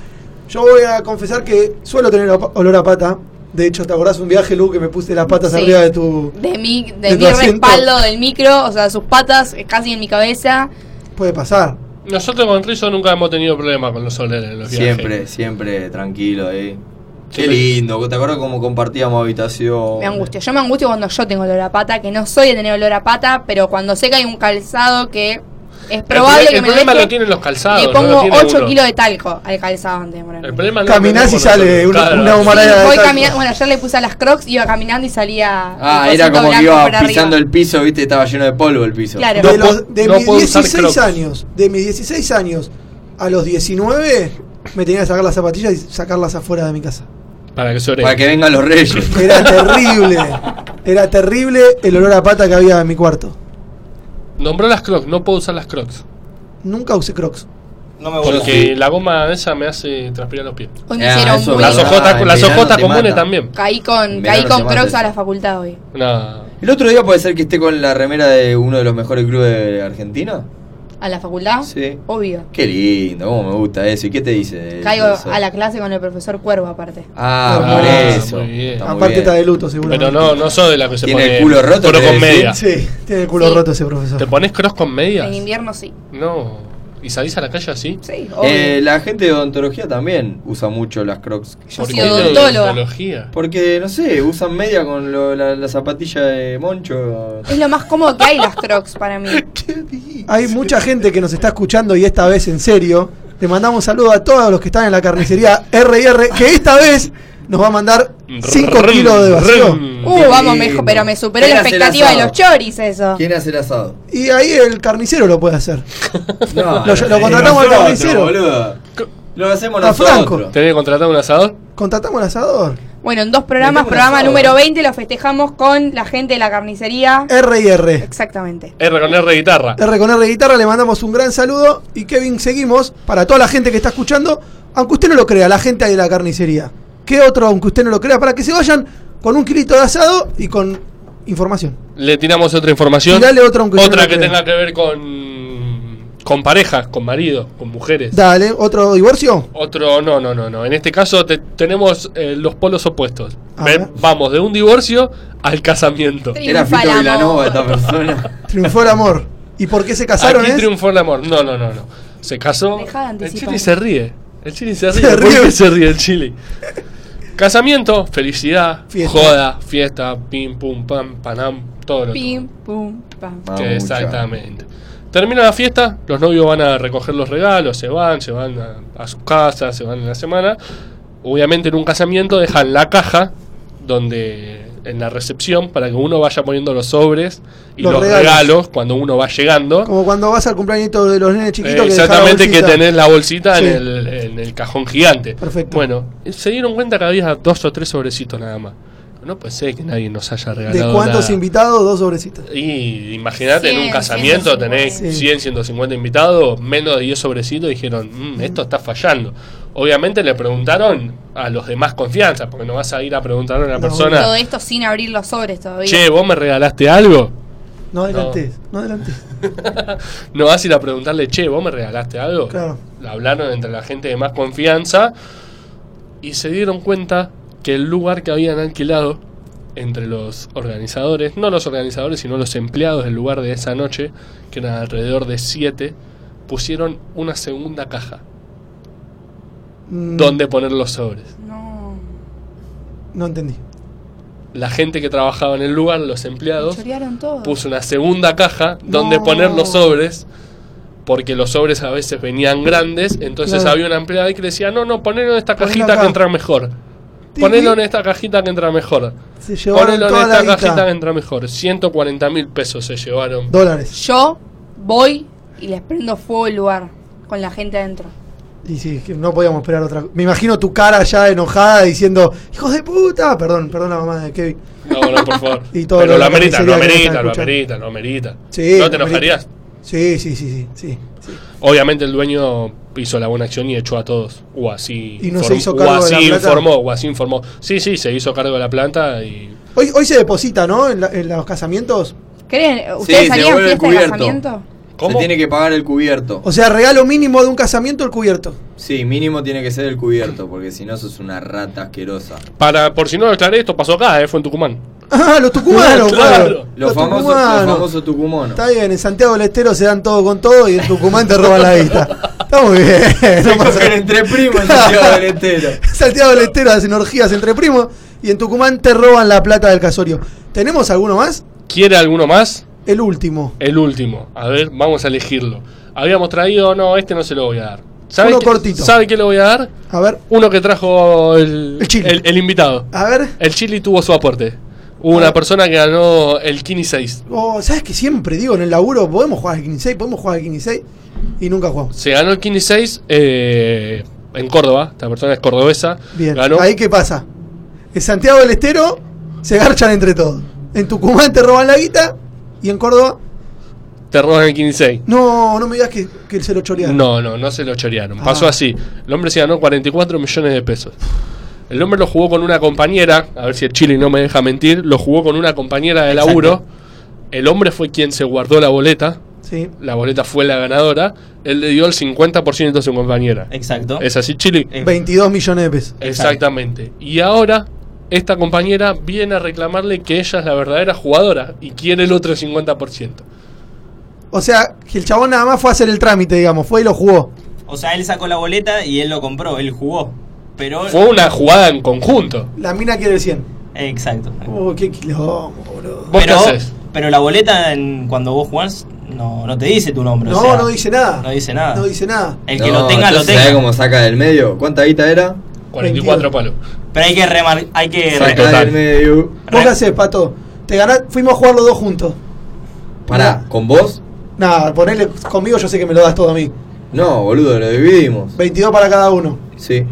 [SPEAKER 5] Yo voy a confesar que suelo tener op- olor a pata. De hecho, ¿te acordás un viaje, Lu, que me puse las patas
[SPEAKER 10] Sí.
[SPEAKER 5] arriba de tu.
[SPEAKER 10] eso. De mi,
[SPEAKER 5] De
[SPEAKER 10] de
[SPEAKER 5] tu
[SPEAKER 10] mi
[SPEAKER 5] asiento.
[SPEAKER 10] respaldo del micro, o sea, sus patas eh, casi en mi cabeza.
[SPEAKER 5] Puede pasar.
[SPEAKER 6] Nosotros con Rizzo nunca hemos tenido problemas con los olores en los viajes.
[SPEAKER 7] Siempre, siempre tranquilo ahí. Qué
[SPEAKER 6] Siempre.
[SPEAKER 7] lindo. ¿Te acuerdas cómo compartíamos habitación?
[SPEAKER 10] Me angustio. Yo me angustio cuando yo tengo olor a pata, que no soy de tener olor a pata, pero cuando sé que hay un calzado que es probable
[SPEAKER 6] el,
[SPEAKER 10] que
[SPEAKER 6] el
[SPEAKER 10] me
[SPEAKER 6] problema
[SPEAKER 10] deje,
[SPEAKER 6] lo tienen los calzados.
[SPEAKER 10] le
[SPEAKER 6] no lo
[SPEAKER 10] pongo
[SPEAKER 6] tiene
[SPEAKER 10] 8
[SPEAKER 6] uno.
[SPEAKER 10] kilos de talco al calzado antes de ponerme.
[SPEAKER 6] El problema no lo
[SPEAKER 5] Caminás y
[SPEAKER 6] tenemos nosotros.
[SPEAKER 5] sale una-
[SPEAKER 6] Claro.
[SPEAKER 5] una
[SPEAKER 10] Sí,
[SPEAKER 5] humareda de
[SPEAKER 10] voy
[SPEAKER 5] talco.
[SPEAKER 10] caminando. Bueno, ayer le puse a las crocs, iba caminando y salía.
[SPEAKER 7] Ah,
[SPEAKER 10] el
[SPEAKER 7] era
[SPEAKER 10] cosito
[SPEAKER 7] como que
[SPEAKER 10] blanco
[SPEAKER 7] iba
[SPEAKER 10] por arriba.
[SPEAKER 7] pisando el piso, viste, estaba lleno de polvo el piso.
[SPEAKER 10] Claro.
[SPEAKER 5] de
[SPEAKER 6] No
[SPEAKER 5] los-
[SPEAKER 6] po-
[SPEAKER 5] de
[SPEAKER 6] no
[SPEAKER 5] mis
[SPEAKER 6] puedo usar
[SPEAKER 5] 16
[SPEAKER 6] Crocs.
[SPEAKER 5] años, de mis 16 años a los 19, me tenía que sacar las zapatillas y sacarlas afuera de mi casa.
[SPEAKER 6] Para que sobre.
[SPEAKER 7] Para que vengan los reyes.
[SPEAKER 5] Era terrible. Era terrible el olor a pata que había en mi cuarto.
[SPEAKER 6] Nombró las crocs, no puedo usar las crocs.
[SPEAKER 5] Nunca usé crocs.
[SPEAKER 1] No
[SPEAKER 5] me
[SPEAKER 6] Porque la goma esa me hace transpirar los pies.
[SPEAKER 10] Hoy me Ah, hicieron eso bullying.
[SPEAKER 6] Las
[SPEAKER 10] verdad,
[SPEAKER 6] ojotas,
[SPEAKER 10] en
[SPEAKER 6] las
[SPEAKER 10] verano
[SPEAKER 6] ojotas
[SPEAKER 10] te
[SPEAKER 6] comunes
[SPEAKER 7] matan.
[SPEAKER 6] también.
[SPEAKER 10] Caí con,
[SPEAKER 7] Mirá
[SPEAKER 10] caí
[SPEAKER 7] los
[SPEAKER 10] con
[SPEAKER 7] llamates.
[SPEAKER 10] crocs a la facultad hoy.
[SPEAKER 7] El otro día puede ser que esté con la remera de uno de los mejores clubes de Argentina.
[SPEAKER 10] ¿A la facultad?
[SPEAKER 7] Sí.
[SPEAKER 10] Obvio.
[SPEAKER 7] Qué lindo, cómo me gusta eso. ¿Y qué te dice?
[SPEAKER 10] Caigo
[SPEAKER 7] eso?
[SPEAKER 10] a la clase con el profesor Cuervo aparte.
[SPEAKER 7] Ah,
[SPEAKER 6] Ah,
[SPEAKER 7] por
[SPEAKER 6] muy
[SPEAKER 7] eso.
[SPEAKER 6] bien.
[SPEAKER 7] Está muy
[SPEAKER 5] Aparte
[SPEAKER 7] bien.
[SPEAKER 5] está de luto, seguro.
[SPEAKER 6] Pero no, no sos de la que se
[SPEAKER 7] Tiene
[SPEAKER 6] pone
[SPEAKER 7] el culo roto,
[SPEAKER 6] pero
[SPEAKER 7] te
[SPEAKER 6] con
[SPEAKER 7] decís.
[SPEAKER 6] media.
[SPEAKER 5] Sí, tiene el culo roto ese profesor.
[SPEAKER 6] ¿Te pones cross con media?
[SPEAKER 7] Ah,
[SPEAKER 10] En invierno sí.
[SPEAKER 6] No. ¿Y salís a la calle así?
[SPEAKER 10] Sí,
[SPEAKER 7] Eh, la gente de odontología también usa mucho las crocs.
[SPEAKER 10] Yo ¿Por soy qué de odontóloga.
[SPEAKER 7] Porque, no sé, usan media con lo- la, la zapatilla de Moncho.
[SPEAKER 10] Es lo más cómodo que hay las crocs para mí.
[SPEAKER 6] Mm.
[SPEAKER 5] Hay mucha gente que nos está escuchando y esta vez en serio. Te mandamos saludos a todos los que están en la carnicería RR, que esta vez nos va a mandar 5
[SPEAKER 7] Rrrm,
[SPEAKER 5] kilos de vacío.
[SPEAKER 10] Uh, vamos, mejor, pero me superó la
[SPEAKER 7] Era hacer
[SPEAKER 10] expectativa de
[SPEAKER 7] asado.
[SPEAKER 10] los choris eso.
[SPEAKER 7] ¿Quién hace el asado?
[SPEAKER 5] Y ahí el carnicero lo puede hacer. Lo- lo contratamos al
[SPEAKER 7] nosotros,
[SPEAKER 5] carnicero.
[SPEAKER 7] boludo. Lo hacemos
[SPEAKER 5] A Franco.
[SPEAKER 7] nosotros.
[SPEAKER 6] ¿Tenés que contratar un asador?
[SPEAKER 5] Contratamos al asador.
[SPEAKER 10] Bueno, en dos programas,
[SPEAKER 5] Metemos
[SPEAKER 10] programa
[SPEAKER 5] asado.
[SPEAKER 10] número 20 lo festejamos con la gente de la carnicería.
[SPEAKER 5] R y R.
[SPEAKER 10] Exactamente.
[SPEAKER 6] R con R guitarra.
[SPEAKER 5] R con R Guitarra, le mandamos un gran saludo. Y Kevin, seguimos para toda la gente que está escuchando. Aunque usted no lo crea, la gente ahí de la carnicería. ¿Qué otro, aunque usted no lo crea? Para que se vayan con un kilito de asado y con información.
[SPEAKER 6] Le tiramos otra información.
[SPEAKER 5] Tirale otra, aunque yo no
[SPEAKER 6] otra
[SPEAKER 5] la
[SPEAKER 6] que
[SPEAKER 5] crea.
[SPEAKER 6] tenga que ver con. con parejas, con maridos, con mujeres.
[SPEAKER 5] Dale, ¿otro divorcio?
[SPEAKER 6] Otro, no, no, no, no. En este caso te- tenemos eh, los polos opuestos.
[SPEAKER 5] A
[SPEAKER 6] Ve-
[SPEAKER 5] ver.
[SPEAKER 6] Vamos de un divorcio al casamiento.
[SPEAKER 5] Era Fito Triunfa el Vilanova amor.
[SPEAKER 7] esta persona.
[SPEAKER 5] Triunfó el amor. ¿Y por qué se casaron? eh?
[SPEAKER 6] Aquí
[SPEAKER 5] es?
[SPEAKER 6] triunfó el amor. No, no, no, no. Se casó. El
[SPEAKER 10] anticipar.
[SPEAKER 6] Chili se ríe. El Chili se ríe.
[SPEAKER 5] Se
[SPEAKER 6] ¿Por
[SPEAKER 5] ríe.
[SPEAKER 6] qué se ríe el Chili? Casamiento, felicidad,
[SPEAKER 5] Fiesta.
[SPEAKER 6] joda, fiesta, pim, pum, pam, panam, todo lo que-
[SPEAKER 10] Pim, pum, pam.
[SPEAKER 6] que Exactamente. Termina la fiesta, los novios van a recoger los regalos, se van, se van a, a sus casas, se van en la semana. Obviamente en un casamiento dejan la caja donde en la recepción para que uno vaya poniendo los sobres y
[SPEAKER 5] Los
[SPEAKER 6] los,
[SPEAKER 5] regalos.
[SPEAKER 6] regalos. cuando uno va llegando.
[SPEAKER 5] Como cuando vas al cumpleañito de los nenes chiquitos.
[SPEAKER 6] Eh,
[SPEAKER 5] que dejaron
[SPEAKER 6] exactamente que
[SPEAKER 5] bolsita.
[SPEAKER 6] tenés la bolsita
[SPEAKER 5] Sí.
[SPEAKER 6] en, el, en el cajón gigante. Bueno, se dieron cuenta que había dos o tres sobrecitos nada más. No pensé que nadie nos haya
[SPEAKER 5] ¿De
[SPEAKER 6] regalado
[SPEAKER 5] cuántos
[SPEAKER 6] nada.
[SPEAKER 5] invitados? Dos sobrecitos.
[SPEAKER 6] Y imagínate, en un
[SPEAKER 5] 100,
[SPEAKER 6] casamiento tenés
[SPEAKER 5] 150.
[SPEAKER 6] 100, 150 invitados, menos de 10 sobrecitos, dijeron, "Mm, esto está fallando. Obviamente le preguntaron a los demás confianza, porque no vas a ir a preguntar a una
[SPEAKER 10] Todo
[SPEAKER 6] persona,
[SPEAKER 10] esto sin abrir los sobres todavía.
[SPEAKER 6] che, vos me regalaste algo.
[SPEAKER 5] No adelantes, no, adelantes.
[SPEAKER 6] No vas a ir a preguntarle, che, vos me regalaste algo.
[SPEAKER 5] Claro.
[SPEAKER 6] La hablaron entre la gente de más confianza y se dieron cuenta que el lugar que habían alquilado entre los organizadores, no los organizadores, sino los empleados del lugar de esa noche, que eran alrededor de siete, pusieron una segunda caja
[SPEAKER 5] Mm,
[SPEAKER 6] donde poner los sobres.
[SPEAKER 5] No entendí.
[SPEAKER 6] La gente que trabajaba en el lugar, los empleados,
[SPEAKER 10] Chorearon todo.
[SPEAKER 6] puso una segunda caja donde
[SPEAKER 10] No.
[SPEAKER 6] poner los sobres. Porque los sobres a veces venían grandes, entonces
[SPEAKER 5] Claro.
[SPEAKER 6] había una empleada ahí que le decía, no, no, ponelo en esta
[SPEAKER 5] Ponelo
[SPEAKER 6] cajita
[SPEAKER 5] acá.
[SPEAKER 6] que entra mejor.
[SPEAKER 5] Tiki.
[SPEAKER 6] Ponelo en esta cajita que entra mejor.
[SPEAKER 5] Se llevaron
[SPEAKER 6] Ponelo en
[SPEAKER 5] toda la
[SPEAKER 6] esta
[SPEAKER 5] guita.
[SPEAKER 6] cajita que entra mejor. 140 mil pesos se llevaron.
[SPEAKER 5] Dólares.
[SPEAKER 10] Yo voy y les prendo fuego el lugar con la gente adentro.
[SPEAKER 5] Y sí, que no podíamos esperar otra cosa. Me imagino tu cara ya enojada diciendo, hijos de puta. Perdón, perdón la mamá de Kevin.
[SPEAKER 6] No, no, por favor.
[SPEAKER 5] Y todo
[SPEAKER 6] Pero
[SPEAKER 5] lo
[SPEAKER 6] lo
[SPEAKER 5] de la
[SPEAKER 6] amerita, lo
[SPEAKER 5] carnicería que
[SPEAKER 6] amerita,
[SPEAKER 5] nos
[SPEAKER 6] lo
[SPEAKER 5] están
[SPEAKER 6] amerita, lo amerita.
[SPEAKER 5] Sí,
[SPEAKER 6] ¿No te
[SPEAKER 5] lo amerita.
[SPEAKER 6] enojarías?
[SPEAKER 5] Sí, sí, sí, sí. sí.
[SPEAKER 6] Obviamente el dueño hizo la buena acción y echó a todos. O así,
[SPEAKER 5] Y no se
[SPEAKER 6] inform-
[SPEAKER 5] hizo cargo
[SPEAKER 6] o
[SPEAKER 5] de la
[SPEAKER 6] así
[SPEAKER 5] plata.
[SPEAKER 6] informó, o así informó. Sí, sí, se hizo cargo de la planta y
[SPEAKER 5] Hoy, hoy se deposita, ¿no? En, la- en los casamientos.
[SPEAKER 10] ¿Creen?
[SPEAKER 7] Sí,
[SPEAKER 10] Eh, ¿Ustedes
[SPEAKER 7] se
[SPEAKER 10] harían
[SPEAKER 7] devuelve
[SPEAKER 10] fiesta de
[SPEAKER 7] el cubierto.
[SPEAKER 10] casamiento?
[SPEAKER 7] Se tiene que pagar el cubierto.
[SPEAKER 5] O sea, regalo mínimo de un casamiento el cubierto.
[SPEAKER 7] Sí, mínimo tiene que ser el cubierto, porque si no sos una rata asquerosa.
[SPEAKER 6] Para, por si no lo aclaré, esto pasó acá, eh, fue en Tucumán.
[SPEAKER 5] Ah, los tucumanos, claro.
[SPEAKER 7] Los, famosos, los
[SPEAKER 5] tucumanos.
[SPEAKER 7] famosos tucumanos.
[SPEAKER 5] Está bien, en Santiago del Estero se dan todo con todo y en Tucumán te roban la vista. Está muy bien.
[SPEAKER 7] Se cogen entre primos en Santiago del Estero.
[SPEAKER 5] Santiago del Estero hacen orgías entre primos y en Tucumán te roban la plata del casorio. ¿Tenemos alguno más?
[SPEAKER 6] ¿Quiere alguno más?
[SPEAKER 5] El último.
[SPEAKER 6] El último. A ver, vamos a elegirlo. Habíamos traído, no, este no se lo voy a dar. ¿Sabe
[SPEAKER 5] Uno
[SPEAKER 6] qué-
[SPEAKER 5] cortito.
[SPEAKER 6] ¿Sabe qué le voy a dar?
[SPEAKER 5] A ver.
[SPEAKER 6] Uno que trajo el,
[SPEAKER 5] El chili.
[SPEAKER 6] el- el invitado.
[SPEAKER 5] A ver.
[SPEAKER 6] El Chili tuvo su aporte. Hubo una persona que ganó el Kini 6.
[SPEAKER 5] Oh, ¿Sabes que siempre digo en el laburo podemos jugar al 15 podemos jugar al 15 y nunca jugamos?
[SPEAKER 6] Se ganó el Kini 6 en Córdoba. Esta persona es cordobesa.
[SPEAKER 5] Bien.
[SPEAKER 6] Ganó
[SPEAKER 5] ¿Ahí qué pasa? En Santiago del Estero se garchan entre todos. En Tucumán te roban la guita y en Córdoba.
[SPEAKER 6] Te roban el 15.
[SPEAKER 5] No, no me digas que, que se lo chorearon.
[SPEAKER 6] No, no, no se lo chorearon.
[SPEAKER 5] Ah.
[SPEAKER 6] Pasó así. El hombre se ganó 44 millones de pesos. El hombre lo jugó con una compañera, a ver si el Chile no me deja mentir, lo jugó con una compañera de
[SPEAKER 5] Exacto.
[SPEAKER 6] laburo. El hombre fue quien se guardó la boleta.
[SPEAKER 5] Sí.
[SPEAKER 6] La boleta fue la ganadora. Él le dio el 50% a su compañera.
[SPEAKER 1] Exacto.
[SPEAKER 6] ¿Es así, Chile?
[SPEAKER 5] 22 millones de pesos.
[SPEAKER 6] Exactamente. Y ahora esta compañera viene a reclamarle que ella es la verdadera jugadora y quiere el otro 50%.
[SPEAKER 5] O sea, que el chabón nada más fue a hacer el trámite, digamos. Fue y lo jugó.
[SPEAKER 1] O sea, él sacó la boleta y él lo compró, él jugó. Pero
[SPEAKER 6] Fue una jugada en conjunto.
[SPEAKER 5] La mina quiere el 100.
[SPEAKER 1] Exacto.
[SPEAKER 5] Oh, qué quilombo, boludo.
[SPEAKER 1] pero, pero la boleta en- cuando vos jugás no, no te dice tu nombre.
[SPEAKER 5] No,
[SPEAKER 1] o sea,
[SPEAKER 5] no dice nada.
[SPEAKER 1] No dice nada.
[SPEAKER 5] No dice nada.
[SPEAKER 1] El que lo tenga, lo
[SPEAKER 7] entonces,
[SPEAKER 1] tenga.
[SPEAKER 7] ¿Sabés cómo saca del medio? ¿Cuánta guita era?
[SPEAKER 6] 44 palos.
[SPEAKER 1] Pero hay que remar, hay que re-
[SPEAKER 7] Saca del medio.
[SPEAKER 5] ¿Vos qué hacés, pato? Te ganás, fuimos a jugar los dos juntos.
[SPEAKER 7] Pará, ¿con vos?
[SPEAKER 5] Nada, ponele conmigo, yo sé que me lo das todo a mí.
[SPEAKER 7] No, boludo, lo dividimos.
[SPEAKER 5] 22 para cada uno.
[SPEAKER 7] Sí.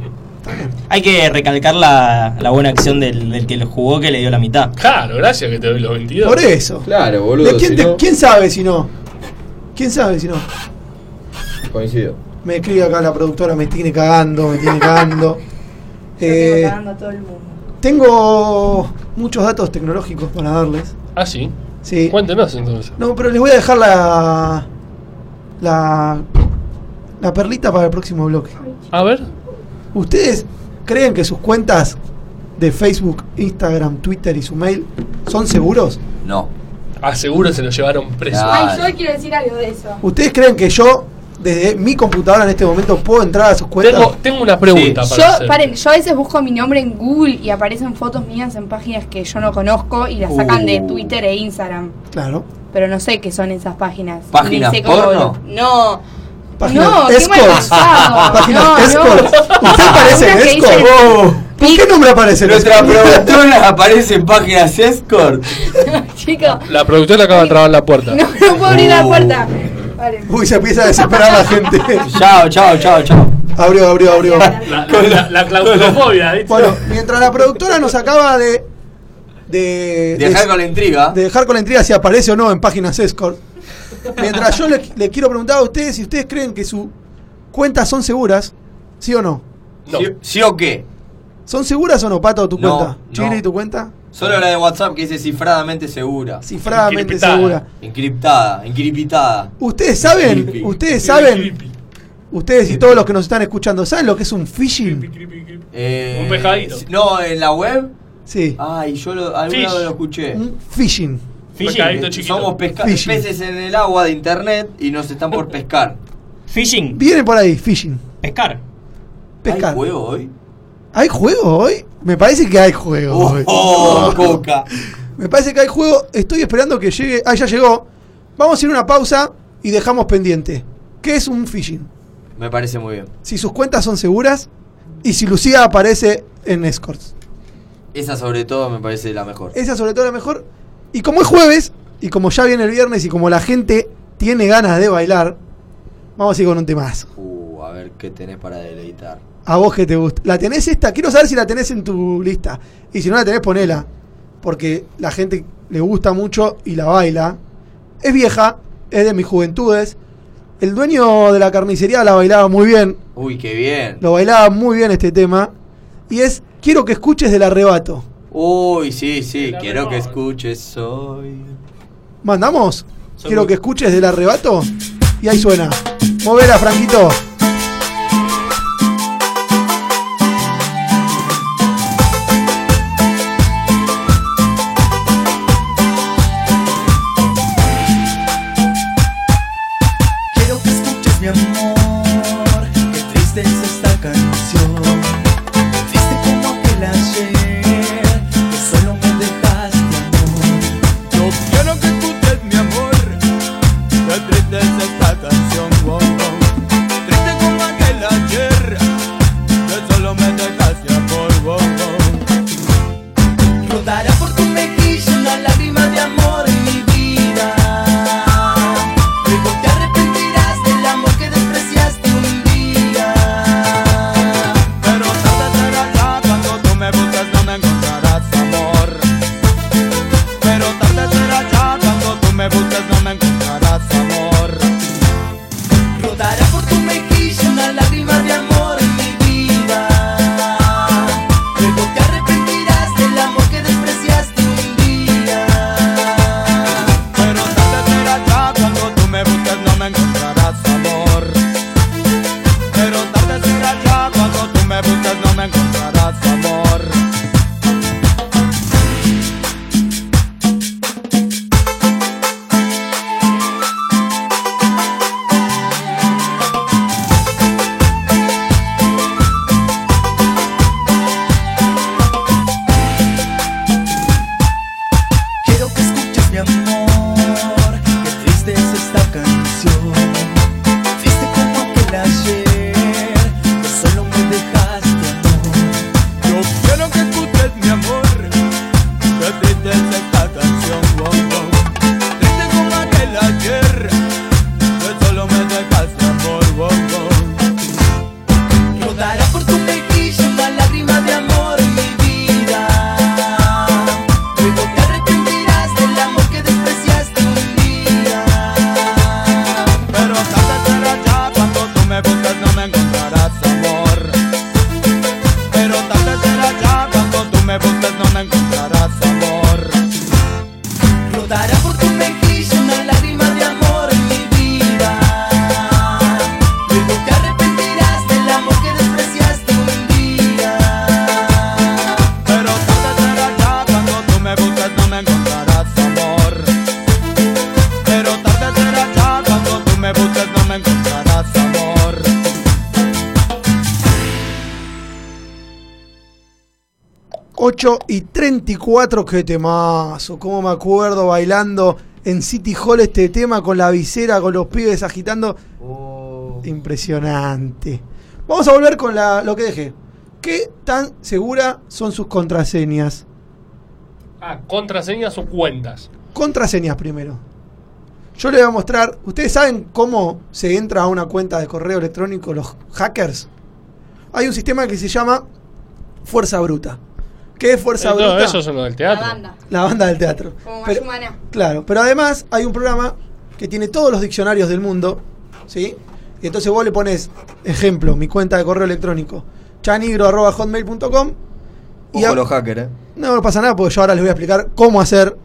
[SPEAKER 1] hay que recalcar la, la buena acción del, del que lo jugó que le dio la mitad.
[SPEAKER 6] Claro, gracias que te doy los 22.
[SPEAKER 5] Por eso.
[SPEAKER 7] Claro,
[SPEAKER 5] ¿De quién, te- quién sabe si no? ¿Quién sabe si no?
[SPEAKER 7] Coincido.
[SPEAKER 5] Me escribe acá la productora, me tiene cagando, me tiene cagando. Eh,
[SPEAKER 10] todo el mundo.
[SPEAKER 5] tengo muchos datos tecnológicos para darles.
[SPEAKER 6] Ah, sí.
[SPEAKER 5] Sí.
[SPEAKER 6] Cuéntenos entonces.
[SPEAKER 5] No, pero les voy a dejar la. La. La perlita para el próximo bloque.
[SPEAKER 6] A ver.
[SPEAKER 5] ¿Ustedes creen que sus cuentas de Facebook, Instagram, Twitter y su mail son seguros?
[SPEAKER 7] No.
[SPEAKER 6] Ah, seguro se lo llevaron preso.
[SPEAKER 10] Ay, yo quiero decir algo de eso.
[SPEAKER 5] ¿Ustedes creen que yo, desde mi computadora en este momento, puedo entrar a sus cuentas?
[SPEAKER 6] Tengo, Oh, tengo una pregunta para
[SPEAKER 10] Yo,
[SPEAKER 6] hacer.
[SPEAKER 10] paren, yo a veces busco mi nombre en Google y aparecen fotos mías en páginas que yo no conozco y las sacan de
[SPEAKER 7] Uh.
[SPEAKER 10] Twitter e Instagram.
[SPEAKER 5] Claro.
[SPEAKER 10] Pero no sé qué son esas páginas.
[SPEAKER 7] ¿Páginas
[SPEAKER 10] Ni sé cómo-
[SPEAKER 7] porno?
[SPEAKER 10] No.
[SPEAKER 5] Páginas
[SPEAKER 10] no, qué mal
[SPEAKER 5] escorts.
[SPEAKER 10] pensado.
[SPEAKER 5] Páginas
[SPEAKER 10] no,
[SPEAKER 5] escorts.
[SPEAKER 10] No.
[SPEAKER 5] ¿Usted aparece en
[SPEAKER 10] Una Ah, que
[SPEAKER 5] escort?
[SPEAKER 10] dice-
[SPEAKER 5] Oh. ¿Por qué nombre aparece en
[SPEAKER 7] Nuestra
[SPEAKER 5] escort?
[SPEAKER 7] productora aparece en páginas escort.
[SPEAKER 10] Chico,
[SPEAKER 6] La productora acaba de trabar la puerta.
[SPEAKER 10] no, no puedo abrir la puerta. Vale.
[SPEAKER 5] Oh. Uy, se empieza a desesperar la gente.
[SPEAKER 7] Chao, chao, chao, chao.
[SPEAKER 5] Abrió, abrió, abrió.
[SPEAKER 6] La, la- la claustrofobia, ¿viste?
[SPEAKER 5] Bueno, mientras la productora nos acaba de. De,
[SPEAKER 7] Dejar con la intriga.
[SPEAKER 5] de dejar con la intriga si aparece o no en páginas escort. Mientras yo le, le quiero preguntar a ustedes si ustedes creen que sus cuentas son seguras, ¿sí o no?
[SPEAKER 6] No.
[SPEAKER 7] ¿Sí, sí o qué?
[SPEAKER 5] ¿Son seguras o no, Pato, tu
[SPEAKER 7] No,
[SPEAKER 5] cuenta?
[SPEAKER 7] no.
[SPEAKER 5] ¿Chile y tu cuenta?
[SPEAKER 7] Solo la de WhatsApp que dice cifradamente segura.
[SPEAKER 5] Cifradamente
[SPEAKER 6] Encriptada.
[SPEAKER 5] segura.
[SPEAKER 7] Encriptada, encriptada.
[SPEAKER 5] Ustedes saben,
[SPEAKER 7] Creepy.
[SPEAKER 5] ustedes saben, ustedes y todos los que nos están escuchando, ¿saben lo que es un phishing?
[SPEAKER 7] Eh,
[SPEAKER 6] Un pescadito.
[SPEAKER 7] si- No, en la web.
[SPEAKER 5] Sí, Mm.
[SPEAKER 7] Ay, yo lo, algún
[SPEAKER 6] Fish.
[SPEAKER 7] lado lo escuché.
[SPEAKER 5] un phishing.
[SPEAKER 1] Fishing,
[SPEAKER 6] Pescadito chiquito.
[SPEAKER 7] Somos pesca-
[SPEAKER 5] Fish.
[SPEAKER 7] peces en el agua de internet y nos están por pescar.
[SPEAKER 1] fishing,
[SPEAKER 5] Viene por ahí, phishing.
[SPEAKER 1] pescar.
[SPEAKER 5] Pescar.
[SPEAKER 7] ¿Hay huevo hoy?
[SPEAKER 5] ¿Hay juego hoy? Me parece que hay juego
[SPEAKER 7] Oh,
[SPEAKER 5] hoy.
[SPEAKER 7] coca.
[SPEAKER 5] Me parece que hay juego. Estoy esperando que llegue. Ah, ya llegó. Vamos a ir a una pausa y dejamos pendiente. ¿Qué es un phishing?
[SPEAKER 7] Me parece muy bien.
[SPEAKER 5] Si sus cuentas son seguras y si Lucía aparece en escorts.
[SPEAKER 7] Esa sobre todo me parece la mejor.
[SPEAKER 5] Esa sobre todo la mejor. Y como es jueves, y como ya viene el viernes y como la gente tiene ganas de bailar, vamos a ir con un temazo.
[SPEAKER 7] Uh, a ver qué tenés para deleitar.
[SPEAKER 5] A vos que te gusta. ¿La tenés esta? Quiero saber si la tenés en tu lista. Y si no la tenés, ponela. Porque la gente le gusta mucho y la baila. Es vieja, es de mis juventudes. El dueño de la carnicería la bailaba muy bien.
[SPEAKER 7] Uy, qué bien.
[SPEAKER 5] Lo bailaba muy bien este tema. Y es Quiero que escuches del arrebato.
[SPEAKER 7] Uy, sí, sí,
[SPEAKER 6] La
[SPEAKER 7] quiero que
[SPEAKER 6] mejor.
[SPEAKER 7] escuches hoy.
[SPEAKER 5] ¿Mandamos? Quiero que escuches del arrebato. Y ahí suena. Movela, Franquito.
[SPEAKER 8] Quiero que escuches mi amor, qué triste es esta canción. Triste como aquel ayer, que solo me dejaste amor.
[SPEAKER 12] Yo quiero que escuches mi amor, qué triste es esta canción, wow, wow. Triste como aquel ayer, que solo me dejaste amor, wow, wow.
[SPEAKER 8] Rodará por tu mejilla una lágrima de amor en mi vida. Luego te arrepentirás del amor que despreciaste un día.
[SPEAKER 5] 8 y 34, qué temazo. Cómo me acuerdo bailando en City Hall este tema con la visera, con los pibes agitando. Impresionante. Vamos a volver con la, lo que dejé. ¿Qué tan segura son sus contraseñas?
[SPEAKER 6] Ah, contraseñas o cuentas.
[SPEAKER 5] Contraseñas primero. Yo les voy a mostrar. ¿Ustedes saben cómo se entra a una cuenta de correo electrónico los hackers? Hay un sistema que se llama Fuerza Bruta. ¿Qué es Fuerza
[SPEAKER 6] Eh, no,
[SPEAKER 5] Bruta?
[SPEAKER 6] eso son los del teatro.
[SPEAKER 10] La banda.
[SPEAKER 5] La banda del teatro.
[SPEAKER 10] Como
[SPEAKER 5] Pero-
[SPEAKER 10] Mayumana.
[SPEAKER 5] Claro, pero además hay un programa que tiene todos los diccionarios del mundo, ¿sí? Y entonces vos le pones, ejemplo, mi cuenta de correo electrónico, chanigro.hotmail.com.
[SPEAKER 7] Ojo los hackers, eh.
[SPEAKER 5] No, no pasa nada porque yo ahora les voy a explicar cómo hacer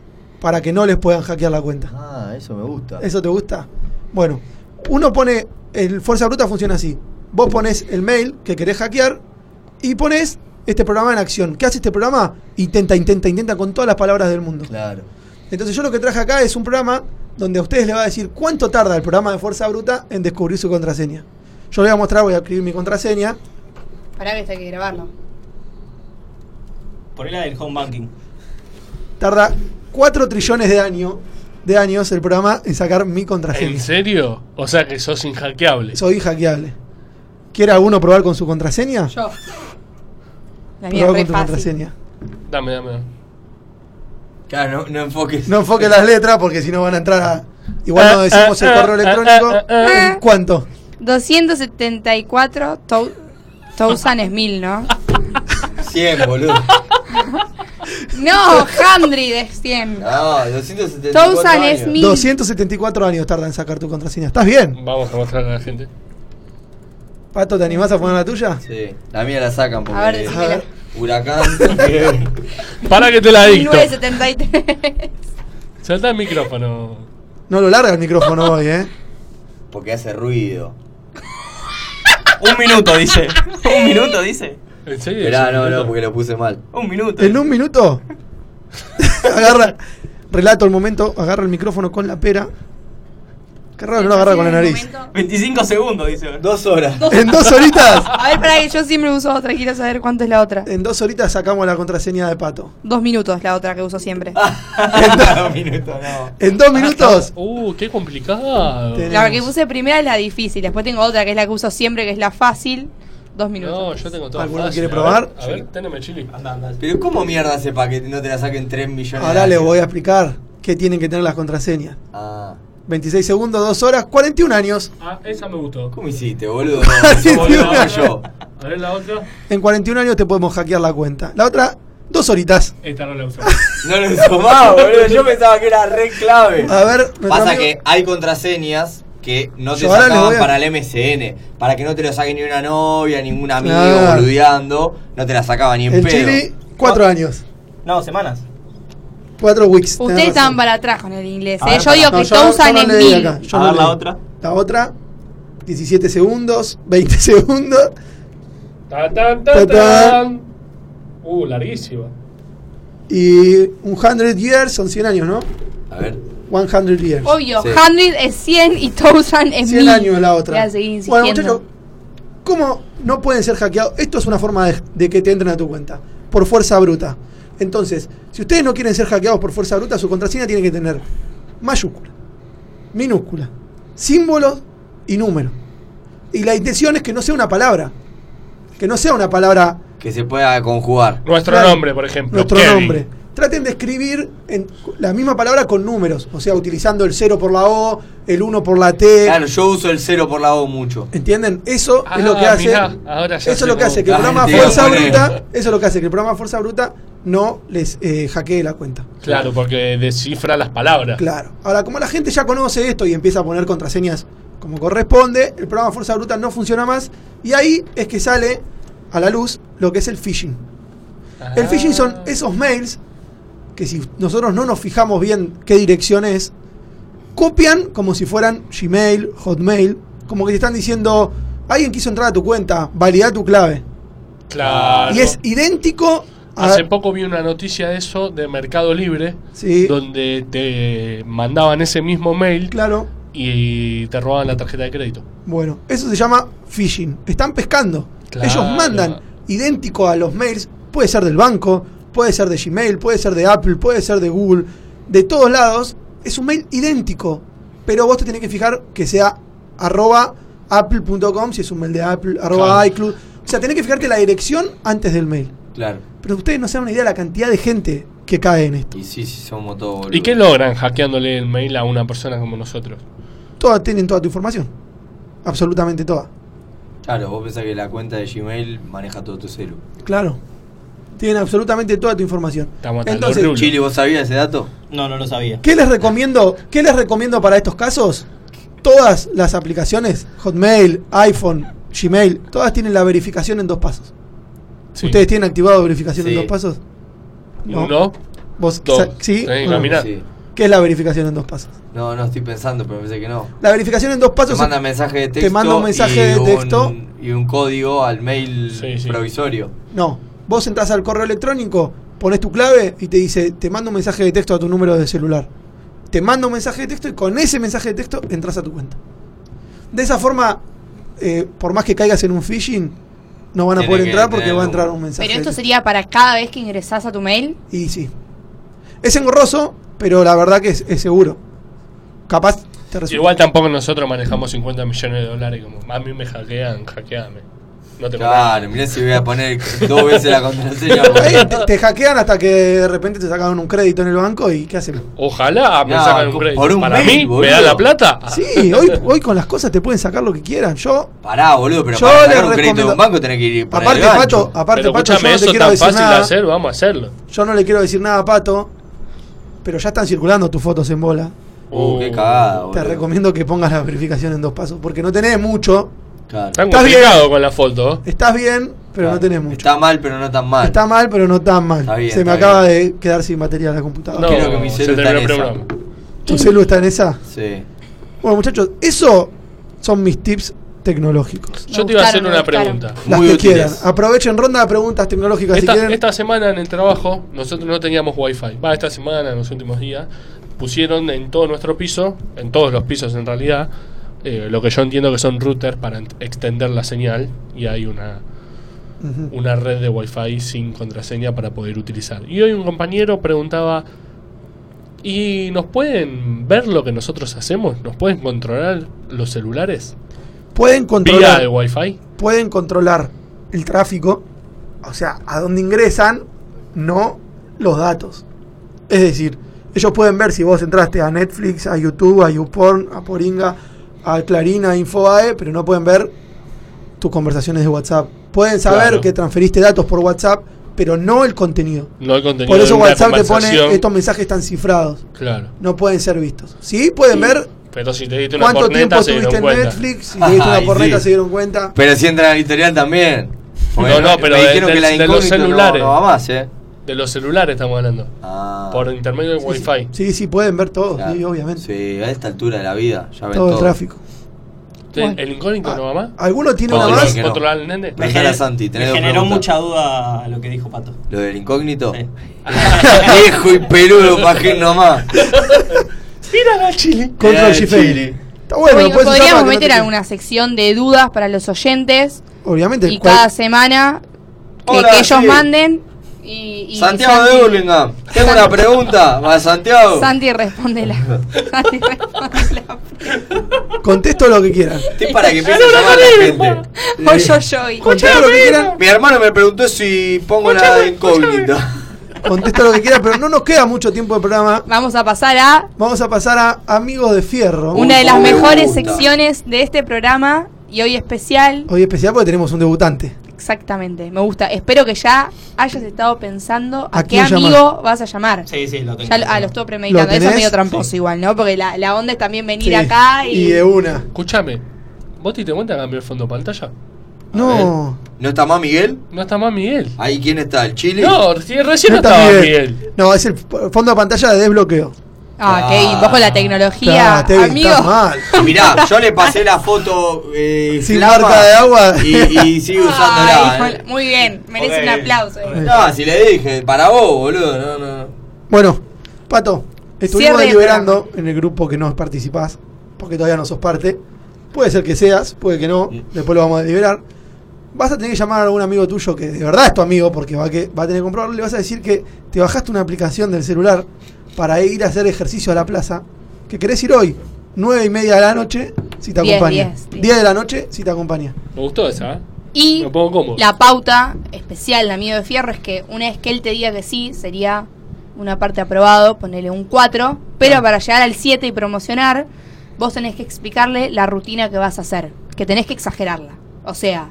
[SPEAKER 5] para que no les puedan hackear la cuenta.
[SPEAKER 7] Ah, eso me gusta.
[SPEAKER 5] ¿Eso te gusta? Bueno, uno pone, el Fuerza Bruta funciona así. Vos pones el mail que querés hackear y pones este programa en acción. ¿Qué hace este programa? Intenta, intenta, intenta con todas las palabras del mundo.
[SPEAKER 7] Claro.
[SPEAKER 5] Entonces yo lo que traje acá es un programa donde a ustedes les va a decir cuánto tarda el programa de Fuerza Bruta en descubrir su contraseña. Yo les voy a mostrar, voy a escribir mi contraseña.
[SPEAKER 10] Pará que esto hay que grabarlo.
[SPEAKER 1] Por la del home banking.
[SPEAKER 5] Tarda 4 trillones de, año, de años el programa en sacar mi contraseña.
[SPEAKER 6] ¿En serio? O sea que sos inhackeable.
[SPEAKER 5] Soy hackeable. ¿Quiere alguno probar con su contraseña?
[SPEAKER 10] Yo. La
[SPEAKER 5] Probar con tu contraseña.
[SPEAKER 6] Dame, dame. dame.
[SPEAKER 7] Claro, no, no enfoques.
[SPEAKER 5] No enfoque las letras porque si no van a entrar a... Igual no decimos el correo electrónico. ¿En ¿Cuánto?
[SPEAKER 10] 274 tou- Thousand es mil, ¿no?
[SPEAKER 7] 100, boludo.
[SPEAKER 10] No, Handry de 100.
[SPEAKER 7] No, 274
[SPEAKER 10] Thousand es
[SPEAKER 7] años.
[SPEAKER 10] mil.
[SPEAKER 5] 274 años tarda en sacar tu contraseña. ¿Estás bien?
[SPEAKER 6] Vamos a mostrarle a la gente.
[SPEAKER 5] Pato, ¿te animás a poner la tuya?
[SPEAKER 7] Sí, la mía la sacan porque.
[SPEAKER 10] A ver, decímela.
[SPEAKER 7] Huracán.
[SPEAKER 6] Para que te la dicto.
[SPEAKER 10] 1973.
[SPEAKER 6] Salta el micrófono.
[SPEAKER 5] No lo larga el micrófono hoy, ¿eh?
[SPEAKER 7] Porque hace ruido.
[SPEAKER 1] Un minuto, dice. Un minuto, dice.
[SPEAKER 6] ¿En
[SPEAKER 7] Esperá, no, no, porque lo puse mal.
[SPEAKER 1] Un minuto.
[SPEAKER 5] En un minuto. agarra. Relato el momento. Agarra el micrófono con la pera. Qué raro, no lo agarra con la nariz.
[SPEAKER 1] 25 segundos, dice.
[SPEAKER 7] Dos horas.
[SPEAKER 5] En dos horitas.
[SPEAKER 10] A ver, pará que yo siempre uso otra. Quiero saber cuánto es la otra.
[SPEAKER 5] En dos horitas sacamos la contraseña de pato. Ah.
[SPEAKER 10] Dos minutos la otra que uso siempre.
[SPEAKER 7] Dos minutos, no.
[SPEAKER 5] En dos minutos.
[SPEAKER 6] Uh, qué complicado.
[SPEAKER 10] La que puse primera es la difícil. Después tengo otra que es la que uso siempre, que es la fácil. Dos minutos.
[SPEAKER 6] No, yo tengo todo.
[SPEAKER 5] ¿Alguno
[SPEAKER 6] fácil.
[SPEAKER 5] quiere
[SPEAKER 6] A ver,
[SPEAKER 5] probar?
[SPEAKER 6] A ver, teneme chili.
[SPEAKER 7] Pero ¿cómo mierda hace para que no te la saquen 3 millones
[SPEAKER 5] Ahora
[SPEAKER 7] de
[SPEAKER 5] les
[SPEAKER 7] años?
[SPEAKER 5] Ah, voy a explicar qué tienen que tener las contraseñas.
[SPEAKER 7] Ah.
[SPEAKER 5] 26 segundos, 2 horas, 41 años.
[SPEAKER 6] Ah, esa me gustó.
[SPEAKER 7] ¿Cómo hiciste, boludo?
[SPEAKER 5] Ah, Sí,
[SPEAKER 7] No, boludo,
[SPEAKER 5] tío.
[SPEAKER 7] yo.
[SPEAKER 6] A ver la otra.
[SPEAKER 5] En 41 años te podemos hackear la cuenta. La otra, dos horitas.
[SPEAKER 6] Esta no la usé.
[SPEAKER 7] No lo hizo más, boludo. Yo pensaba que era re clave.
[SPEAKER 5] A ver, nuestro
[SPEAKER 7] Pasa
[SPEAKER 5] amigo-
[SPEAKER 7] que hay contraseñas que no te
[SPEAKER 5] Yo ahora les
[SPEAKER 7] sacaban
[SPEAKER 5] voy a-
[SPEAKER 7] para el MCN. Para que no te lo saque ni una novia, ningún amigo
[SPEAKER 5] Claro.
[SPEAKER 7] boludeando. No te la sacaba ni en
[SPEAKER 5] en
[SPEAKER 7] pedo.
[SPEAKER 5] Chile, 4 años.
[SPEAKER 1] Ah. No, semanas.
[SPEAKER 5] 4 weeks. tenés
[SPEAKER 10] Ustedes
[SPEAKER 5] razón. Ah,
[SPEAKER 10] estaban para atrás con el inglés.
[SPEAKER 1] A
[SPEAKER 10] ¿eh?
[SPEAKER 1] ver,
[SPEAKER 10] Yo digo
[SPEAKER 5] No,
[SPEAKER 10] que
[SPEAKER 5] yo- yo
[SPEAKER 10] Thousand
[SPEAKER 5] no
[SPEAKER 10] es
[SPEAKER 5] leí
[SPEAKER 10] mil.
[SPEAKER 5] acá, yo
[SPEAKER 1] A
[SPEAKER 5] no
[SPEAKER 1] ver la
[SPEAKER 5] leí.
[SPEAKER 1] otra.
[SPEAKER 5] La otra, 17 segundos, 20 segundos.
[SPEAKER 6] Tan, tan, tan, tan. Uh, larguísima.
[SPEAKER 5] Y un 100 years son 100 años, ¿no?
[SPEAKER 7] A ver.
[SPEAKER 5] 100 years.
[SPEAKER 10] Obvio,
[SPEAKER 7] Sí.
[SPEAKER 10] 100 es 100 y Thousand es
[SPEAKER 5] 100
[SPEAKER 10] mil.
[SPEAKER 5] años la otra.
[SPEAKER 10] Ya seguí
[SPEAKER 5] bueno,
[SPEAKER 10] insistiendo.
[SPEAKER 5] muchachos, ¿cómo no pueden ser hackeados? Esto es una forma de, de que te entren a tu cuenta, por fuerza bruta. Entonces, si ustedes no quieren ser hackeados por fuerza bruta, su contraseña tiene que tener mayúscula, minúscula, símbolos y número. Y la intención es que no sea una palabra. Que no sea una palabra
[SPEAKER 7] Que se pueda conjugar.
[SPEAKER 6] Nuestro
[SPEAKER 5] Claro.
[SPEAKER 6] nombre, por ejemplo.
[SPEAKER 5] nuestro
[SPEAKER 6] Kevin.
[SPEAKER 5] nombre. Traten de escribir en la misma palabra con números, o sea, utilizando el 0 por la O, el 1 por la T.
[SPEAKER 7] Eh, Claro, yo uso el cero por la O mucho.
[SPEAKER 5] Eh, ¿Entienden? Eso
[SPEAKER 6] Ah,
[SPEAKER 5] es lo que hace.
[SPEAKER 6] mirá, ahora ya
[SPEAKER 5] eso es
[SPEAKER 6] sé
[SPEAKER 5] lo que
[SPEAKER 6] cómo.
[SPEAKER 5] hace que el
[SPEAKER 7] Ah,
[SPEAKER 5] programa
[SPEAKER 7] entiendo.
[SPEAKER 5] Fuerza
[SPEAKER 7] Bueno.
[SPEAKER 5] Bruta. Eso es lo que hace que el programa Fuerza Bruta no les eh, hackee la cuenta.
[SPEAKER 6] Claro, porque descifra las palabras.
[SPEAKER 5] Claro. Ahora, como la gente ya conoce esto y empieza a poner contraseñas como corresponde, el programa Fuerza Bruta no funciona más. Y ahí es que sale a la luz lo que es el phishing. El phishing son
[SPEAKER 6] Ah.
[SPEAKER 5] esos mails que si nosotros no nos fijamos bien qué dirección es, copian como si fueran Gmail, Hotmail, como que te están diciendo, alguien quiso entrar a tu cuenta, valida tu clave.
[SPEAKER 6] Claro.
[SPEAKER 5] Y es idéntico a...
[SPEAKER 6] Ah, Hace poco vi una noticia de eso de Mercado Libre,
[SPEAKER 5] Sí,
[SPEAKER 6] donde te mandaban ese mismo mail
[SPEAKER 5] claro.
[SPEAKER 6] y te robaban la tarjeta de crédito.
[SPEAKER 5] Bueno, eso se llama phishing. Están pescando.
[SPEAKER 6] Claro.
[SPEAKER 5] Ellos mandan idéntico a los mails, puede ser del banco, puede ser de Gmail, puede ser de Apple, puede ser de Google, de todos lados, es un mail idéntico, pero vos te tenés que fijar que sea arroba apple.com, si es un mail de Apple, arroba
[SPEAKER 7] Claro.
[SPEAKER 5] iCloud. O sea, tenés que fijarte la dirección antes del mail.
[SPEAKER 7] Claro.
[SPEAKER 5] Pero ustedes no se dan una idea de la cantidad de gente que cae en esto.
[SPEAKER 7] Y sí, sí, somos todos boludos.
[SPEAKER 6] ¿Y qué logran hackeándole el mail a una persona como nosotros?
[SPEAKER 5] Todas tienen toda tu información. Absolutamente toda.
[SPEAKER 7] Claro, vos pensás que la cuenta de Gmail maneja todo tu celu.
[SPEAKER 5] Claro. Tienen absolutamente toda tu información. Entonces,
[SPEAKER 7] Chile, ¿vos sabías ese dato?
[SPEAKER 1] No, no lo sabía.
[SPEAKER 5] ¿Qué les recomiendo? ¿Qué les recomiendo para estos casos? Todas las aplicaciones, Hotmail, iPhone, Gmail, todas tienen la verificación en dos pasos.
[SPEAKER 6] Sí.
[SPEAKER 5] ¿Ustedes tienen activado verificación en
[SPEAKER 6] Sí.
[SPEAKER 5] dos pasos?
[SPEAKER 6] Uno,
[SPEAKER 5] ¿Vos
[SPEAKER 6] dos.
[SPEAKER 5] sa- sí?
[SPEAKER 6] Tenés que
[SPEAKER 5] Uno.
[SPEAKER 6] caminar.
[SPEAKER 5] ¿Qué es la verificación en dos pasos?
[SPEAKER 7] No, no estoy pensando, pero pensé que no.
[SPEAKER 5] La verificación en dos pasos
[SPEAKER 7] Te manda mensaje de
[SPEAKER 5] te
[SPEAKER 7] texto.
[SPEAKER 5] manda un mensaje
[SPEAKER 7] y
[SPEAKER 5] de
[SPEAKER 7] un-
[SPEAKER 5] texto.
[SPEAKER 7] y un código al mail provisorio.
[SPEAKER 5] No, vos entras al correo electrónico, pones tu clave y te dice, te mando un mensaje de texto a tu número de celular. Te manda un mensaje de texto y con ese mensaje de texto entras a tu cuenta. De esa forma, eh, por más que caigas en un phishing, no van a
[SPEAKER 7] Tiene
[SPEAKER 5] poder
[SPEAKER 7] que
[SPEAKER 5] entrar porque
[SPEAKER 7] tener
[SPEAKER 5] va a
[SPEAKER 7] un-
[SPEAKER 5] entrar un mensaje.
[SPEAKER 10] Pero esto
[SPEAKER 5] de texto.
[SPEAKER 10] sería para cada vez que ingresás a tu mail.
[SPEAKER 5] Y sí. Es engorroso, pero la verdad que es, es seguro. Capaz te resulta.
[SPEAKER 6] Igual tampoco nosotros manejamos 50 millones de dólares. Como, a mí me hackean, hackeame. No te
[SPEAKER 7] Claro, mirá si voy a poner dos veces la contraseña.
[SPEAKER 5] Eh, te, te hackean hasta que de repente te sacan un crédito en el banco y ¿qué hacen?
[SPEAKER 6] Ojalá me
[SPEAKER 7] No,
[SPEAKER 6] sacan un
[SPEAKER 7] co-
[SPEAKER 6] crédito.
[SPEAKER 7] por un
[SPEAKER 6] Para
[SPEAKER 7] mail,
[SPEAKER 6] mí, ¿me
[SPEAKER 7] boludo.
[SPEAKER 6] da la plata?
[SPEAKER 5] Sí, hoy, hoy con las cosas te pueden sacar lo que quieran. Yo
[SPEAKER 7] Pará, Ah, boludo, pero
[SPEAKER 5] Yo
[SPEAKER 7] para
[SPEAKER 5] les
[SPEAKER 7] sacar un crédito de
[SPEAKER 5] recomiendo-
[SPEAKER 7] un banco tenés que ir para
[SPEAKER 5] Aparte,
[SPEAKER 7] el gancho.
[SPEAKER 5] Pato, aparte,
[SPEAKER 6] Pero
[SPEAKER 5] Pato, yo
[SPEAKER 6] escúchame,
[SPEAKER 5] no te
[SPEAKER 6] eso
[SPEAKER 5] quiero
[SPEAKER 6] tan
[SPEAKER 5] decir
[SPEAKER 6] fácil
[SPEAKER 5] nada.
[SPEAKER 6] de hacer, vamos a hacerlo.
[SPEAKER 5] Yo no le quiero decir nada a Pato, pero ya están circulando tus fotos en bola.
[SPEAKER 7] Uh, qué cagada, boludo.
[SPEAKER 5] Te recomiendo que pongas la verificación en dos pasos, porque no tenés mucho.
[SPEAKER 7] Claro.
[SPEAKER 6] Están
[SPEAKER 5] Estás
[SPEAKER 6] complicados con la foto. ¿eh?
[SPEAKER 5] Estás bien, pero no tenés mucho.
[SPEAKER 7] Está mal, pero no tan mal.
[SPEAKER 5] Está mal, pero no tan mal.
[SPEAKER 7] Está bien,
[SPEAKER 5] Se me
[SPEAKER 7] está
[SPEAKER 5] acaba de quedar sin batería la computadora.
[SPEAKER 7] Quiero que mi celu
[SPEAKER 6] se
[SPEAKER 7] está en
[SPEAKER 6] terminó el
[SPEAKER 7] esa.
[SPEAKER 5] ¿Tu celu está en esa?
[SPEAKER 7] Sí.
[SPEAKER 5] Bueno, muchachos, eso son mis tips tecnológicos.
[SPEAKER 6] Yo te iba a hacer una pregunta.
[SPEAKER 5] Las que quieran. Aprovechen ronda de preguntas tecnológicas
[SPEAKER 6] Esta,
[SPEAKER 5] si quieren.
[SPEAKER 6] esta semana en el trabajo nosotros no teníamos wifi. Va, esta semana, en los últimos días, pusieron en todo nuestro piso, en todos los pisos en realidad, eh, lo que yo entiendo que son routers para ent- extender la señal y hay una,
[SPEAKER 5] Ujú.
[SPEAKER 6] una red de wifi sin contraseña para poder utilizar. Y hoy un compañero preguntaba, ¿y nos pueden ver lo que nosotros hacemos? ¿Nos pueden controlar los celulares?
[SPEAKER 5] Pueden
[SPEAKER 6] Vía
[SPEAKER 5] controlar.
[SPEAKER 6] de wifi.
[SPEAKER 5] pueden controlar el tráfico, o sea, a dónde ingresan, no los datos. Es decir, ellos pueden ver si vos entraste a Netflix, a YouTube, a YouPorn, a Poringa, a Clarina, a Infobae, pero no pueden ver tus conversaciones de WhatsApp. Pueden saber
[SPEAKER 6] Claro.
[SPEAKER 5] que transferiste datos por WhatsApp, pero no el contenido.
[SPEAKER 6] No hay contenido.
[SPEAKER 5] Por eso
[SPEAKER 6] de una
[SPEAKER 5] WhatsApp te pone
[SPEAKER 6] conversación.
[SPEAKER 5] estos mensajes están cifrados,
[SPEAKER 6] Claro.
[SPEAKER 5] no pueden ser vistos. Sí, pueden ver
[SPEAKER 6] Pero si te diste una
[SPEAKER 5] cuánto tiempo
[SPEAKER 6] corneta, se
[SPEAKER 5] estuviste
[SPEAKER 6] dieron
[SPEAKER 5] en
[SPEAKER 6] cuenta.
[SPEAKER 5] Netflix, si te diste una
[SPEAKER 7] Ay,
[SPEAKER 5] porreta
[SPEAKER 7] sí.
[SPEAKER 5] se dieron cuenta.
[SPEAKER 7] Pero si entra en la editorial también. Porque
[SPEAKER 6] No, no,
[SPEAKER 7] me-
[SPEAKER 6] pero
[SPEAKER 7] me
[SPEAKER 6] de-
[SPEAKER 7] dijeron
[SPEAKER 6] de-
[SPEAKER 7] que la
[SPEAKER 6] de los
[SPEAKER 7] incógnito no-
[SPEAKER 6] celulares.
[SPEAKER 7] No, va más, eh. Ah.
[SPEAKER 6] De los celulares estamos hablando. Por intermedio del wifi.
[SPEAKER 5] Sí, sí, pueden ver todo,
[SPEAKER 7] Claro.
[SPEAKER 5] sí, obviamente.
[SPEAKER 7] Sí, Eh, a esta altura de la vida. Ya ven
[SPEAKER 5] todo el tráfico. Ah,
[SPEAKER 6] Entonces, ¿El incógnito no va más?
[SPEAKER 5] ¿Alguno tiene
[SPEAKER 7] No,
[SPEAKER 5] una
[SPEAKER 7] no,
[SPEAKER 5] más?
[SPEAKER 7] que no.
[SPEAKER 6] ¿Otro al nene?
[SPEAKER 7] Me Preguntale a Santi, tenés
[SPEAKER 1] Oh, Me
[SPEAKER 7] dos
[SPEAKER 1] generó
[SPEAKER 7] preguntas.
[SPEAKER 1] mucha duda lo que dijo Pato.
[SPEAKER 7] ¿Lo del incógnito? Viejo y peludo, pajín nomás.
[SPEAKER 6] Mira la chile.
[SPEAKER 7] Mirá
[SPEAKER 5] Control
[SPEAKER 7] el
[SPEAKER 5] G
[SPEAKER 7] Chile.
[SPEAKER 5] Está Eh, bueno,
[SPEAKER 10] Oye,
[SPEAKER 5] lo puedes usar
[SPEAKER 10] podríamos
[SPEAKER 5] para que no te
[SPEAKER 10] meter
[SPEAKER 5] quede-
[SPEAKER 10] alguna sección de dudas para los oyentes
[SPEAKER 5] Obviamente,
[SPEAKER 10] y
[SPEAKER 5] cual-
[SPEAKER 10] cada semana que,
[SPEAKER 7] Hola,
[SPEAKER 10] que ellos
[SPEAKER 7] sí.
[SPEAKER 10] manden y, y
[SPEAKER 7] Santiago de Burlingame, tengo una pregunta. ¿Va Santiago?
[SPEAKER 10] Santi respóndela. Santi,
[SPEAKER 5] contesto lo que quieran.
[SPEAKER 7] Estoy para que empiece a llamar a la gente.
[SPEAKER 10] Oye, oye, oye.
[SPEAKER 5] Contesto lo que quieran,
[SPEAKER 7] Mi hermano me preguntó si pongo la de incógnito.
[SPEAKER 5] contesto lo que quieran, pero no nos queda mucho tiempo de programa.
[SPEAKER 10] Vamos a pasar a
[SPEAKER 5] Vamos a pasar a Amigos de Fierro.
[SPEAKER 10] una de las mejores secciones de este programa y hoy especial.
[SPEAKER 5] Hoy especial porque tenemos un debutante.
[SPEAKER 10] Exactamente, me gusta. Espero que ya hayas estado pensando a,
[SPEAKER 5] ¿A
[SPEAKER 10] qué
[SPEAKER 5] quién
[SPEAKER 10] amigo
[SPEAKER 5] llamar?
[SPEAKER 10] vas a llamar.
[SPEAKER 1] Sí, sí, lo
[SPEAKER 10] Ya lo, ah, lo estuve premeditando.
[SPEAKER 5] ¿Lo
[SPEAKER 10] Eso es
[SPEAKER 5] tenés?
[SPEAKER 10] medio tramposo igual, ¿no? Porque la, la onda es también venir
[SPEAKER 5] Sí,
[SPEAKER 10] acá y...
[SPEAKER 5] de una.
[SPEAKER 6] Escúchame. ¿Vos te diste cuenta que cambió el fondo de pantalla?
[SPEAKER 5] No.
[SPEAKER 7] ¿No está más Miguel?
[SPEAKER 6] No está más Miguel.
[SPEAKER 7] ¿Ahí quién está? ¿El Chile?
[SPEAKER 6] No, recién, recién
[SPEAKER 5] No
[SPEAKER 6] no
[SPEAKER 5] está
[SPEAKER 6] estaba
[SPEAKER 5] Miguel.
[SPEAKER 6] Miguel.
[SPEAKER 5] No, es el f- fondo de pantalla de desbloqueo.
[SPEAKER 10] Ah, ok, vos con la tecnología,
[SPEAKER 5] Claro, Tevin,
[SPEAKER 10] amigo.
[SPEAKER 5] estás mal.
[SPEAKER 7] Mirá, yo le pasé la foto eh,
[SPEAKER 5] Sin
[SPEAKER 7] flama
[SPEAKER 5] marca de agua.
[SPEAKER 7] Y, y sigue
[SPEAKER 10] Ay,
[SPEAKER 7] usándola. eh.
[SPEAKER 10] Juan- muy bien, merece
[SPEAKER 7] Ok.
[SPEAKER 10] un aplauso. eh.
[SPEAKER 7] No, si le dije, para vos, boludo. No, no.
[SPEAKER 5] Bueno, Pato, estuvimos
[SPEAKER 10] Cierre el
[SPEAKER 5] deliberando en el grupo que no participás, porque todavía no sos parte. Puede ser que seas, puede que no, después lo vamos a deliberar. vas a tener que llamar a algún amigo tuyo que de verdad es tu amigo, porque va, que, va a tener que comprobarlo, le vas a decir que te bajaste una aplicación del celular para ir a hacer ejercicio a la plaza, que querés ir hoy, nueve y media de la noche, si te
[SPEAKER 10] Diez,
[SPEAKER 5] acompaña.
[SPEAKER 10] diez,
[SPEAKER 5] 10 de la noche, si te acompaña.
[SPEAKER 6] Me gustó esa, ¿eh?
[SPEAKER 10] Y
[SPEAKER 6] Me pongo cómodo.
[SPEAKER 10] La pauta especial de Amigo de Fierro es que una vez que él te diga que sí, sería una parte aprobado, ponele un 4, pero para llegar al 7 y promocionar, vos tenés que explicarle la rutina que vas a hacer, que tenés que exagerarla. O sea,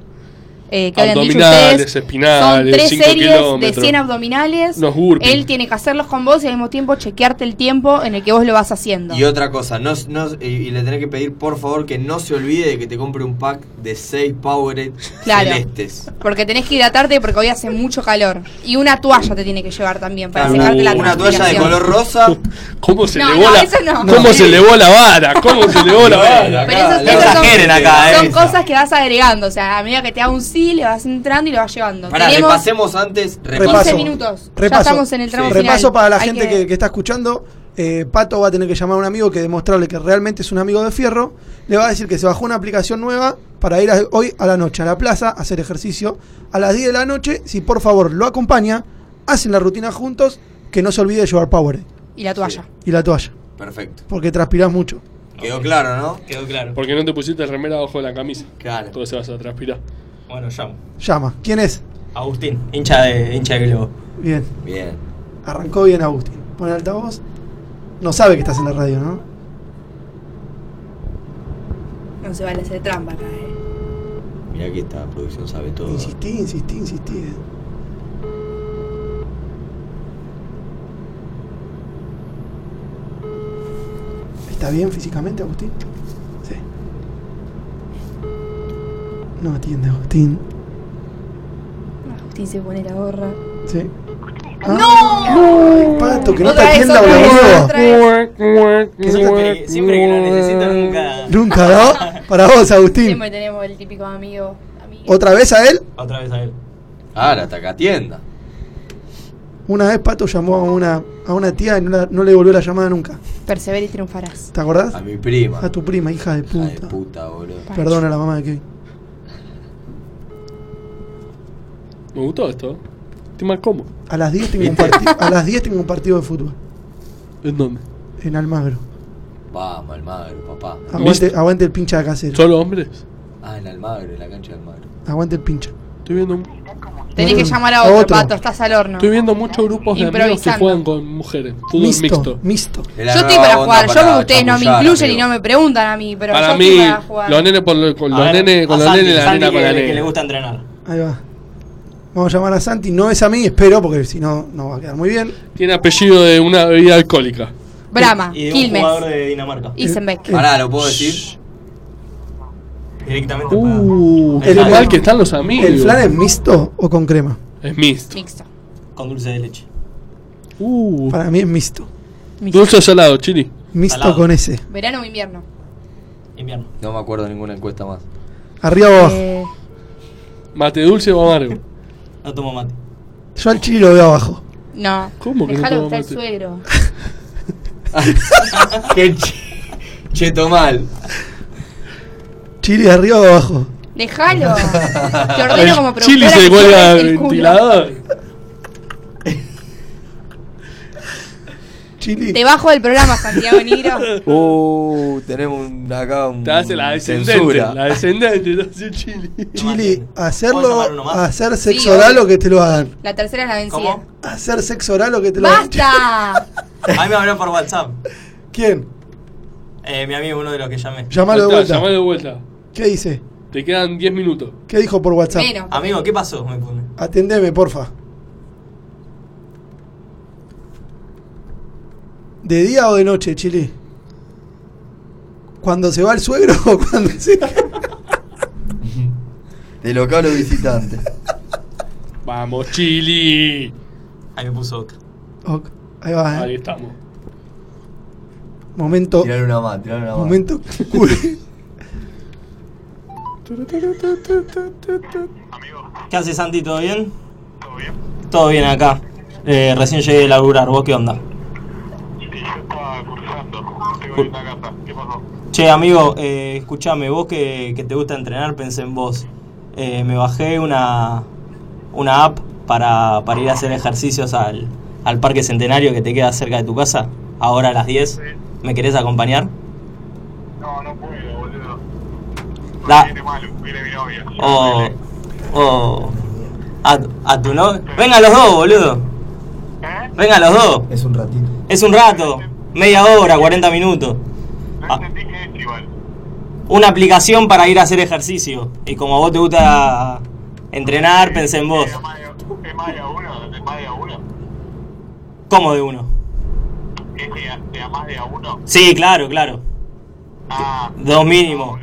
[SPEAKER 10] eh, que habían dicho ustedes,
[SPEAKER 6] Abdominales,
[SPEAKER 10] son
[SPEAKER 6] espinales,
[SPEAKER 10] tres
[SPEAKER 6] 5
[SPEAKER 10] series de
[SPEAKER 6] kilómetros.
[SPEAKER 10] 100 abdominales,
[SPEAKER 7] Unos burpees.
[SPEAKER 10] él tiene que hacerlos con vos y al mismo tiempo chequearte el tiempo en el que vos lo vas haciendo.
[SPEAKER 7] Y otra cosa, no, no- y, y le tenés que pedir por favor que no se olvide de que te compre un pack de 6 Powerade
[SPEAKER 10] Claro.
[SPEAKER 7] celestes.
[SPEAKER 10] Porque tenés que hidratarte porque hoy hace mucho calor. Y una toalla te tiene que llevar también para secarte la
[SPEAKER 7] Ah, una toalla de
[SPEAKER 10] transpiración.
[SPEAKER 7] color rosa.
[SPEAKER 6] ¿Cómo se
[SPEAKER 10] No,
[SPEAKER 6] elevó
[SPEAKER 10] no,
[SPEAKER 6] la
[SPEAKER 10] eso no.
[SPEAKER 6] ¿Cómo
[SPEAKER 10] No.
[SPEAKER 6] se elevó la vara? ¿Cómo se elevó la vara?
[SPEAKER 10] Pero esos
[SPEAKER 7] no
[SPEAKER 10] temas son-
[SPEAKER 7] exageren acá, eh.
[SPEAKER 10] Son cosas que vas agregando. O sea, a medida que te da un sí, le vas entrando y lo vas llevando.
[SPEAKER 7] Pará,
[SPEAKER 10] Tenemos
[SPEAKER 7] repasemos antes.
[SPEAKER 10] 15
[SPEAKER 7] repaso.
[SPEAKER 10] minutos.
[SPEAKER 5] Repaso.
[SPEAKER 10] Ya estamos en el tramo
[SPEAKER 5] Sí.
[SPEAKER 10] final.
[SPEAKER 5] Repaso para la
[SPEAKER 10] Hay
[SPEAKER 5] gente que... que está escuchando. eh, Pato va a tener que llamar a un amigo que demostrarle que realmente es un amigo de fierro. Le va a decir que se bajó una aplicación nueva para ir a- hoy a la noche a la plaza a hacer ejercicio a las 10 de la noche. Si por favor lo acompaña, hacen la rutina juntos. Que no se olvide de llevar Power
[SPEAKER 10] Y la toalla.
[SPEAKER 5] y la toalla,
[SPEAKER 7] Perfecto.
[SPEAKER 5] porque transpirás mucho.
[SPEAKER 7] Quedó claro, ¿no?
[SPEAKER 1] Quedó claro.
[SPEAKER 6] Porque no te pusiste remera abajo de la camisa.
[SPEAKER 7] Claro.
[SPEAKER 6] Entonces vas a transpirar.
[SPEAKER 1] Bueno, llamo.
[SPEAKER 5] Llama. ¿Quién es?
[SPEAKER 1] Agustín, hincha de, hincha de Globo.
[SPEAKER 5] Bien.
[SPEAKER 7] Bien.
[SPEAKER 5] Arrancó bien Agustín. Pon el altavoz. No sabe que estás en la radio, ¿no?
[SPEAKER 10] No se vale hacer trampa acá, eh.
[SPEAKER 7] Mirá que esta producción sabe todo.
[SPEAKER 5] Insistí, insistí, insistí. eh. ¿Está bien físicamente, Agustín? Sí. No atiende, Agustín.
[SPEAKER 10] Agustín se pone la gorra. Ah.
[SPEAKER 5] Sí.
[SPEAKER 10] ¡No!
[SPEAKER 5] Ay, Pato, que no te
[SPEAKER 10] Otra vez,
[SPEAKER 5] atienda,
[SPEAKER 10] otra vez,
[SPEAKER 5] boludo.
[SPEAKER 10] otra vez.
[SPEAKER 1] Que siempre, que- siempre que lo necesito nunca.
[SPEAKER 5] Nunca, ¿no? Para vos, Agustín.
[SPEAKER 10] Siempre tenemos el típico amigo.
[SPEAKER 5] ¿Otra vez a él?
[SPEAKER 1] Otra vez a él.
[SPEAKER 7] Ahora, hasta acá tienda.
[SPEAKER 5] Una vez Pato llamó a una, a una tía y no, la- no le volvió la llamada nunca.
[SPEAKER 10] Persevera y triunfarás.
[SPEAKER 5] ¿Te acordás?
[SPEAKER 7] A mi prima.
[SPEAKER 5] A tu prima, hija de puta.
[SPEAKER 7] De puta, boludo.
[SPEAKER 5] Perdona la mamá de Kevin.
[SPEAKER 6] Me gustó esto. Estoy más cómodo.
[SPEAKER 5] A las 10 tengo un, parti- a las 10 tengo un partido de fútbol
[SPEAKER 6] ¿En dónde?
[SPEAKER 5] en Almagro.
[SPEAKER 7] Vamos, Almagro, papá.
[SPEAKER 5] Aguante, aguante el pincha de casero.
[SPEAKER 6] ¿Solo hombres?
[SPEAKER 7] Ah, en Almagro, en la cancha de Almagro.
[SPEAKER 5] Aguante el pincha.
[SPEAKER 6] Estoy viendo,
[SPEAKER 10] Tenés que
[SPEAKER 5] Mm.
[SPEAKER 10] llamar a otro,
[SPEAKER 5] Otro.
[SPEAKER 10] pato. Estás al horno.
[SPEAKER 6] estoy viendo muchos grupos de amigos que
[SPEAKER 10] Improvisando.
[SPEAKER 6] juegan con mujeres. Fútbol mixto.
[SPEAKER 5] Mixto, mixto.
[SPEAKER 10] Yo estoy para jugar. Yo porque ustedes no me incluyen y no me preguntan a mí, pero yo
[SPEAKER 6] para
[SPEAKER 10] estoy
[SPEAKER 6] mí,
[SPEAKER 10] para jugar.
[SPEAKER 6] los nenes por lo- con
[SPEAKER 1] A
[SPEAKER 6] los
[SPEAKER 1] ver,
[SPEAKER 6] nenes, con
[SPEAKER 1] a
[SPEAKER 6] los
[SPEAKER 1] Santi,
[SPEAKER 6] nenes, la
[SPEAKER 1] Santi
[SPEAKER 6] nena con
[SPEAKER 1] que,
[SPEAKER 6] la
[SPEAKER 1] le- que le
[SPEAKER 6] nena.
[SPEAKER 1] gusta entrenar.
[SPEAKER 5] Ahí va. Vamos a llamar a Santi. No es a mí, espero, porque si no, no va a quedar muy bien.
[SPEAKER 6] Tiene apellido de una bebida alcohólica.
[SPEAKER 10] Brahma,
[SPEAKER 1] Y de un
[SPEAKER 10] Quilmes,
[SPEAKER 1] jugador de Dinamarca.
[SPEAKER 5] Eh,
[SPEAKER 10] Isenbeck.
[SPEAKER 7] Pará, ¿lo puedo decir?
[SPEAKER 1] Directamente
[SPEAKER 6] Uh, qué
[SPEAKER 1] El-
[SPEAKER 6] mal que están los amigos.
[SPEAKER 5] ¿El flan es mixto o con crema?
[SPEAKER 6] Es mixto.
[SPEAKER 10] Mixto.
[SPEAKER 1] para- con dulce de leche.
[SPEAKER 6] Uh,
[SPEAKER 5] Para mí es mixto.
[SPEAKER 6] dulce o salado, chili.
[SPEAKER 5] Mixto
[SPEAKER 1] Salado.
[SPEAKER 5] con S.
[SPEAKER 10] Verano o invierno.
[SPEAKER 1] Invierno.
[SPEAKER 7] No me acuerdo de ninguna encuesta más.
[SPEAKER 5] Arriba o abajo.
[SPEAKER 10] Eh,
[SPEAKER 6] Mate dulce o amargo.
[SPEAKER 1] No tomo mate.
[SPEAKER 5] Yo al chili lo veo abajo.
[SPEAKER 10] no.
[SPEAKER 6] ¿Cómo que no
[SPEAKER 10] Dejalo
[SPEAKER 6] toma
[SPEAKER 10] que está
[SPEAKER 6] mate?
[SPEAKER 10] el suegro.
[SPEAKER 7] Qué che- cheto mal.
[SPEAKER 5] Chili arriba o abajo.
[SPEAKER 10] Dejalo. Te ordeno como productora.
[SPEAKER 6] Chili se
[SPEAKER 10] que
[SPEAKER 6] cuelga
[SPEAKER 10] cierres
[SPEAKER 6] al
[SPEAKER 10] el culo.
[SPEAKER 6] ventilador.
[SPEAKER 5] Chili.
[SPEAKER 10] Te bajo del programa, Santiago Negro.
[SPEAKER 7] Uh, tenemos un- acá un.
[SPEAKER 6] Te hace la descendente.
[SPEAKER 7] censura.
[SPEAKER 6] La descendente, te hace chili.
[SPEAKER 5] Chili,
[SPEAKER 1] ¿Puedo llamar uno
[SPEAKER 5] hacerlo,
[SPEAKER 1] más?
[SPEAKER 5] hacer
[SPEAKER 10] Sí,
[SPEAKER 5] sexo oral
[SPEAKER 10] obvio.
[SPEAKER 5] o que te lo hagan.
[SPEAKER 10] La tercera es la vencida.
[SPEAKER 1] ¿Cómo?
[SPEAKER 5] Hacer sexo oral o que te lo hagan.
[SPEAKER 10] ¡Basta!
[SPEAKER 1] A mí me habló por WhatsApp.
[SPEAKER 5] ¿Quién?
[SPEAKER 1] Eh, mi amigo, uno de los que llamé.
[SPEAKER 5] Llamalo de
[SPEAKER 6] Ahí está,
[SPEAKER 5] vuelta.
[SPEAKER 6] Llamalo de vuelta.
[SPEAKER 5] ¿Qué dice?
[SPEAKER 6] Te quedan 10 minutos.
[SPEAKER 5] ¿Qué dijo por WhatsApp?
[SPEAKER 10] Menos.
[SPEAKER 1] Amigo, ¿qué pasó? Me pone.
[SPEAKER 5] Atendeme, porfa. ¿De día o de noche, Chile? ¿Cuando se va el suegro o cuando se.?
[SPEAKER 7] De local o visitante.
[SPEAKER 6] Vamos, chili.
[SPEAKER 1] Ahí me puso Oca.
[SPEAKER 5] Ok, Ahí va,
[SPEAKER 6] Ahí
[SPEAKER 5] eh.
[SPEAKER 6] estamos.
[SPEAKER 5] Momento.
[SPEAKER 7] Tirar una más, tirar una más.
[SPEAKER 5] Momento.
[SPEAKER 1] ¿Qué haces, Santi? ¿Todo bien? Todo bien. Todo bien acá. Eh, recién llegué de laburar. ¿Vos qué onda? Che, amigo, eh, escúchame, vos que, que te gusta entrenar, pensé en vos. eh, me bajé una, una app para, para ir a hacer ejercicios al, al Parque Centenario que te queda cerca de tu casa, ahora a las 10. ¿Me querés acompañar? No, no puedo, boludo. Da. O. O. A, a tu novia. Venga los dos, boludo. Venga los dos.
[SPEAKER 13] Es un ratito.
[SPEAKER 1] Es un rato, media hora, 40 minutos. Ah. Una aplicación para ir a hacer ejercicio. Y como a vos te gusta entrenar, pensé en vos. ¿Cómo de uno? Sí, claro, claro.
[SPEAKER 3] ah,
[SPEAKER 1] Dos mínimo.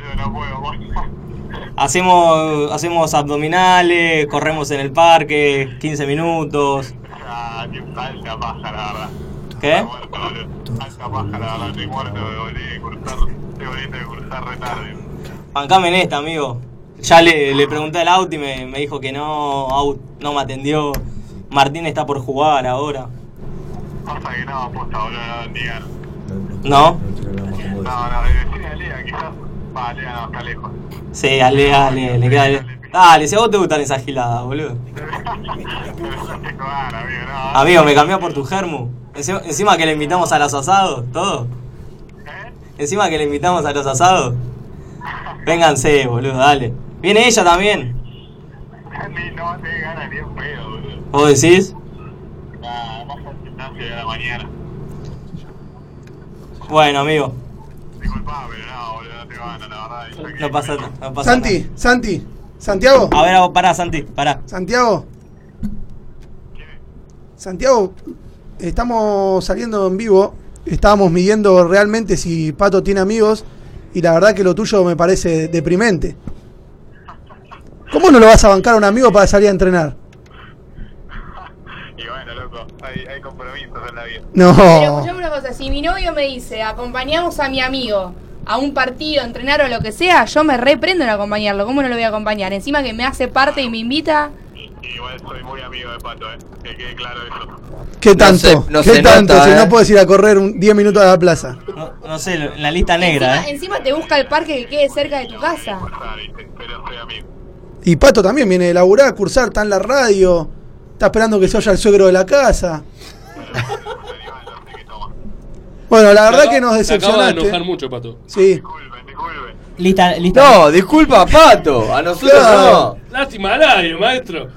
[SPEAKER 1] Hacemos, hacemos abdominales, corremos en el parque, 15 minutos.
[SPEAKER 3] ah,
[SPEAKER 1] ¿Qué? Bancame en esta, amigo. Ya le, le pregunté al Aut y me, me dijo que no, Aut no me atendió. Martín está por jugar ahora. ¿No? Sí, ale, ale, le queda. Dale, si a vos te gustan esas giladas, boludo. Amigo, me cambió por tu germu. Encima, encima que le invitamos a los asados, todo. Encima que le invitamos a los asados. Vénganse, boludo, dale. Viene ella también. ¿Vos decís? Bueno, amigo. No pasa, no pasa
[SPEAKER 5] Santi, Santi, Santiago.
[SPEAKER 1] nada. A ver, a vos, pará, Santi, pará.
[SPEAKER 5] Santiago. Santiago, estamos saliendo en vivo. Estábamos midiendo realmente si Pato tiene amigos. Y la verdad que lo tuyo me parece deprimente. ¿Cómo no lo vas a bancar a un amigo para salir a entrenar? Y bueno, loco, hay, compromisos en la vida.
[SPEAKER 10] Pero
[SPEAKER 5] No.
[SPEAKER 10] escuchame una cosa, si mi novio me dice, acompañamos a mi amigo a un partido, a entrenar o lo que sea, yo me reprendo en acompañarlo, ¿cómo no lo voy a acompañar? Encima que me hace parte y me invita,
[SPEAKER 5] ¿Qué tanto?
[SPEAKER 7] se- no
[SPEAKER 5] ¿Qué
[SPEAKER 7] se
[SPEAKER 5] tanto?
[SPEAKER 7] nota,
[SPEAKER 5] si
[SPEAKER 7] eh.
[SPEAKER 5] no puedes ir a correr un 10 minutos a la plaza.
[SPEAKER 1] No sé, en la lista negra, ¿eh?
[SPEAKER 10] encima, encima te busca el parque que quede cerca de tu casa.
[SPEAKER 5] Y Pato también viene de laburar, cursar, está en la radio. Está esperando que se oya el suegro de la casa. Bueno, la verdad que nos
[SPEAKER 6] Se acaba de enojar
[SPEAKER 5] decepcionaste.
[SPEAKER 6] mucho, Pato.
[SPEAKER 5] Sí.
[SPEAKER 1] Lista,
[SPEAKER 7] No, disculpa, Pato. A nosotros no.
[SPEAKER 6] Lástima al aire, maestro.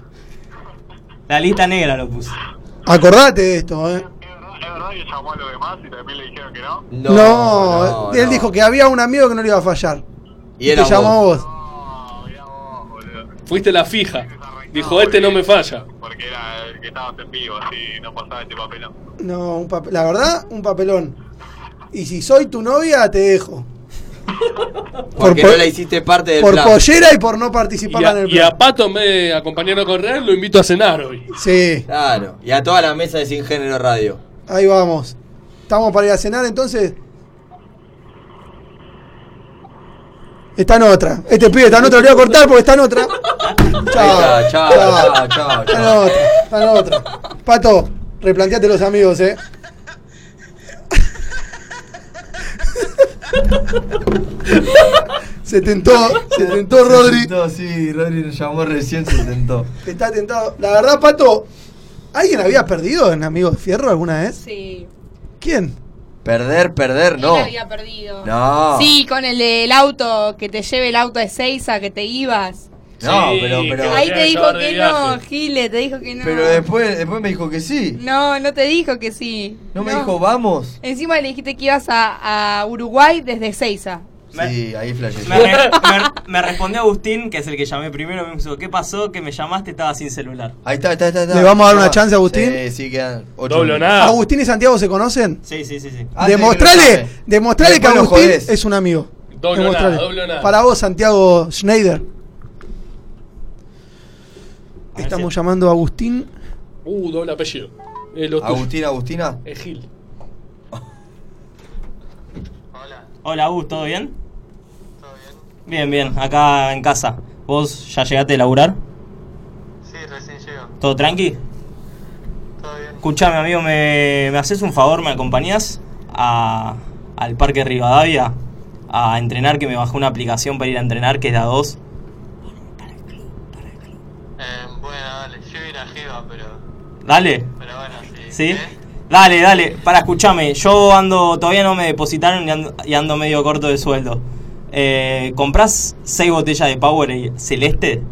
[SPEAKER 1] La lista negra lo puse.
[SPEAKER 5] Acordate de esto, ¿eh? No, él dijo que había un amigo que no le iba a fallar.
[SPEAKER 6] Y
[SPEAKER 5] Y te
[SPEAKER 6] era
[SPEAKER 5] llamó a vos.
[SPEAKER 6] Fuiste la fija. Dijo, este no me falla.
[SPEAKER 5] No, un papel- la verdad, un papelón. Y si soy tu novia, te dejo.
[SPEAKER 7] Porque
[SPEAKER 5] po-
[SPEAKER 7] no la hiciste parte del
[SPEAKER 5] Por
[SPEAKER 7] plan.
[SPEAKER 5] pollera y por no participar
[SPEAKER 6] Y
[SPEAKER 5] en
[SPEAKER 6] a,
[SPEAKER 5] el
[SPEAKER 6] y
[SPEAKER 5] plan.
[SPEAKER 6] a Pato, en vez de acompañarlo a correr, lo invito a cenar hoy.
[SPEAKER 5] Sí,
[SPEAKER 7] Claro. Y a toda la mesa de Sin Género Radio.
[SPEAKER 5] ahí vamos. ¿Estamos para ir a cenar entonces? Está en otra. Este pibe está en otra. Lo voy a cortar porque está en otra.
[SPEAKER 7] Ahí
[SPEAKER 5] Chao.
[SPEAKER 7] está, chao, chao, chao,
[SPEAKER 5] Está en
[SPEAKER 7] chao.
[SPEAKER 5] otra. Está en otra. Pato, replanteate los amigos, eh. Se tentó, se tentó Rodri.
[SPEAKER 13] Se tentó, sí, Rodri nos llamó recién, se tentó.
[SPEAKER 5] Está tentado. La verdad, Pato, ¿alguien había perdido en Amigos de Fierro alguna vez?
[SPEAKER 10] Sí.
[SPEAKER 5] ¿Quién?
[SPEAKER 7] Perder, perder,
[SPEAKER 10] Él había perdido.
[SPEAKER 7] No.
[SPEAKER 10] Sí, con el del auto, que te lleve el auto de Seiza, que te ibas.
[SPEAKER 13] No,
[SPEAKER 7] Sí,
[SPEAKER 13] pero, pero.
[SPEAKER 10] Ahí te dijo que no, Gile, te dijo que no.
[SPEAKER 13] Pero después, después me dijo que sí.
[SPEAKER 10] No, no te dijo que sí.
[SPEAKER 13] No me dijo, vamos.
[SPEAKER 10] Encima le dijiste que ibas a, a Uruguay desde Seiza.
[SPEAKER 13] Sí, ahí flasheé.
[SPEAKER 1] Me, re- me- me respondió Agustín, que es el que llamé primero, me puso, ¿qué pasó? Que me llamaste, estaba sin celular.
[SPEAKER 13] Ahí está, está, está. está.
[SPEAKER 5] ¿Le vamos a dar una
[SPEAKER 13] Ah,
[SPEAKER 5] chance a Agustín?
[SPEAKER 13] Sí, sí, quedan ocho
[SPEAKER 6] Doble o
[SPEAKER 13] minutos.
[SPEAKER 6] nada.
[SPEAKER 5] ¿Agustín y Santiago se conocen?
[SPEAKER 1] Sí, sí, sí, sí.
[SPEAKER 13] Antes que lo
[SPEAKER 5] Demostrale,
[SPEAKER 13] llame.
[SPEAKER 5] demostrale que
[SPEAKER 13] Después lo
[SPEAKER 5] Agustín
[SPEAKER 13] jodés.
[SPEAKER 5] es un amigo.
[SPEAKER 6] Doble o
[SPEAKER 5] Demostrale.
[SPEAKER 6] nada, doble o nada.
[SPEAKER 5] Para vos, Santiago Schneider. Estamos llamando a Agustín.
[SPEAKER 6] Uh, doble apellido. Eh, Es lo tuyo.
[SPEAKER 13] Agustín, Agustina.
[SPEAKER 6] Es Eh, Gil.
[SPEAKER 1] Hola, Agus, ¿todo bien? Bien, bien, acá en casa. ¿Vos ya llegaste a laburar? ¿Todo tranqui? Escuchame, amigo, ¿me, me haces un favor? ¿Me acompañás a- al Parque Rivadavia a entrenar? Que me bajó una aplicación para ir a entrenar, que es la 2.
[SPEAKER 12] Eh, dale. Yo era Jeva, pero.
[SPEAKER 1] Dale.
[SPEAKER 12] Pero bueno, sí. ¿Eh?
[SPEAKER 1] ¿Sí? Dale, dale. Para, escuchame. Yo ando. Todavía no me depositaron y ando, y ando medio corto de sueldo. Eh, ¿Comprás seis botellas de Power celeste?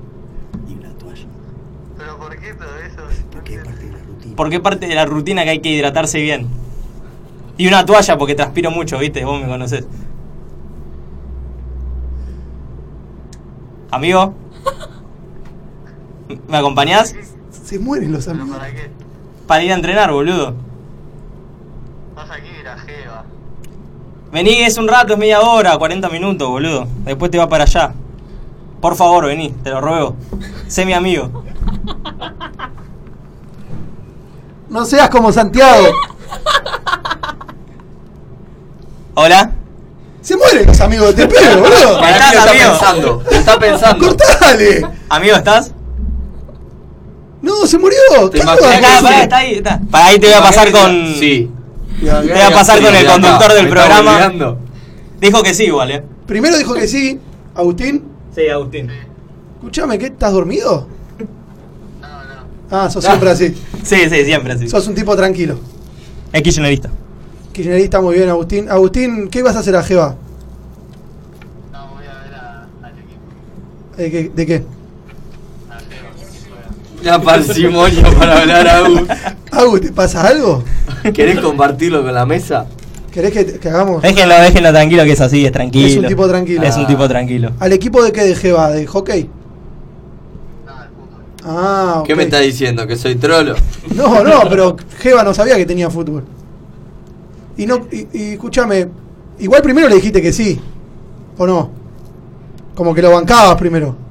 [SPEAKER 12] ¿Pero por qué todo eso?
[SPEAKER 1] ¿Por qué parte de la rutina que hay que hidratarse bien? Y una toalla, porque transpiro mucho, ¿viste? Vos me conocés. Amigo. ¿Me acompañás?
[SPEAKER 5] Se mueren los amigos.
[SPEAKER 1] Para ir a entrenar, boludo. Vení, es un rato, es media hora, 40 minutos, boludo. Después te va para allá. Por favor, vení, te lo ruego. Sé mi amigo.
[SPEAKER 5] No seas como Santiago.
[SPEAKER 1] Hola.
[SPEAKER 5] Se mueren los amigos de este pibe, boludo.
[SPEAKER 1] ¿Estás, amigo?
[SPEAKER 7] Está pensando.
[SPEAKER 5] Cortale.
[SPEAKER 1] Amigo, ¿estás?
[SPEAKER 5] No, se murió. ¿Qué
[SPEAKER 1] Acá,
[SPEAKER 5] dudas?
[SPEAKER 1] pará, está ahí, está. Pará, ahí te voy a pasar con.
[SPEAKER 7] Sí.
[SPEAKER 1] Te voy a pasar con el
[SPEAKER 7] Acá,
[SPEAKER 1] conductor del
[SPEAKER 7] me está
[SPEAKER 1] programa.
[SPEAKER 7] obligando.
[SPEAKER 1] Dijo que sí, igual, eh.
[SPEAKER 5] Primero dijo que sí, Agustín.
[SPEAKER 1] Sí, Agustín.
[SPEAKER 5] Escuchame, ¿qué? ¿Estás dormido? Ah, sos siempre así.
[SPEAKER 1] Sí, sí, siempre así.
[SPEAKER 5] Sos un tipo tranquilo.
[SPEAKER 1] Es kirchnerista.
[SPEAKER 5] Kirchnerista, muy bien, Agustín. Agustín, ¿qué vas a hacer a Jeva? No, voy a ver al equipo. ¿De Eh, qué?
[SPEAKER 7] La parsimonia para hablar, Agus.
[SPEAKER 5] Agus, ¿te pasa algo?
[SPEAKER 7] ¿Querés compartirlo con la mesa?
[SPEAKER 5] ¿Querés que, que hagamos?
[SPEAKER 1] Déjenlo, déjenlo tranquilo, que es así, es tranquilo.
[SPEAKER 5] Es un tipo tranquilo.
[SPEAKER 1] Es un tipo tranquilo.
[SPEAKER 5] ¿Al equipo de qué de Jeva? ¿De hockey? Ah,
[SPEAKER 7] ¿Qué
[SPEAKER 5] ok.
[SPEAKER 7] me está diciendo? ¿Que soy trolo?
[SPEAKER 5] No, no, pero Jeva no sabía que tenía fútbol. Y no, y, y escúchame, igual primero le dijiste que sí, ¿o no? Como que lo bancabas primero.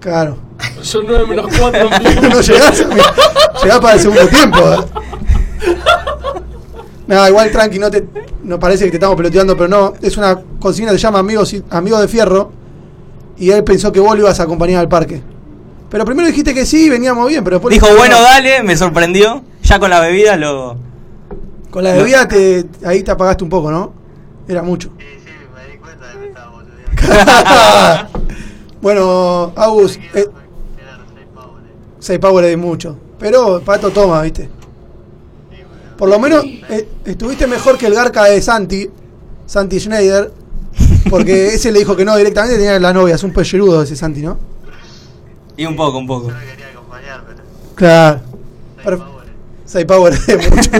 [SPEAKER 5] Claro.
[SPEAKER 6] Son 9 menos 4.
[SPEAKER 5] no llegás, amigo. llegás para el segundo tiempo. ¿eh? Nada, igual tranqui, no te no parece que te estamos peloteando, pero no, es una consigna que se llama Amigos y- Amigos de Fierro y él pensó que vos lo ibas a acompañar al parque. Pero primero dijiste que sí, veníamos bien, pero después
[SPEAKER 1] Dijo,
[SPEAKER 5] dijiste,
[SPEAKER 1] bueno,
[SPEAKER 5] no.
[SPEAKER 1] dale, me sorprendió. Ya con la bebida lo.
[SPEAKER 5] Con la bebida te, ahí te apagaste un poco, ¿no? Era mucho. bueno, Agus, eh, seis power es mucho, pero Pato toma, ¿viste? Por lo menos eh, estuviste mejor que el garca de Santi, Santi Schneider, porque ese le dijo que no directamente, tenía la novia, es un pellerudo ese Santi, ¿no?
[SPEAKER 1] Y un poco, un poco.
[SPEAKER 5] Claro. Perf- Seis power es mucho.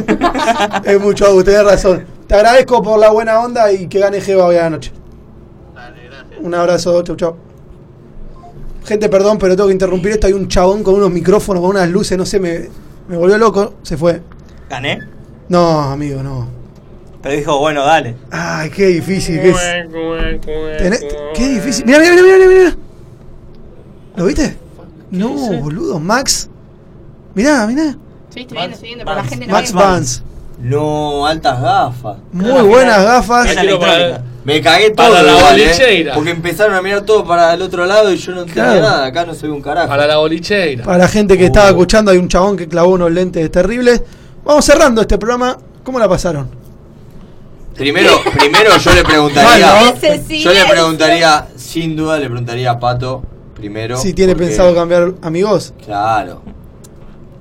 [SPEAKER 5] es mucho, Agus, tenés razón. Te agradezco por la buena onda y que gane Jeva hoy a la noche. Un abrazo, chau, chau. Gente, perdón, pero tengo que interrumpir esto. Hay un chabón con unos micrófonos, con unas luces, no sé, me, me volvió loco. Se fue.
[SPEAKER 1] Gané.
[SPEAKER 5] No, amigo, no.
[SPEAKER 1] Pero dijo, bueno, dale.
[SPEAKER 5] Ay, qué difícil que es. Tenés- qué difícil. Mira, mira, mira, mira. ¿Lo viste? No, boludo, Max. Mirá, mirá.
[SPEAKER 10] Sí, estoy viendo, estoy viendo, pero la gente no
[SPEAKER 5] Max
[SPEAKER 10] ve.
[SPEAKER 5] Vance.
[SPEAKER 7] No, altas gafas.
[SPEAKER 5] Muy buenas gafas.
[SPEAKER 7] Me cagué todo.
[SPEAKER 5] Para la
[SPEAKER 7] igual, eh,
[SPEAKER 5] bolicheira.
[SPEAKER 7] Porque empezaron a mirar todo para el otro lado y yo no entendía
[SPEAKER 5] Claro.
[SPEAKER 7] nada. Acá no soy un carajo.
[SPEAKER 6] Para la bolicheira.
[SPEAKER 5] Para la gente que estaba escuchando, hay un chabón que clavó unos lentes terribles. Vamos cerrando este programa. ¿Cómo la pasaron?
[SPEAKER 7] Primero, primero yo le
[SPEAKER 5] Mal,
[SPEAKER 7] preguntaría.
[SPEAKER 5] ¿no?
[SPEAKER 7] Yo le preguntaría, sin duda le preguntaría a Pato primero.
[SPEAKER 5] Si tiene
[SPEAKER 7] porque-
[SPEAKER 5] pensado cambiar amigos.
[SPEAKER 7] Claro.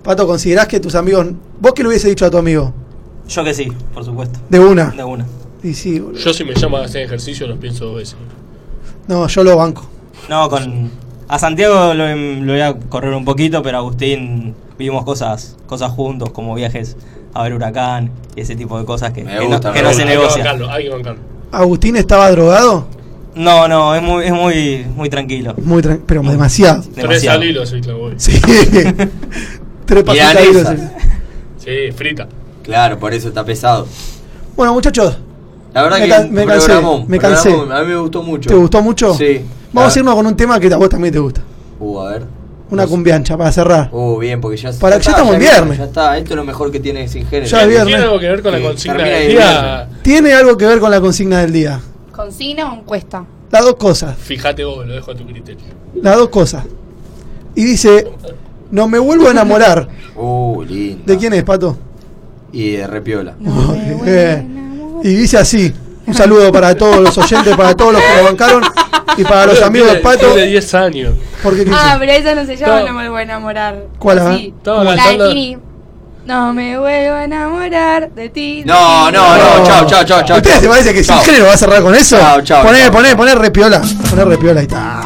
[SPEAKER 5] Pato, ¿considerás que tus amigos... ¿Vos qué le hubiese dicho a tu amigo?
[SPEAKER 1] Yo que sí, por supuesto.
[SPEAKER 5] De una.
[SPEAKER 1] De una.
[SPEAKER 5] Y sí, boludo.
[SPEAKER 6] Yo si me llaman a hacer ejercicio los pienso dos veces.
[SPEAKER 5] No, yo lo banco.
[SPEAKER 1] No, con. A Santiago lo, lo voy a correr un poquito, pero a Agustín vimos cosas, cosas juntos, como viajes a ver huracán y ese tipo de cosas que, que no-
[SPEAKER 6] gusta,
[SPEAKER 1] que
[SPEAKER 6] me
[SPEAKER 1] no,
[SPEAKER 6] gusta.
[SPEAKER 1] se
[SPEAKER 6] Hay que
[SPEAKER 1] negocia.
[SPEAKER 6] bancarlo, hay que bancarlo.
[SPEAKER 5] ¿Agustín estaba drogado?
[SPEAKER 1] No, no, es muy, es muy, muy tranquilo.
[SPEAKER 5] Muy tranquilo, pero demasiado.
[SPEAKER 6] Tres al hilo, soy clavo.
[SPEAKER 5] Sí. Tres pasitas de
[SPEAKER 7] Milanesa.
[SPEAKER 5] hilos.
[SPEAKER 6] Sí, frita.
[SPEAKER 7] Claro, por eso está pesado.
[SPEAKER 5] Bueno, muchachos.
[SPEAKER 7] La verdad
[SPEAKER 5] me
[SPEAKER 7] que
[SPEAKER 5] can-
[SPEAKER 7] un
[SPEAKER 5] me cansé,
[SPEAKER 7] programón,
[SPEAKER 5] me cansé.
[SPEAKER 7] programón, A mí me gustó mucho.
[SPEAKER 5] ¿Te gustó mucho?
[SPEAKER 7] Sí.
[SPEAKER 5] Vamos a
[SPEAKER 7] La-
[SPEAKER 5] irnos con un tema que a vos también te gusta.
[SPEAKER 7] Uh, a ver.
[SPEAKER 5] Una cumbiancha para cerrar.
[SPEAKER 7] Uh, bien, porque ya
[SPEAKER 5] Para- ya
[SPEAKER 7] está,
[SPEAKER 5] estamos en
[SPEAKER 7] viene,
[SPEAKER 5] viernes.
[SPEAKER 7] Ya está, esto es lo mejor que tiene sin género.
[SPEAKER 5] Ya es viernes. ¿Tiene algo
[SPEAKER 6] que ver con la consigna
[SPEAKER 7] del
[SPEAKER 6] día?
[SPEAKER 5] Tiene algo que ver con la consigna del día.
[SPEAKER 10] ¿Consigna o encuesta?
[SPEAKER 5] Las dos cosas.
[SPEAKER 6] Fíjate vos, lo dejo a tu criterio.
[SPEAKER 5] Las dos cosas. Y dice, no me vuelvo a enamorar.
[SPEAKER 7] Uh, lindo.
[SPEAKER 5] ¿De quién es, Pato?
[SPEAKER 7] Y de repiola.
[SPEAKER 5] Eh, y dice así. Un saludo para todos los oyentes, para todos los que lo bancaron y para los
[SPEAKER 6] Tiene-
[SPEAKER 5] amigos del pato.
[SPEAKER 6] Tiene 10 años.
[SPEAKER 5] Porque ¿qué
[SPEAKER 11] Ah,
[SPEAKER 5] hice?
[SPEAKER 11] pero esa no se llama
[SPEAKER 6] Todo-
[SPEAKER 11] No me voy a enamorar.
[SPEAKER 5] ¿Cuál, ah?
[SPEAKER 11] Sí.
[SPEAKER 5] Todo
[SPEAKER 11] La de
[SPEAKER 5] cantando-
[SPEAKER 11] Tini. No me vuelvo a enamorar de ti.
[SPEAKER 7] No, no, no, chao, chao, chao, chao.
[SPEAKER 5] ¿Ustedes
[SPEAKER 7] chao.
[SPEAKER 5] se parece que
[SPEAKER 7] Chao.
[SPEAKER 5] Sinclair va a cerrar con eso?
[SPEAKER 7] Chao, chao,
[SPEAKER 5] Poné,
[SPEAKER 7] chao.
[SPEAKER 5] poné, poné repiola. Poné repiola y está.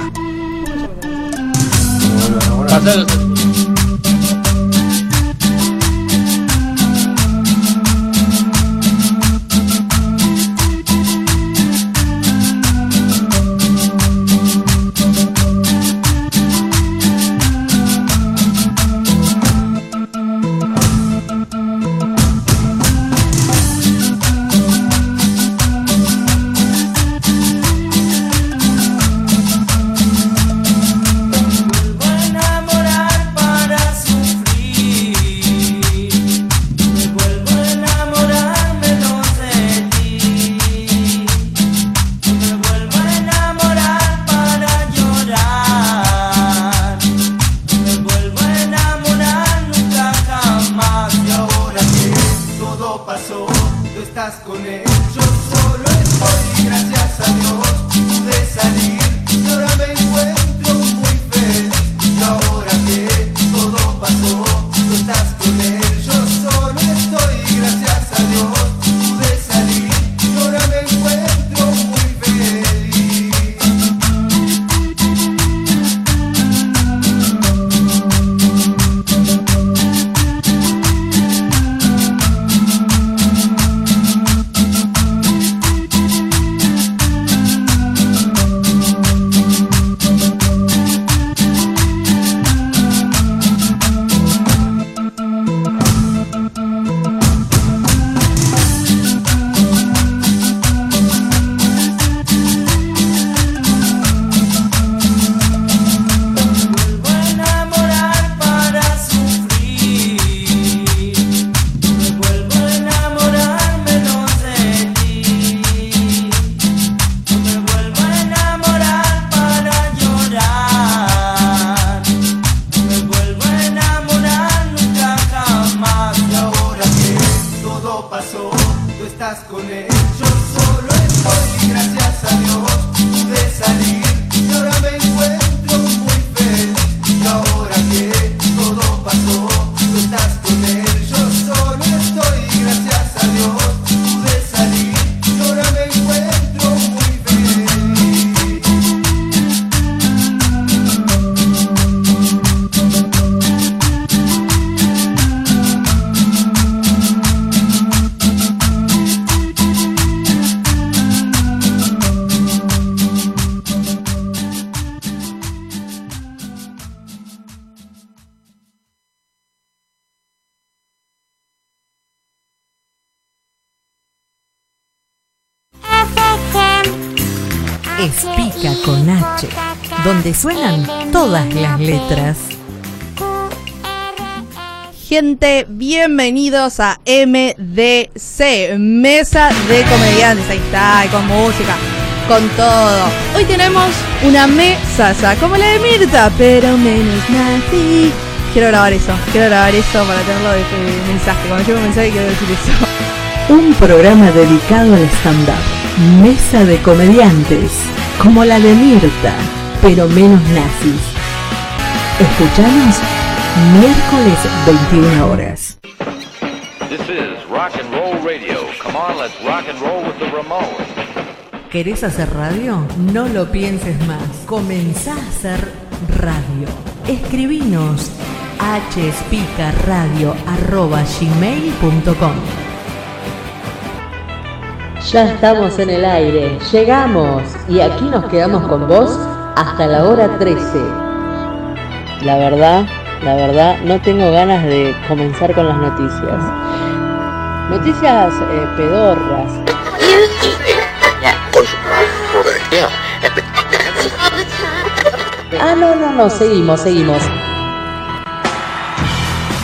[SPEAKER 6] Pasar-
[SPEAKER 8] enamorar para sufrir Me vuelvo a enamorar menos de ti Me vuelvo a enamorar para llorar Me vuelvo a enamorar nunca jamás Y ahora que todo pasó, tú estás con él Yo solo estoy, gracias a Dios, pude salir Y ahora me encuentro muy feliz y ahora que todo pasó, tú estás con él. Yo solo estoy, gracias a Dios, pude salir. Y ahora me encuentro muy feliz. Me vuelvo a enamorar para sufrir. Me vuelvo a enamorar menos de ti. Me vuelvo a enamorar para llorar. Me vuelvo a enamorar nunca jamás. Y ahora que todo pasó, tú estás con él. Yo solo estoy, gracias a Dios, pude salir. Y ahora me encuentro muy feliz. Y ahora que todo pasó, tú estás con él. Yo solo estoy, gracias a Dios, pude salir. Y ahora me encuentro muy feliz.
[SPEAKER 14] Es Pica con H, donde suenan todas las letras.
[SPEAKER 10] Gente, bienvenidos a MDC, Mesa de Comediantes. Ahí está, y con música, con todo. Hoy tenemos una mesaza, como la de Mirta, pero menos nazi. Quiero grabar eso, quiero grabar eso para tenerlo de, de mensaje. Cuando llevo un mensaje quiero decir eso.
[SPEAKER 14] Un programa dedicado al stand-up. Mesa de comediantes, como la de Mirta, pero menos nazis. Escuchanos miércoles 21 horas.
[SPEAKER 9] This is rock and roll radio. Come on, let's rock and roll with the Ramones.
[SPEAKER 14] ¿Querés hacer radio? No lo pienses más. Comenzá a hacer radio. Escribinos a hspicaradio.gmail.com
[SPEAKER 3] Ya estamos en el aire, llegamos y aquí nos quedamos con vos hasta la hora 13. La verdad, la verdad, no tengo ganas de comenzar con las noticias. Noticias eh, pedorras. Ah, no, no, no, seguimos, seguimos.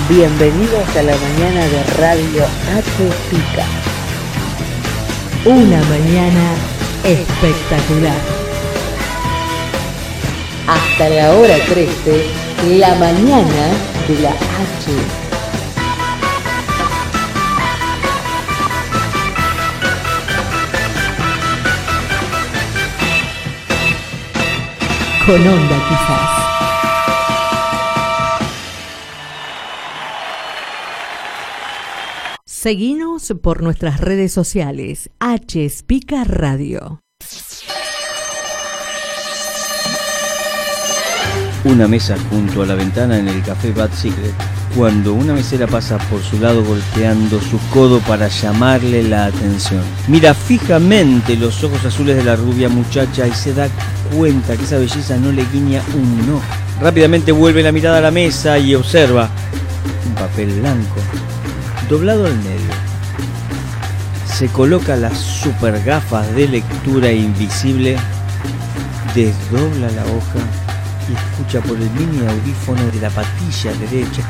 [SPEAKER 3] Bienvenidos a la mañana de Radio H Pica.
[SPEAKER 14] Una mañana espectacular.
[SPEAKER 3] Hasta la hora 13, la mañana de la H.
[SPEAKER 14] Con onda quizás. Seguinos por nuestras redes sociales. H. Pica Radio.
[SPEAKER 15] Una mesa junto a la ventana en el café Bad Secret. Cuando una mesera pasa por su lado golpeando su codo para llamarle la atención. Mira fijamente los ojos azules de la rubia muchacha y se da cuenta que esa belleza no le guiña un ojo. Rápidamente vuelve la mirada a la mesa y observa un papel blanco doblado al medio. Se coloca las super gafas de lectura invisible, desdobla la hoja y escucha por el mini audífono de la patilla derecha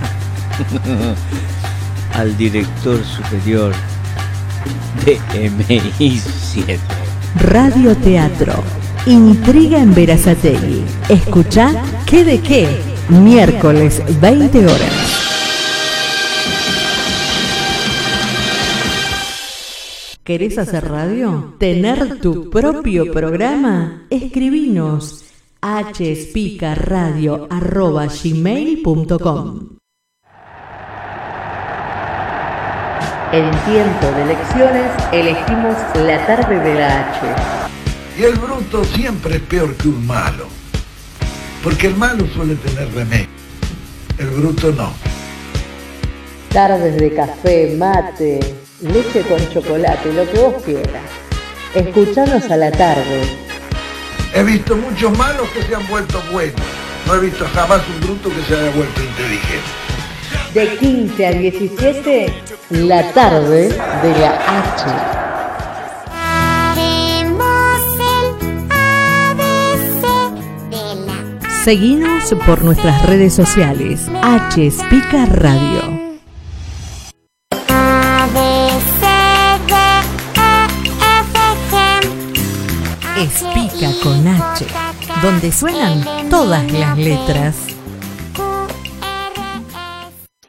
[SPEAKER 15] al director superior de MI7.
[SPEAKER 14] Radio Teatro. Intriga en Verazategui. Escucha qué de qué. Miércoles 20 horas. ¿Querés hacer radio? ¿Tener tu propio programa? Escribinos hspicarradio.com
[SPEAKER 16] En tiempo de elecciones elegimos la tarde de la H.
[SPEAKER 17] Y el bruto siempre es peor que un malo. Porque el malo suele tener remedio. El bruto no.
[SPEAKER 16] Tardes de café, mate, leche con chocolate, lo que vos quieras. Escuchanos a la tarde.
[SPEAKER 17] He visto muchos malos que se han vuelto buenos. No he visto jamás un bruto que se haya vuelto inteligente.
[SPEAKER 16] De 15 a 17, la tarde de la H.
[SPEAKER 14] Seguinos por nuestras redes sociales. H. Pica Radio. Espica con H, donde suenan todas las letras.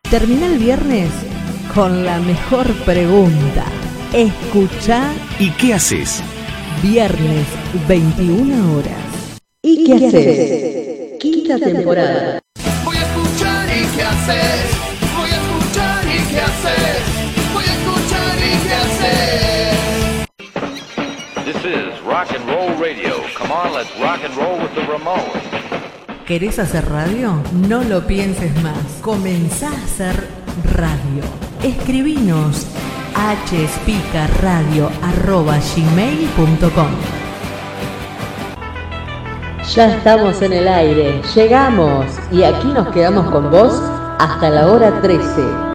[SPEAKER 14] Termina el viernes con la mejor pregunta. Escucha
[SPEAKER 18] ¿Y qué haces?
[SPEAKER 14] viernes 21 horas.
[SPEAKER 16] ¿Y qué haces? Quinta temporada.
[SPEAKER 4] Voy a escuchar y qué hacer. Voy a escuchar y qué hacer. Voy a escuchar y qué hacer.
[SPEAKER 9] This is rock and roll radio. Come on, let's rock and roll with the Ramones.
[SPEAKER 14] ¿Querés hacer radio? No lo pienses más. Comenzá a hacer radio. Escribinos hspicarradio.com.
[SPEAKER 16] Ya estamos en el aire, llegamos y aquí nos quedamos con vos hasta la hora 13.